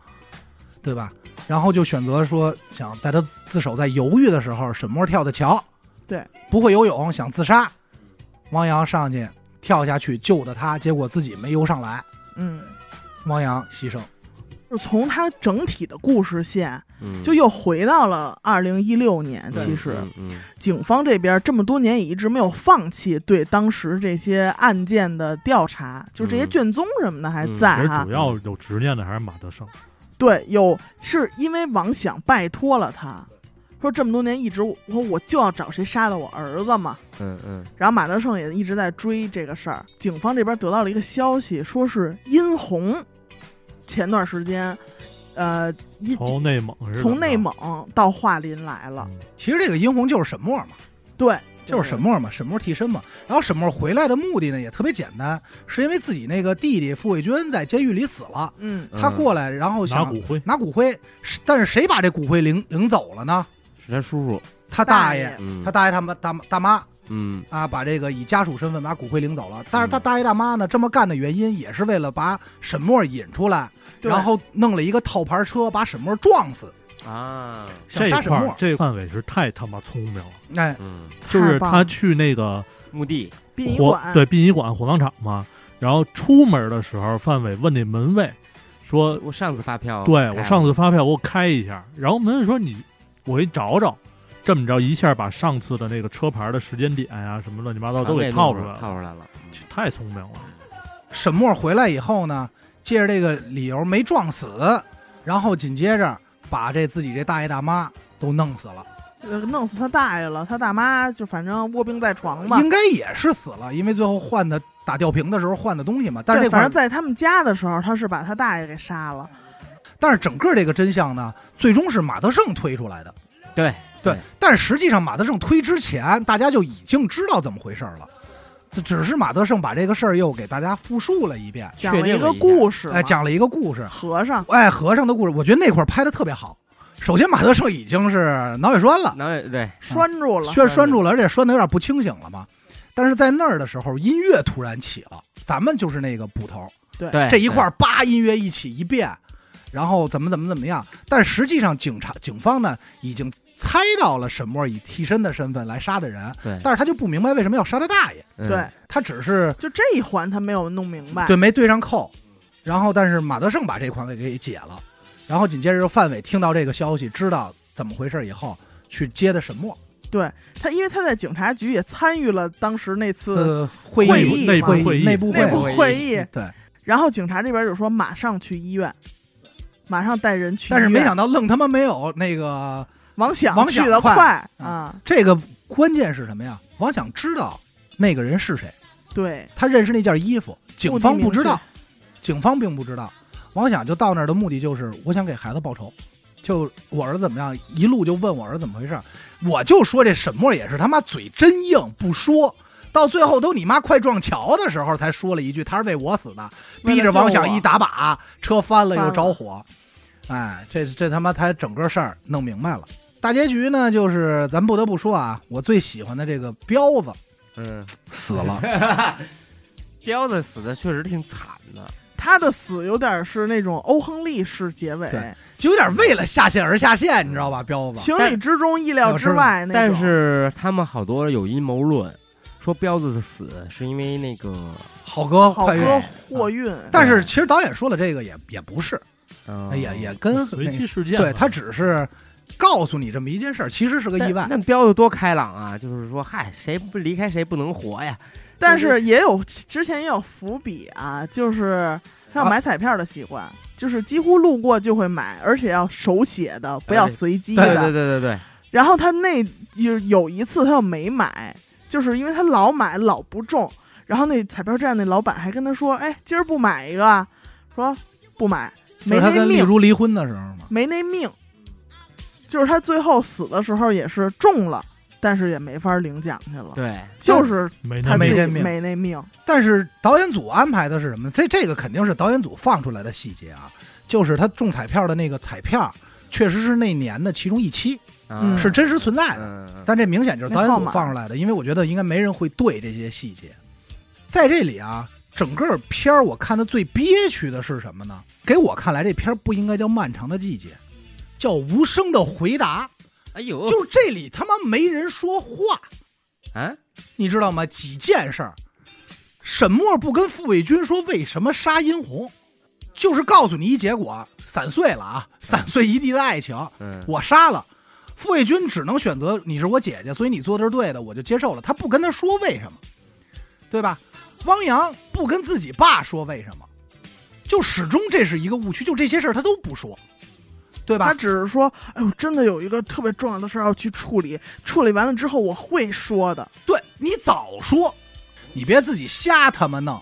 Speaker 2: 对吧？然后就选择说想在他自首在犹豫的时候，沈墨跳的桥，
Speaker 1: 对，
Speaker 2: 不会游泳想自杀，汪洋上去跳下去救的他，结果自己没游上来，
Speaker 1: 嗯，
Speaker 2: 汪洋牺牲。
Speaker 1: 就从他整体的故事线，
Speaker 3: 嗯
Speaker 1: 就又回到了二零一六年。
Speaker 3: 对
Speaker 1: 其实，
Speaker 3: 嗯嗯
Speaker 1: 警方这边这么多年也一直没有放弃对当时这些案件的调查，就这些
Speaker 3: 嗯
Speaker 1: 卷宗什么的还
Speaker 3: 嗯
Speaker 1: 在
Speaker 4: 其实
Speaker 1: 哈、
Speaker 4: 主要有执念的还是马 德胜，
Speaker 1: 对，有是因为王想拜托了他，说这么多年一直我我我就要找谁杀了我儿子嘛。
Speaker 3: 嗯嗯
Speaker 1: 然后马德胜也一直在追这个事儿。警方这边得到了一个消息，说是殷红前段时间，呃，一
Speaker 4: 从内蒙是
Speaker 1: 从内
Speaker 4: 怎么嗯
Speaker 1: 蒙到桦林来了。
Speaker 4: 着，
Speaker 2: 其实这个殷红就是沈墨嘛，
Speaker 1: 对，
Speaker 2: 就是沈墨嘛，沈墨替身嘛。然后沈墨回来的目的呢也特别简单，是因为自己那个弟弟傅卫军在监狱里死了，
Speaker 1: 嗯，
Speaker 3: 嗯
Speaker 2: 他过来然后
Speaker 4: 拿
Speaker 2: 想
Speaker 4: 骨灰，
Speaker 2: 拿骨灰，是但是谁把这骨灰领领走了呢？
Speaker 3: 嗯是他叔叔，
Speaker 2: 他
Speaker 1: 大
Speaker 2: 大爷，
Speaker 1: 爷
Speaker 3: 嗯
Speaker 2: 他大爷他妈大妈大妈
Speaker 3: 嗯
Speaker 2: 啊，把这个以家属身份把骨灰领走了。但是
Speaker 4: 嗯
Speaker 2: 他大爷大妈呢这么干的原因也是为了把沈墨引出来，
Speaker 1: 对
Speaker 2: 然后弄了一个套牌车把沈墨撞死，
Speaker 3: 啊，
Speaker 2: 想
Speaker 4: 这
Speaker 2: 杀沈
Speaker 4: 块儿
Speaker 2: 墨。
Speaker 4: 这范伟是太他妈聪明了，
Speaker 2: 哎，
Speaker 3: 嗯，
Speaker 4: 就是
Speaker 1: 太棒
Speaker 4: 他
Speaker 1: 了
Speaker 4: 去那个
Speaker 3: 墓地，
Speaker 1: 殡仪
Speaker 4: 火
Speaker 1: 馆，
Speaker 4: 对殡仪馆火葬场嘛，然后出门的时候，范伟问那门卫说
Speaker 3: 我上次发票，
Speaker 4: 对我上次发票我开一下，然后门卫说你我给你找找，这么着一下把上次的那个车牌的时间点呀、什么乱七八糟都给套
Speaker 3: 套
Speaker 4: 出来了，
Speaker 3: 套出来了，
Speaker 4: 这太聪明 了。
Speaker 2: 沈墨回来以后呢，借着这个理由没撞死，然后紧接着把这自己这大爷大妈都弄死了，
Speaker 1: 呃弄死他大爷了，他大妈就反正卧病在床吧。
Speaker 2: 应该也是死了，因为最后换的打吊瓶的时候换的东西嘛。但是
Speaker 1: 对
Speaker 2: 这块
Speaker 1: 反
Speaker 2: 儿
Speaker 1: 正在他们家的时候，他是把他大爷给杀了。
Speaker 2: 但是整个这个真相呢，最终是马德胜推出来的。
Speaker 3: 对
Speaker 2: 对，但实际上马德胜推之前，大家就已经知道怎么回事儿了，这只是马德胜把这个事儿又给大家复述了一遍，
Speaker 1: 讲了
Speaker 3: 确定
Speaker 1: 个
Speaker 3: 了一下
Speaker 1: 故事嘛，
Speaker 2: 哎，讲了一个故事，
Speaker 1: 和尚，
Speaker 2: 哎，和尚的故事，我觉得那块儿拍的特别好。首先，马德胜已经是脑血栓了，
Speaker 3: 脑也对，
Speaker 1: 拴住了，
Speaker 2: 栓栓住了，而且栓的有点不清醒了嘛。但是在那儿的时候，音乐突然起了，咱们就是那个捕头，
Speaker 3: 对
Speaker 2: 这一块儿叭音乐一起一变，然后怎么怎么怎么样。但实际上，警察警方呢已经猜到了沈墨以替身的身份来杀的人，
Speaker 3: 对
Speaker 2: 但是他就不明白为什么要杀他大爷，
Speaker 3: 对嗯
Speaker 1: 对，
Speaker 2: 他只是
Speaker 1: 就这一环他没有弄明白。
Speaker 2: 嗯对没对上扣。然后，但是马德胜把这块给给解了，然后紧接着范伟听到这个消息，知道怎么回事以后，去接的沈墨。
Speaker 1: 他因为他在警察局也参与了当时那次
Speaker 2: 呃，会
Speaker 1: 会
Speaker 2: 议
Speaker 1: 议
Speaker 4: 内部
Speaker 2: 会议
Speaker 4: 会议
Speaker 2: 内部
Speaker 1: 内部
Speaker 2: 会
Speaker 1: 会议，
Speaker 2: 对，
Speaker 1: 然后警察这边就说马上去医院，马上带人去医院。
Speaker 2: 但是没想到愣他妈没有那个
Speaker 1: 王想
Speaker 2: 王
Speaker 1: 去
Speaker 2: 想
Speaker 1: 的
Speaker 2: 快嗯
Speaker 1: 啊，
Speaker 2: 这个关键是什么呀？王想知道那个人是谁，
Speaker 1: 对，
Speaker 2: 他认识那件衣服，警方不知
Speaker 1: 目
Speaker 2: 道
Speaker 1: 的，
Speaker 2: 警方并不知道。王想就到那儿的目的就是，我想给孩子报仇，就我儿子怎么样，一路就问我儿子怎么回事儿。我就说这沈墨也是他妈嘴真硬，不说。到最后都你妈快撞桥的时候才说了一句他是为我死的，
Speaker 1: 为了
Speaker 2: 逼着王想
Speaker 1: 救我
Speaker 2: 一打靶，车翻了
Speaker 1: 翻
Speaker 2: 又
Speaker 1: 了
Speaker 2: 着火，哎，这这他妈才整个事儿弄明白了。大结局呢，就是咱不得不说啊，我最喜欢的这个彪子
Speaker 3: 嗯，
Speaker 2: 死了，
Speaker 3: 彪子死的确实挺惨的，
Speaker 1: 他的死有点是那种欧亨利式结尾
Speaker 2: 对，就有点为了下线而下线，你知道吧？彪子，
Speaker 1: 情理之中意料之外那
Speaker 3: 但
Speaker 1: 种
Speaker 3: 是他们好多有阴谋论，说彪子的死是因为那个，
Speaker 2: 好哥
Speaker 1: 好
Speaker 2: 快运。
Speaker 1: 哥货运，
Speaker 2: 啊但是其实导演说了，这个也也不是，
Speaker 3: 呃
Speaker 1: 嗯
Speaker 2: 也也跟
Speaker 4: 随
Speaker 2: 那
Speaker 4: 机事件嘛，
Speaker 2: 对他只是告诉你这么一件事儿，其实是个意外。
Speaker 3: 那彪子多开朗啊！就是说，嗨，谁不离开谁不能活呀？
Speaker 1: 但是也有之前也有伏笔啊，就是他有
Speaker 2: 啊
Speaker 1: 买彩票的习惯，就是几乎路过就会买，而且要手写的，不要随机的。
Speaker 3: 对对对对对，
Speaker 1: 然后他那有有一次他又没买，就是因为他老买老不中，然后那彩票站那老板还跟他说：“哎，今儿不买一个啊，说不买，
Speaker 2: 就
Speaker 1: 没
Speaker 2: 是他
Speaker 1: 那
Speaker 2: 跟丽
Speaker 1: 命，
Speaker 2: 茹离婚的时候嘛，
Speaker 1: 没那命。”就是他最后死的时候也是中了，但是也没法领奖去了，
Speaker 3: 对，
Speaker 1: 就是
Speaker 4: 没
Speaker 1: 他
Speaker 4: 那
Speaker 1: 自
Speaker 2: 没
Speaker 1: 己
Speaker 2: 那
Speaker 4: 个
Speaker 2: 命
Speaker 1: 没那命。
Speaker 2: 但是导演组安排的是什么？这这个肯定是导演组放出来的细节啊，就是他中彩票的那个彩票，确实是那年的其中一期，
Speaker 1: 嗯
Speaker 2: 是真实存在的。
Speaker 3: 啊嗯，
Speaker 2: 但这明显就是导演
Speaker 1: 那号
Speaker 2: 组
Speaker 1: 码
Speaker 2: 放出来的，因为我觉得应该没人会对这些细节。在这里啊，整个片儿我看的最憋屈的是什么呢？给我看来，这片儿不应该叫《漫长的季节》，叫《无声的回答
Speaker 3: 哎呦》，，
Speaker 2: 就这里他妈没人说话。
Speaker 3: 啊，
Speaker 2: 你知道吗？几件事儿，沈墨不跟傅卫军说为什么杀殷红，就是告诉你一结果，散碎了啊，散碎一地的爱情，
Speaker 3: 嗯，
Speaker 2: 我杀了。傅卫军只能选择你是我姐姐，所以你做的是对的，我就接受了。他不跟他说为什么，对吧？汪洋不跟自己爸说为什么，就始终这是一个误区，就这些事儿他都不说，对吧
Speaker 1: 他？只是说，哎呦，真的有一个特别重要的事儿要去处理，处理完了之后我会说的。
Speaker 2: 对你早说，你别自己瞎他妈弄，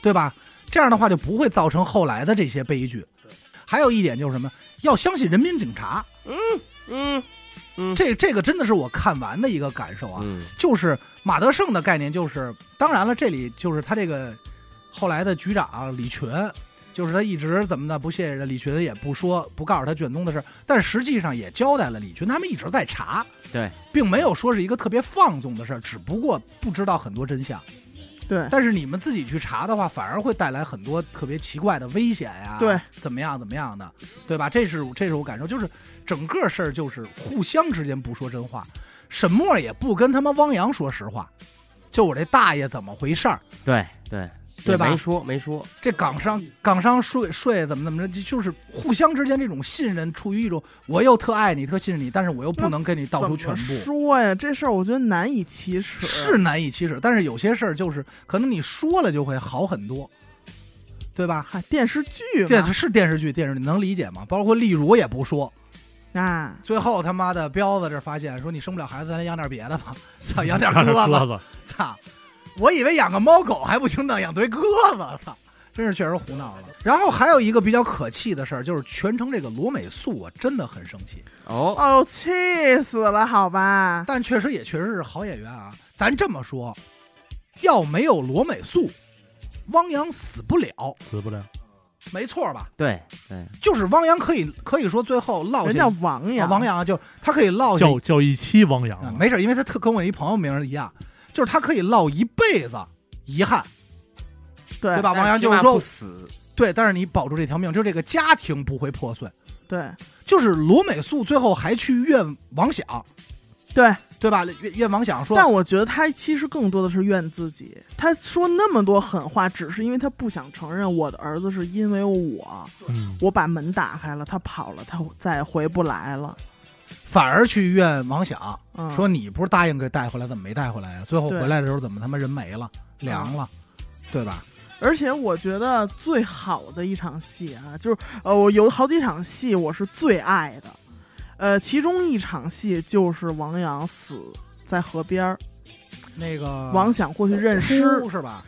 Speaker 2: 对吧？这样的话就不会造成后来的这些悲剧。还有一点就是什么，要相信人民警察。
Speaker 3: 嗯
Speaker 2: 这这个真的是我看完的一个感受啊，
Speaker 3: 嗯
Speaker 2: 就是马德胜的概念，就是当然了，这里就是他这个后来的局长李群，就是他一直怎么的不屑着李群，也不说不告诉他卷宗的事，但实际上也交代了李群他们一直在查，
Speaker 3: 对，
Speaker 2: 并没有说是一个特别放纵的事儿，只不过不知道很多真相。
Speaker 1: 对，
Speaker 2: 但是你们自己去查的话，反而会带来很多特别奇怪的危险呀。
Speaker 1: 对，
Speaker 2: 怎么样怎么样的，对吧？这是这是我感受，就是整个事儿就是互相之间不说真话，沈墨也不跟他妈汪洋说实话，就我这大爷怎么回事儿？
Speaker 3: 对对
Speaker 2: 对吧
Speaker 3: 没说没说，
Speaker 2: 这港商港商税税怎么怎么着，就就是互相之间这种信任，处于一种我又特爱你，特信任你，但是我又不能跟你道出全
Speaker 1: 怎么
Speaker 2: 部。
Speaker 1: 说呀，这事儿我觉得难以启齿。
Speaker 2: 是，难以启齿，但是有些事儿就是可能你说了就会好很多，对吧？
Speaker 1: 嗨，电视剧
Speaker 2: 对，
Speaker 1: 嘛
Speaker 2: 它，是电视剧，电视剧能理解吗？包括例如也不说，
Speaker 1: 啊，
Speaker 2: 最后他妈的彪子这发现说你生不了孩子，咱养点别的吧，操，养点
Speaker 4: 让这
Speaker 2: 鸽
Speaker 4: 鸽
Speaker 2: 子，
Speaker 4: 子，
Speaker 2: 操，我以为养个猫狗还不行呢，养堆鸽子，操，真是确实胡闹了。然后还有一个比较可气的事儿，就是全程这个罗美素，我真的很生气，
Speaker 3: 哦，
Speaker 1: 哦，气死了，好吧，
Speaker 2: 但确实也确实是好演员啊。咱这么说，要没有罗美素，汪洋死不了，
Speaker 4: 死不了。
Speaker 2: 没错吧？
Speaker 3: 对对，
Speaker 2: 就是汪洋可以可以说最后落
Speaker 1: 人
Speaker 2: 下
Speaker 1: 叫。王
Speaker 2: 啊
Speaker 1: 阳，
Speaker 2: 王阳啊就是他可以落下
Speaker 4: 叫叫一期汪洋
Speaker 2: 啊，
Speaker 4: 啊，
Speaker 2: 没事，因为他特跟我一朋友名儿一样，就是他可以落一辈子遗憾，
Speaker 1: 对
Speaker 2: 对吧？
Speaker 3: 但
Speaker 2: 王阳
Speaker 3: 起
Speaker 2: 就
Speaker 3: 码
Speaker 2: 是说
Speaker 3: 不，死，
Speaker 2: 对，但是你保住这条命，就这个家庭不会破碎。
Speaker 1: 对
Speaker 2: 就是罗美素最后还去怨王想，
Speaker 1: 对，
Speaker 2: 对吧？怨怨王想说，
Speaker 1: 但我觉得他其实更多的是怨自己，他说那么多狠话，只是因为他不想承认我的儿子是因为我，
Speaker 4: 嗯，
Speaker 1: 我把门打开了，他跑了，他再回不来了。
Speaker 2: 反而去怨王想，
Speaker 1: 嗯，
Speaker 2: 说你不是答应给带回来，怎么没带回来呀、最后
Speaker 1: 对嗯
Speaker 2: 回来的时候怎么他妈人没了，凉了，对吧？
Speaker 1: 而且我觉得最好的一场戏啊，就是呃，我有好几场戏我是最爱的，呃，其中一场戏就是王阳死在河边儿，
Speaker 2: 那个
Speaker 1: 王想过去认尸，
Speaker 2: 哭是吧？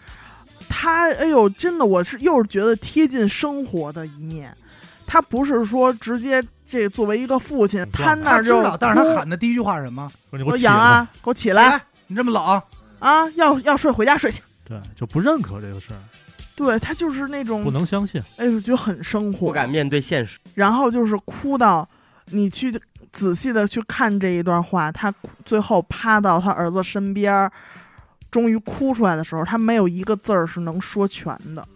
Speaker 1: 他哎呦，真的我是又是觉得贴近生活的一面，他不是说直接这作为一个父亲，他
Speaker 4: 他
Speaker 1: 那
Speaker 4: 知
Speaker 2: 嗯他
Speaker 1: 儿
Speaker 2: 知
Speaker 1: 就
Speaker 2: 道，但是他
Speaker 1: 哭
Speaker 2: 喊的第一句话是什么？
Speaker 4: 说你给
Speaker 1: 说
Speaker 4: 我起
Speaker 1: 杨
Speaker 4: 来吧，
Speaker 1: 啊，给我起来，
Speaker 2: 你这么冷，
Speaker 1: 啊，要要睡回家睡去。
Speaker 4: 对，就不认可这个事儿，
Speaker 1: 对他就是那
Speaker 4: 不
Speaker 1: 种，
Speaker 4: 能相信。
Speaker 1: 哎呦，觉得很生活，
Speaker 3: 不敢面对现实，
Speaker 1: 然后就是哭到你去仔细的去看这一段话，他哭最后趴到他儿子身边儿，终于哭出来的时候，他没有一个字儿是能说全的。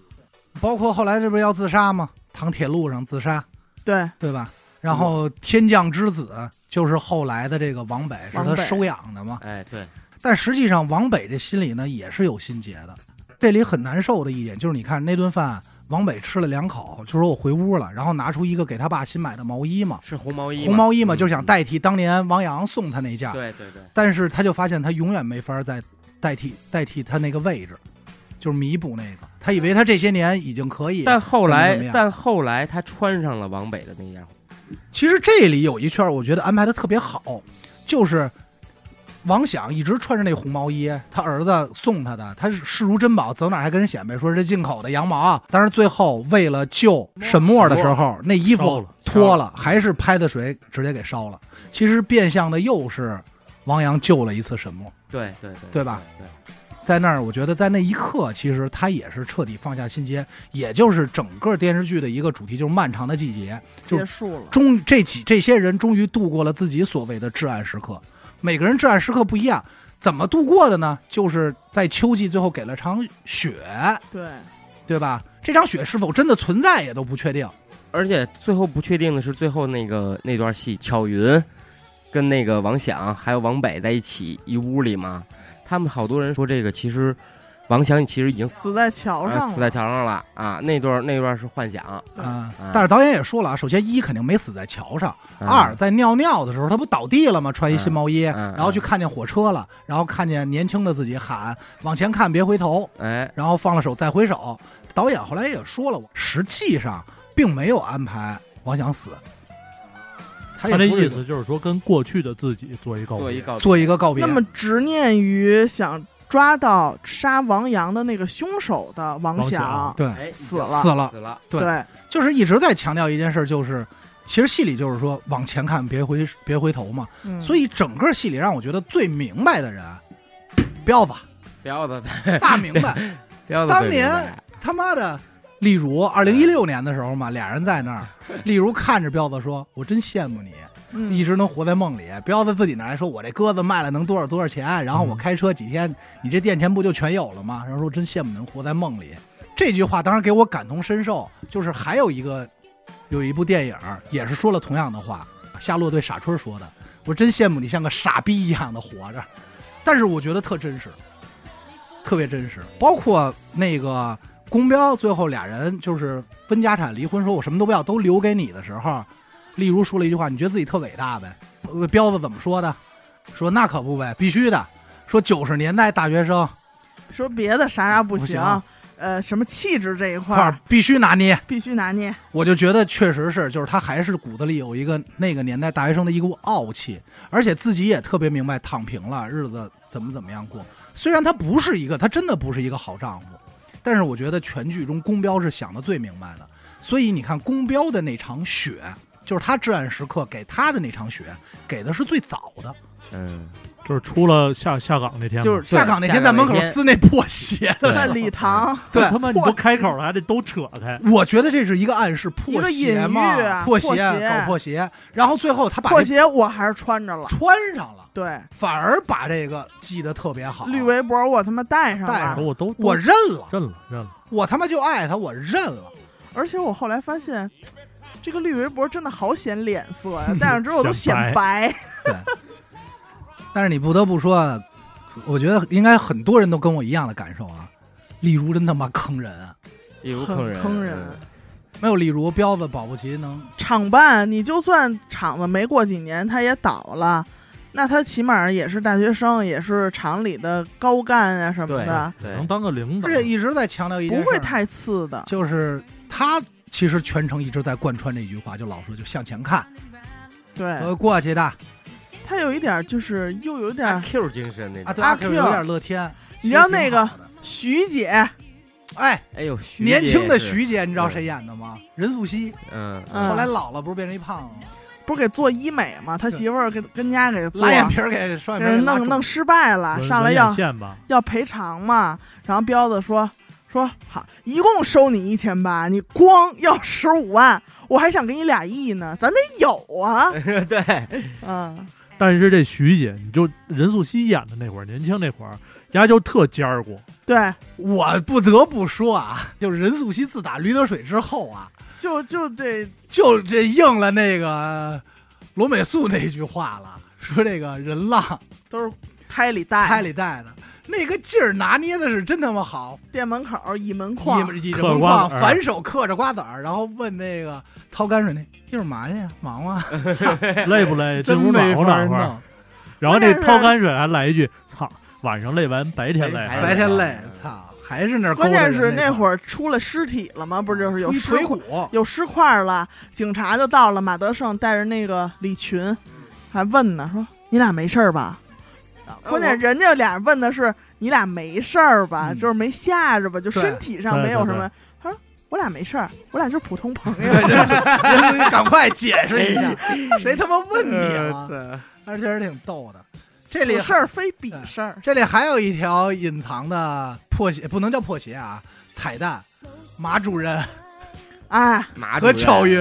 Speaker 2: 包括后来这不是要自杀吗？躺铁路上自杀，
Speaker 1: 对，
Speaker 2: 对吧？然后天降之子就是后来的这个王北，是
Speaker 1: 王
Speaker 2: 他
Speaker 1: 北
Speaker 2: 收养的嘛。
Speaker 3: 哎，对，
Speaker 2: 但实际上，王北这心里呢也是有心结的。这里很难受的一点就是，你看那顿饭，王北吃了两口，就说我回屋了，然后拿出一个给他爸新买的毛衣嘛，
Speaker 3: 是红毛衣，
Speaker 2: 红毛衣嘛，就是想
Speaker 3: 嗯，
Speaker 2: 代替当年王阳送他那件
Speaker 3: 嗯
Speaker 2: 儿。
Speaker 3: 对对对，
Speaker 2: 但是他就发现他永远没法再代替代替他那个位置，就是弥补那个。他以为他这些年已经可以，
Speaker 3: 但后
Speaker 2: 怎么怎么
Speaker 3: 来
Speaker 2: 样
Speaker 3: 但后来他穿上了王北的那件，
Speaker 2: 其实这里有一圈，我觉得安排的特别好，就是王想一直穿着那红毛衣，他儿子送他的，他是视如珍宝，走哪儿还跟人显摆，说这进口的羊毛啊。但是最后为了救沈墨的时候，那衣
Speaker 4: 烧
Speaker 2: 服
Speaker 4: 了
Speaker 2: 脱了，还是拍的水直接给烧了。其实变相的又是王阳救了一次沈墨，
Speaker 3: 对对对，
Speaker 2: 对吧？
Speaker 3: 对，
Speaker 2: 在那儿，我觉得在那一刻，其实他也是彻底放下心结，也就是整个电视剧的一个主题，就是漫长的季节。就
Speaker 1: 结束了。
Speaker 2: 终于这几这些人终于度过了自己所谓的至暗时刻。每个人至暗时刻不一样，怎么度过的呢？就是在秋季最后给了场雪，
Speaker 1: 对，
Speaker 2: 对吧？这场雪是否真的存在也都不确定。
Speaker 3: 而且最后不确定的是，最后那个那段戏，巧云跟那个王响还有王北在一起一屋里嘛，他们好多人说这个其实。王翔其实已经死
Speaker 1: 死在桥上
Speaker 3: 呃
Speaker 2: 哎
Speaker 1: 了，
Speaker 3: 死在桥上了啊。那段那段是幻想，
Speaker 2: 嗯
Speaker 3: 嗯，
Speaker 2: 但是导演也说了啊，首先一肯定没死在桥上，
Speaker 3: 嗯
Speaker 2: 二在尿尿的时候他不倒地了吗？穿一新毛衣，
Speaker 3: 嗯嗯
Speaker 2: 然后去看见火车了，然后看见年轻的自己喊往前看别回头，
Speaker 3: 哎，
Speaker 2: 然后放了手再回首。导演后来也说了，我实际上并没有安排王想死，他也
Speaker 4: 他这
Speaker 2: 不是
Speaker 4: 意思就是说，跟过去的自己做一告
Speaker 3: 做一
Speaker 4: 别。
Speaker 3: 告
Speaker 2: 哦做一个告别。
Speaker 1: 那么执念于想抓到杀王阳的那个凶手的王
Speaker 4: 王
Speaker 1: 想
Speaker 4: 想，
Speaker 2: 对，
Speaker 3: 哎
Speaker 1: 死了
Speaker 2: 死了
Speaker 3: 死了，
Speaker 2: 对
Speaker 1: 对，
Speaker 2: 就是一直在强调一件事儿，就是其实戏里就是说往前看别回别回头嘛。
Speaker 1: 嗯
Speaker 2: 所以整个戏里让我觉得最明白的人，彪子
Speaker 3: 彪 子，
Speaker 2: 大明白。
Speaker 3: 彪子
Speaker 2: 当
Speaker 3: 最明
Speaker 2: 年
Speaker 3: 白
Speaker 2: 他妈的，例如二零一六年的时候嘛，俩人在那儿，例如看着彪子说：“我真羡慕你，一
Speaker 1: 嗯
Speaker 2: 直能活在梦里。”彪子自己那儿还说：“我这鸽子卖了能多少多少钱？然后我开车几天，你这店钱不就全有了吗？”然后说：“真羡慕能活在梦里。”这句话当然给我感同身受，就是还有一个有一部电影儿也是说了同样的话，夏洛对傻春说的：“我真羡慕你像个傻逼一样的活着。”但是我觉得特真实，特别真实。包括那个公彪最后俩人就是分家产离婚，说我什么都不要，都留给你的时候，例如说了一句话：“你觉得自己特伟大呗？”呃彪子怎么说的？说那可不呗，必须的。说九十年代大学生
Speaker 1: 说别的啥啥不
Speaker 2: 不
Speaker 1: 行
Speaker 2: 行，
Speaker 1: 呃，什么气质这一块
Speaker 2: 块儿
Speaker 1: 儿
Speaker 2: 必须拿捏，
Speaker 1: 必须拿捏，
Speaker 2: 我就觉得确实是，就是他还是骨子里有一个那个年代大学生的一股傲气，而且自己也特别明白躺平了，日子怎么怎么样过。虽然他不是一个，他真的不是一个好丈夫，但是我觉得全剧中宫彪是想的最明白的。所以你看宫彪的那场雪，就是他至暗时刻给他的那场雪，给的是最早的。
Speaker 3: 嗯，
Speaker 4: 就是出了下下岗那天嘛，
Speaker 3: 就是
Speaker 2: 下岗那天在门口撕那破鞋，
Speaker 3: 对
Speaker 1: 在礼堂，
Speaker 2: 对
Speaker 4: 他妈你都开口了，还得都扯开。
Speaker 2: 我觉得这是一个暗示，破鞋
Speaker 1: 一个隐喻
Speaker 2: 嘛，
Speaker 1: 啊
Speaker 2: 破鞋
Speaker 1: 破鞋
Speaker 2: 搞破鞋，然后最后他把
Speaker 1: 破
Speaker 2: 这
Speaker 1: 鞋我还是穿着了，
Speaker 2: 穿上了。
Speaker 1: 对，
Speaker 2: 反而把这个记得特别好。
Speaker 1: 绿围脖我他妈戴上
Speaker 2: 戴上
Speaker 1: 了
Speaker 2: 了
Speaker 4: 我，都都
Speaker 2: 我认了，
Speaker 4: 认了认了，
Speaker 2: 我他妈就爱他，我认了。
Speaker 1: 而且我后来发现，这个绿围脖真的好显脸色呀，戴上之后都显
Speaker 4: 显
Speaker 1: 白。
Speaker 2: 但是你不得不说，我觉得应该很多人都跟我一样的感受啊。例如真他妈坑人啊，
Speaker 3: 一如
Speaker 1: 很
Speaker 3: 坑人，
Speaker 1: 坑人
Speaker 3: 嗯
Speaker 2: 没有例如彪子保不齐能
Speaker 1: 厂办，你就算厂子没过几年，他也倒了，那他起码也是大学生，也是厂里的高干啊什么
Speaker 3: 对
Speaker 1: 的，
Speaker 4: 能
Speaker 3: 对，
Speaker 4: 当个领导
Speaker 2: 而。且一直在强调一
Speaker 1: 嗯
Speaker 2: 件
Speaker 1: 不
Speaker 2: 事儿
Speaker 1: 会太次的。
Speaker 2: 就是他其实全程一直在贯穿这一句话，就老说就向前看，
Speaker 1: 对，
Speaker 2: 呃过去的
Speaker 1: 他有一点儿就是又有点
Speaker 3: 阿
Speaker 1: 儿
Speaker 3: Q 精神那
Speaker 2: 啊，
Speaker 3: 种。
Speaker 2: 对
Speaker 1: 阿
Speaker 2: 阿 Q 有
Speaker 1: Q
Speaker 2: 点乐天，
Speaker 1: 你知道
Speaker 2: 其实挺
Speaker 1: 那个
Speaker 2: 好的
Speaker 1: 徐姐，
Speaker 2: 哎，
Speaker 3: 哎呦，徐
Speaker 2: 年轻的
Speaker 3: 也是，
Speaker 2: 徐姐，你知道谁演的吗？任素汐，
Speaker 3: 嗯，
Speaker 1: 嗯
Speaker 2: 后来老了不是变成一胖子吗？
Speaker 1: 不是给做医美吗？他媳妇儿跟跟家给做
Speaker 2: 拉，眼皮儿给双
Speaker 1: 给
Speaker 2: 眼
Speaker 1: 人
Speaker 2: 皮儿给拉
Speaker 1: 弄
Speaker 2: 肿
Speaker 1: 弄失败了，
Speaker 4: 文
Speaker 1: 啊上来
Speaker 4: 文
Speaker 1: 要
Speaker 4: 眼线吧，
Speaker 1: 要赔偿嘛。然后彪子说说好，一共收你一千八，你光要十五万，我还想给你俩亿呢，咱得有啊。
Speaker 3: 对，
Speaker 1: 嗯，
Speaker 4: 但是这徐姐，你就任素汐演的那会儿，年轻那会儿，丫就特尖儿过，
Speaker 1: 对，
Speaker 2: 我不得不说啊，就是任素汐自打驴得水之后啊，
Speaker 1: 就就得
Speaker 2: 就这应了那个罗美素那句话了，说这个人浪
Speaker 1: 都是胎里带，
Speaker 2: 胎里带的。那个劲儿拿捏的是真他妈好，
Speaker 1: 店门口倚门框，
Speaker 2: 倚倚着
Speaker 4: 嗑
Speaker 2: 门
Speaker 4: 瓜
Speaker 2: 框，
Speaker 4: 子儿
Speaker 2: 反手嗑着瓜子儿，然后问那个掏泔水那一会儿嘛去呀？忙啊，
Speaker 4: 累哎不
Speaker 2: 哎
Speaker 4: 累？进
Speaker 2: 真
Speaker 4: 屋暖
Speaker 2: 没
Speaker 4: 和
Speaker 2: 法儿
Speaker 4: 暖和。
Speaker 2: 弄。
Speaker 4: 然后
Speaker 1: 关
Speaker 4: 这
Speaker 1: 键是
Speaker 4: 掏泔水还来一句：“操，晚上累完白天累。”
Speaker 3: 白
Speaker 2: 哎白天累，操，还是那儿勾
Speaker 1: 关
Speaker 2: 搭人
Speaker 1: 键是
Speaker 2: 那
Speaker 1: 那会儿出了尸体了吗？不是就是有
Speaker 2: 一
Speaker 1: 尸
Speaker 2: 腿
Speaker 1: 块，
Speaker 2: 骨，
Speaker 1: 有尸块了，警察就到了。马德胜带着那个李群，
Speaker 2: 嗯
Speaker 1: 还问呢，说你俩没事儿吧？啊关键人家俩问的是你俩没事儿吧？
Speaker 2: 呃嗯
Speaker 1: 就是没吓着吧？就
Speaker 2: 对
Speaker 1: 身体上没有什
Speaker 4: 对对
Speaker 1: 么。他说我俩没事儿，我俩就是普通朋友。
Speaker 2: 人家赶快解释 一下，
Speaker 1: 哎
Speaker 2: 谁他妈问你啊了？但是确实挺逗的。这里嗯
Speaker 1: 此事儿非彼事儿，
Speaker 2: 这里还有一条隐藏的破鞋，不能叫破鞋啊，彩蛋。马主任
Speaker 1: 哎，
Speaker 3: 马
Speaker 2: 和
Speaker 3: 主任
Speaker 2: 巧云，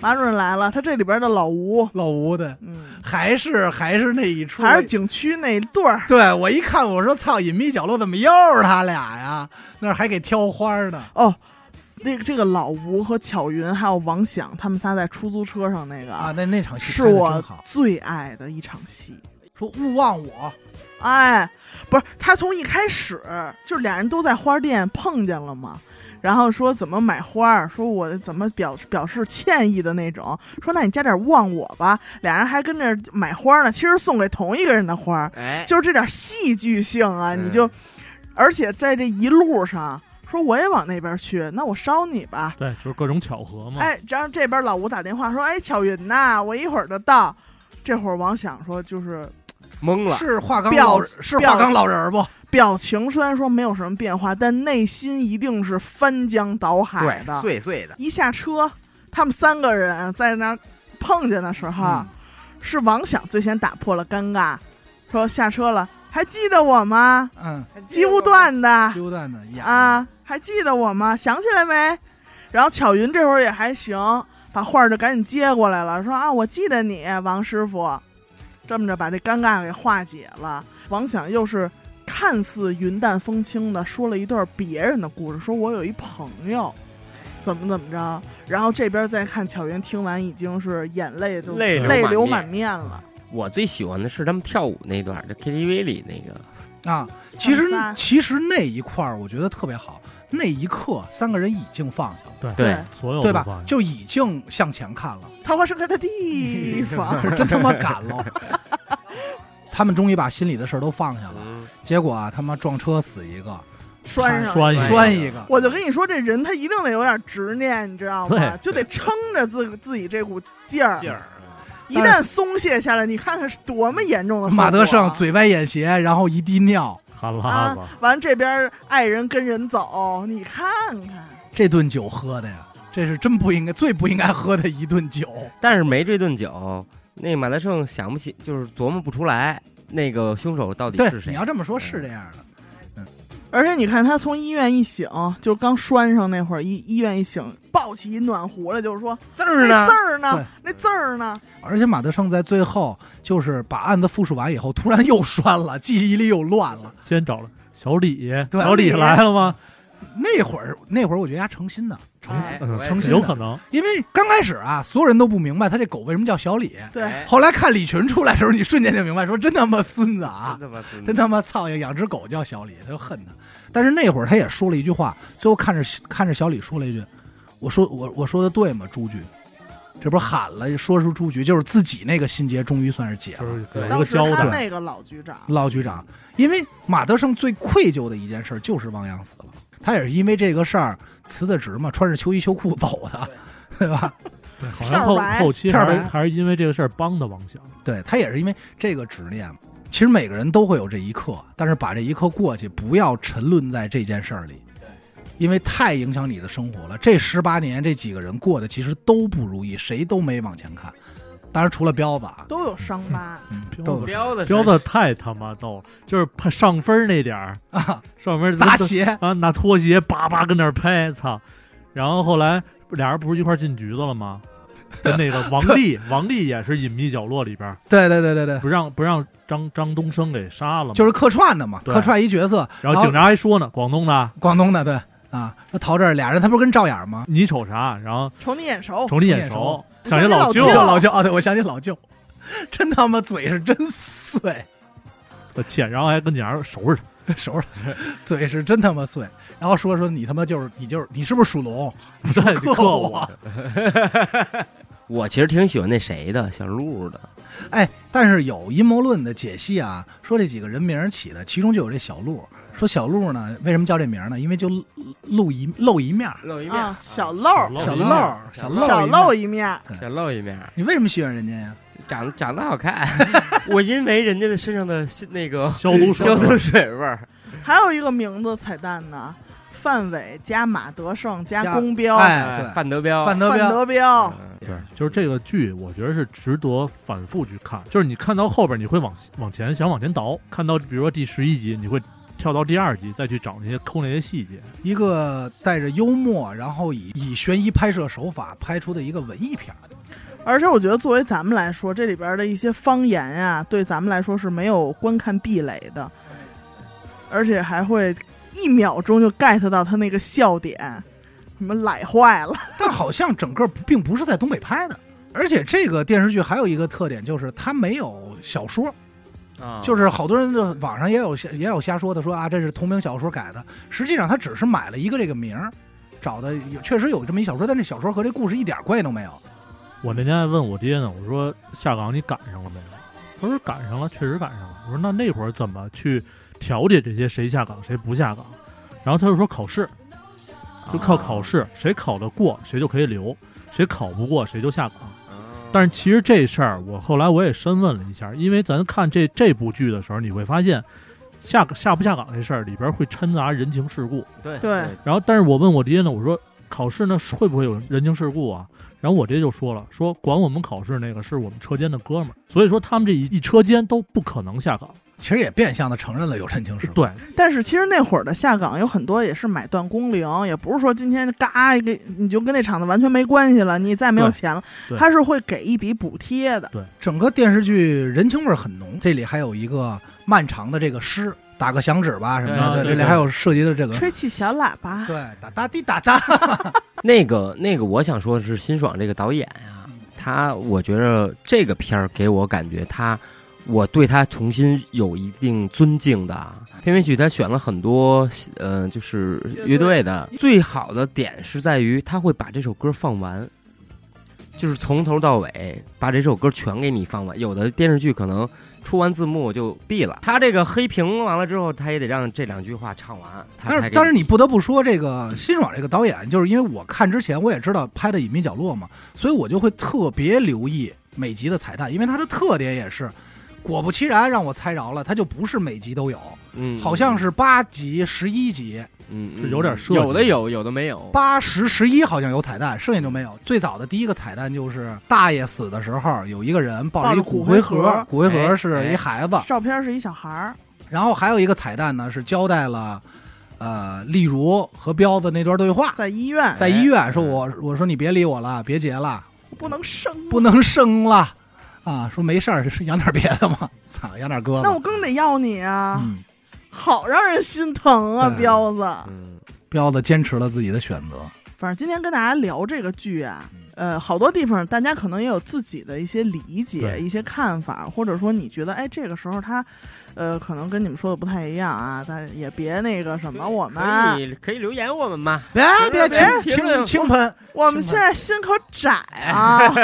Speaker 1: 马主任来了，他这里边的老吴，
Speaker 2: 老吴的，
Speaker 1: 嗯，
Speaker 2: 还是还是那一出，
Speaker 1: 还是景区那对儿，
Speaker 2: 对我一看，我说操，隐秘角落怎么又是他俩呀？那儿还给挑花呢，
Speaker 1: 哦，那个这个老吴和巧云还有王响，他们仨在出租车
Speaker 2: 啊
Speaker 1: 上那个
Speaker 2: 啊，那那场戏
Speaker 1: 是
Speaker 2: 拍得
Speaker 1: 我
Speaker 2: 真好，
Speaker 1: 最爱的一场戏。
Speaker 2: 说勿忘我，
Speaker 1: 哎，不是，他从一开始就是俩人都在花店碰见了嘛，然后说怎么买花儿，说我怎么表表示歉意的那种，说那你加点忘我吧，俩人还跟着买花呢，其实送给同一个人的花儿，
Speaker 3: 哎，
Speaker 1: 就是这点戏剧性啊，
Speaker 3: 嗯
Speaker 1: 你就，而且在这一路上说我也往那边去，那我捎你吧，
Speaker 4: 对，就是各种巧合嘛。
Speaker 1: 哎，然后这边老吴打电话说：“哎，巧云呐，我一会儿就到。”这会儿王想说，就是
Speaker 3: 懵了，
Speaker 2: 是华岗
Speaker 1: 表
Speaker 2: 老是华岗老人儿不？
Speaker 1: 表情虽然说没有什么变化，但内心一定是翻江倒海
Speaker 3: 对，
Speaker 1: 的。
Speaker 3: 碎碎的，
Speaker 1: 一下车，他们三个人在那儿碰见的时候，
Speaker 2: 嗯
Speaker 1: 是王想最先打破了尴尬，说：“下车了，还记得我吗？
Speaker 2: 嗯，
Speaker 1: 鸡无断的
Speaker 2: 揪蛋的呀，
Speaker 1: 啊，还记得我吗？想起来没？”然后巧云这会儿也还行，把画儿就赶紧接过来了，说啊，我记得你，王师傅。这么着把这尴尬给化解了。王想又是看似云淡风轻的说了一段别人的故事，说我有一朋友，怎么怎么着。然后这边再看巧云，听完已经是眼泪就
Speaker 3: 泪
Speaker 4: 流
Speaker 1: 泪
Speaker 3: 满
Speaker 1: 流
Speaker 3: 面
Speaker 1: 满面了。
Speaker 3: 我最喜欢的是他们跳舞那段，在 KTV 里那个，
Speaker 2: 啊，其实
Speaker 1: 他们仨
Speaker 2: 其实那一块儿我觉得特别好，那一刻三个人已经放下了，
Speaker 3: 对
Speaker 4: 所有
Speaker 2: 对
Speaker 4: 都
Speaker 2: 吧
Speaker 4: 放？下
Speaker 2: 就已经向前看了，
Speaker 1: 桃花盛开的地 方，
Speaker 2: 真他妈赶 了。他们终于把心里的事儿都放下了，
Speaker 3: 嗯
Speaker 2: 结果啊，他妈撞车死一个，
Speaker 1: 拴上
Speaker 4: 拴
Speaker 1: 了
Speaker 4: 一
Speaker 2: 摔一个，
Speaker 1: 我就跟你说，这人他一定得有点执念，你知道吗？
Speaker 4: 对
Speaker 1: 就得撑着自自己这股劲儿，
Speaker 3: 劲儿，啊
Speaker 1: 一旦松懈下来，你看看是多么严重的后果啊
Speaker 2: 马德胜嘴歪眼斜，然后一滴尿，
Speaker 4: 哈喇
Speaker 1: 啊
Speaker 4: 子，！
Speaker 1: 完这边爱人跟人走，你看看，
Speaker 2: 这顿酒喝的呀，这是真不应该，最不应该喝的一顿酒。
Speaker 3: 但是没这顿酒，那马德胜想不起，就是琢磨不出来那个凶手
Speaker 4: 哎
Speaker 3: 到底
Speaker 2: 对
Speaker 3: 是，谁
Speaker 2: 你要。这
Speaker 4: 嗯
Speaker 2: 么说，是这样的。
Speaker 1: 而且你看他从医院一醒，就刚拴上那会儿，医医院一醒，抱起一暖壶来，就是说
Speaker 3: 字
Speaker 1: 那
Speaker 3: 儿呢
Speaker 1: 字？儿呢
Speaker 2: 对，
Speaker 1: 那字儿呢，
Speaker 2: 而且马德胜在最后就是把案子复述完以后，突然又栓了，记忆力又乱了。
Speaker 4: 先找了小李，
Speaker 2: 对
Speaker 4: 小李来了吗？
Speaker 2: 那会儿，那会儿我觉得他诚心的，诚心，
Speaker 3: 哎
Speaker 4: 嗯
Speaker 3: 我也
Speaker 2: 诚信
Speaker 3: 是
Speaker 2: 的
Speaker 4: 有可能，
Speaker 2: 因为刚开始啊，所有人都不明白他这狗为什么叫小李。
Speaker 1: 对，
Speaker 3: 哎
Speaker 2: 后来看李群出来的时候，你瞬间就明白，说真他妈孙子啊
Speaker 3: 真，他妈孙
Speaker 2: 真
Speaker 3: 子
Speaker 2: 他妈操呀！养只狗叫小李，他就恨他。但是那会儿他也说了一句话，最后看着看着小李说了一句：“我说我我说的对吗？”朱局，这不是喊了说出朱局，就是自己那个心结终于算是解了。
Speaker 4: 就是有一
Speaker 1: 当
Speaker 4: 个
Speaker 1: 时
Speaker 4: 交
Speaker 1: 他
Speaker 4: 代。
Speaker 1: 那个老局长，
Speaker 2: 老局长，因为马德胜最愧疚的一件事就是汪洋死了，他也是因为这个事儿辞的职嘛，穿着秋衣秋裤走的，对吧？
Speaker 4: 对，好像后
Speaker 1: 片儿白
Speaker 4: 后期
Speaker 2: 片儿
Speaker 4: 还
Speaker 2: 白
Speaker 4: 是还是因为这个事儿帮的王响。
Speaker 2: 对他也是因为这个执念。其实每个人都会有这一刻，但是把这一刻过去，不要沉沦在这件事儿里，因为太影响你的生活了。这十八年，这几个人过得其实都不如意，谁都没往前看。当然，除了彪子啊，
Speaker 1: 都有伤疤，
Speaker 2: 嗯，
Speaker 4: 彪子
Speaker 2: 都有
Speaker 3: 彪子是
Speaker 4: 彪子太他妈逗了，就是怕上分儿那点儿，
Speaker 2: 啊，
Speaker 4: 上分儿
Speaker 2: 砸鞋，
Speaker 4: 啊，拿拖鞋叭叭跟那儿拍，操！然后后来俩人不是一块儿进局子了吗？跟那个王丽，王丽也是隐秘角落里边儿，
Speaker 2: 对对对对对，
Speaker 4: 不让不让张张东升给杀了嘛。
Speaker 2: 就是客串的嘛，
Speaker 4: 对
Speaker 2: 客串一角色。
Speaker 4: 然后警察还说呢，广东的，
Speaker 2: 广东的，对啊，说陶这儿俩人，他不是跟赵眼吗？
Speaker 4: 你瞅啥？然后
Speaker 1: 瞅你眼熟，
Speaker 4: 瞅你
Speaker 2: 眼
Speaker 4: 眼
Speaker 2: 熟
Speaker 4: 熟，想起老
Speaker 1: 就
Speaker 4: 舅
Speaker 1: 想起
Speaker 2: 老舅啊，对，我想起老舅， 真他妈嘴是真碎，
Speaker 4: 的钱，然后还跟警察说收拾他。
Speaker 2: 手 是嘴是真他妈碎，然后说说你他妈就是你就是你是不是属龙？
Speaker 4: 对，
Speaker 2: 克
Speaker 4: 哎克
Speaker 2: 我
Speaker 4: 我，
Speaker 3: 我其实挺喜欢那谁的小鹿的，
Speaker 2: 哎，但是有阴谋论的解析啊，说这几个人名儿起的，其中就有这小鹿。说小鹿呢，为什么叫这名儿呢？因为就露露一露一面儿，
Speaker 3: 露一
Speaker 1: 啊，小漏儿，
Speaker 4: 露
Speaker 2: 小
Speaker 4: 一
Speaker 2: 露
Speaker 4: 面
Speaker 2: 儿
Speaker 3: 儿
Speaker 2: 小
Speaker 3: 小
Speaker 2: 露
Speaker 1: 小
Speaker 2: 一面
Speaker 1: 漏
Speaker 2: 儿。
Speaker 1: 一面，
Speaker 3: 想露一面，
Speaker 2: 你为什么喜欢人家呀？
Speaker 3: 长长得 好看。我因为人家的身上的新那 个
Speaker 4: 消毒手
Speaker 3: 消毒水味儿，
Speaker 1: 还有一个名字彩蛋呢，范伟加马德胜
Speaker 2: 加
Speaker 1: 加公标，
Speaker 2: 哎，对，
Speaker 3: 范德彪，
Speaker 2: 范德
Speaker 1: 范
Speaker 2: 彪，
Speaker 1: 德彪，
Speaker 3: 嗯
Speaker 4: 对，就是这个剧，我觉得是值得反复去看。就是你看到后边，你会往往前想往前倒，看到比如说第十一集，你会跳到第二集，再去找那些抠那些细节。
Speaker 2: 一个带着幽默，然后以以悬疑拍摄手法拍出的一个文艺片儿。
Speaker 1: 而且我觉得，作为咱们来说，这里边的一些方言啊，对咱们来说是没有观看壁垒的，而且还会一秒钟就 get 到他那个笑点，什么奶坏了，
Speaker 2: 但好像整个不并不是在东北拍的，而且这个电视剧还有一个特点就是它没有小说，
Speaker 1: 哦
Speaker 3: 啊
Speaker 2: 就是好多人就网上也有瞎也有瞎说的，说啊这是同名小说改的，实际上他只是买了一个这个名儿，找的有确实有这么一小说，但这小说和这故事一点关系都没有。
Speaker 4: 我那天还问我爹呢，我说下岗你赶上了没有？他说赶上了，确实赶上了。我说那那会儿怎么去调解这些谁下岗谁不下岗？然后他就说考试，就靠考试，谁考得过谁就可以留，谁考不过谁就下岗。但是其实这事儿，我后来我也深问了一下，因为咱看这这部剧的时候，你会发现下下不下岗这事儿里边会掺杂人情世故。
Speaker 3: 对
Speaker 1: 对
Speaker 4: 然后，但是我问我爹呢，我说考试呢是会不会有人情世故啊？然后我爹就说了，说管我们考试那个是我们车间的哥们儿，所以说他们这一一车间都不可能下岗。
Speaker 2: 其实也变相的承认了有人情世故。
Speaker 4: 对，
Speaker 1: 但是其实那会儿的下岗有很多也是买断工龄，也不是说今天嘎一个你就跟那厂子完全没关系了，你再没有
Speaker 4: 对
Speaker 1: 钱了
Speaker 4: 对，
Speaker 1: 他是会给一笔补贴的。
Speaker 2: 整个电视剧人情味儿很浓，这里还有一个漫长的这个诗，打个响指吧什么的，对，
Speaker 4: 对对
Speaker 2: 这里
Speaker 4: 对
Speaker 2: 还有涉及的这个，
Speaker 1: 吹起小喇叭，
Speaker 2: 对，哒哒滴哒哒，
Speaker 3: 那个那个，我想说的是，辛爽这个导演啊，他我觉着这个片儿给我感觉他，我对他重新有一定尊敬的啊。片尾曲他选了很多，呃，就是乐队的。最好的点是在于他会把这首歌放完，就是从头到尾把这首歌全给你放完。有的电视剧可能出完字幕就闭了，他这个黑屏完了之后，他也得让这两句话唱完。他
Speaker 2: 但
Speaker 3: 才
Speaker 2: 是
Speaker 3: 给
Speaker 2: 但是你不得不说，这个辛爽这个导演，就是因为我看之前我也知道拍的《隐秘角落》嘛，所以我就会特别留意每集的彩蛋，因为它的特点也是，果不其然让我猜着了，它就不是每集都有，
Speaker 3: 嗯，
Speaker 2: 好像是八集、十一集、
Speaker 3: 嗯
Speaker 4: 是有点设计
Speaker 3: 有的有，有的没有。
Speaker 2: 八十、十一好像有彩蛋，剩下就没有。最早的第一个彩蛋就是大爷死的时候，有一个人抱着
Speaker 1: 抱
Speaker 2: 一
Speaker 1: 着骨灰
Speaker 2: 灰盒
Speaker 1: 盒，
Speaker 2: 骨灰盒
Speaker 3: 哎
Speaker 2: 是一
Speaker 3: 哎
Speaker 2: 孩子，
Speaker 1: 照片是一小孩儿，
Speaker 2: 然后还有一个彩蛋呢是交代了，呃，例如和彪子那段对话。
Speaker 1: 在医院
Speaker 2: 在医院说我我说你别理我了，别结了，
Speaker 1: 我不能生，啊
Speaker 2: 不。能生了，啊，说没事儿，是养点别的嘛，操，养点鸽子。
Speaker 1: 那我更得要你啊！
Speaker 2: 嗯，
Speaker 1: 好让人心疼啊，
Speaker 2: 对
Speaker 1: 彪子。
Speaker 3: 嗯，
Speaker 2: 彪子坚持了自己的选择，
Speaker 1: 反正今天跟大家聊这个剧啊，
Speaker 2: 嗯
Speaker 1: 呃，好多地方大家可能也有自己的一些理解、
Speaker 4: 对
Speaker 1: 一些看法，或者说你觉得，哎，这个时候他，呃，可能跟你们说的不太一样啊，但也别那个什么我们啊，
Speaker 3: 可以可以留言我们吗？
Speaker 2: 别别
Speaker 3: 别
Speaker 2: 轻
Speaker 3: 别别
Speaker 2: 轻轻喷，
Speaker 1: 我们现在心可窄啊。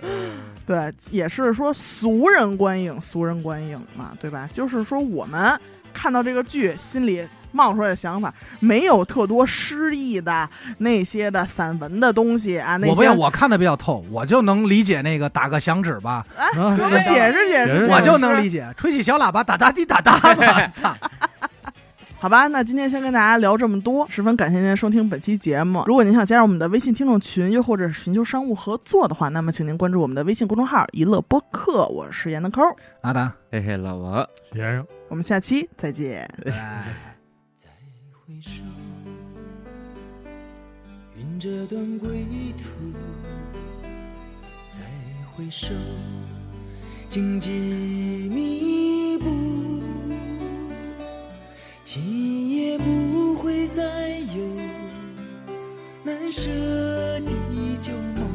Speaker 2: 嗯
Speaker 1: 对，也是说俗人观影，俗人观影嘛，对吧？就是说我们看到这个剧，心里冒出来的想法，没有特多诗意的那些的散文的东西啊。那些
Speaker 2: 我不要，我看的比较透，我就能理解那个打个响指吧，
Speaker 1: 哎，
Speaker 4: 然后
Speaker 1: 给我
Speaker 2: 对
Speaker 1: 们解释解
Speaker 4: 解释
Speaker 1: 释，
Speaker 2: 我就
Speaker 1: 解释
Speaker 2: 能理解，吹起小喇叭哒哒滴哒哒吧，操，
Speaker 1: 好吧，那今天先跟大家聊这么多，十分感谢您的收听本期节目。如果您想加入我们的微信听众群，又或者是寻求商务合作的话，那么请您关注我们的微信公众号“一乐播客”，我是闫德抠，
Speaker 2: 阿达，
Speaker 3: 嘿嘿，老王。
Speaker 4: 先生。
Speaker 1: 我们下期再见。
Speaker 2: 哎。
Speaker 5: 再回首，云这段归途。再回首，荆棘密布，今夜不会再有难舍的旧梦。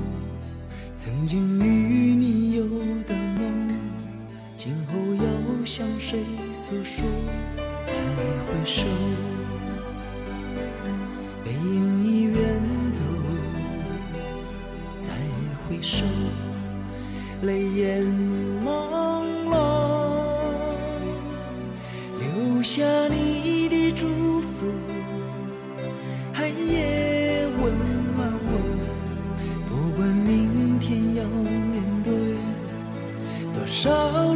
Speaker 5: 曾经与你有的梦，今后要向谁诉说？再回首，背影已远走。再回首，泪眼朦胧，留下你的祝福，寒夜温暖我。不管明天要面对。多少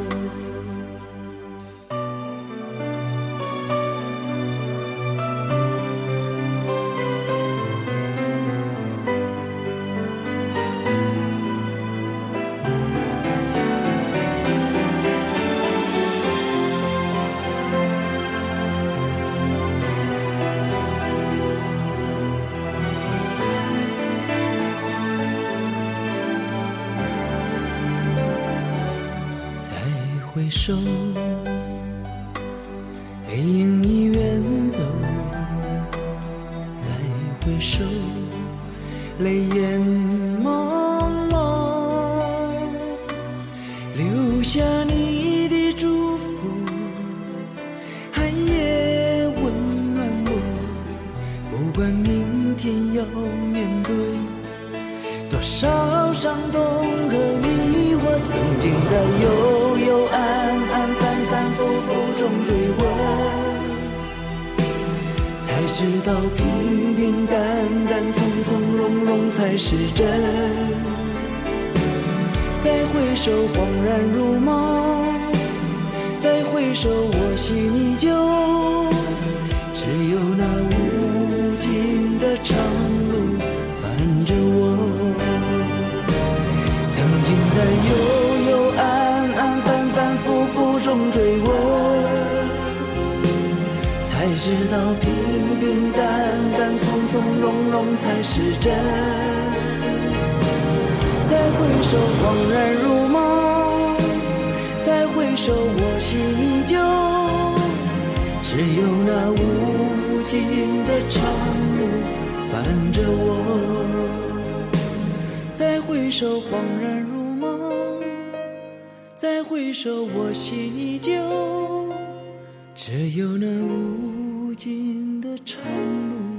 Speaker 5: 手，背影已远走，再回首，泪眼朦胧，留下你的祝福，寒夜温暖我，不管明天要面对。多少伤痛和迷惑，曾经在幽幽暗暗、反反复复中追问，才知道平平淡淡、从从容容才是真。再回首，恍然如梦；再回首，我心依旧。只有那无尽的长路伴着我。曾经在幽幽暗暗、反反复复中追问，才知道平平淡淡、从从容容才是真。再回首，恍然如梦；再回首，我心依旧。只有那无尽的长路伴着我。再回首，恍然如梦；再回首，我心依旧。只有那无尽的长路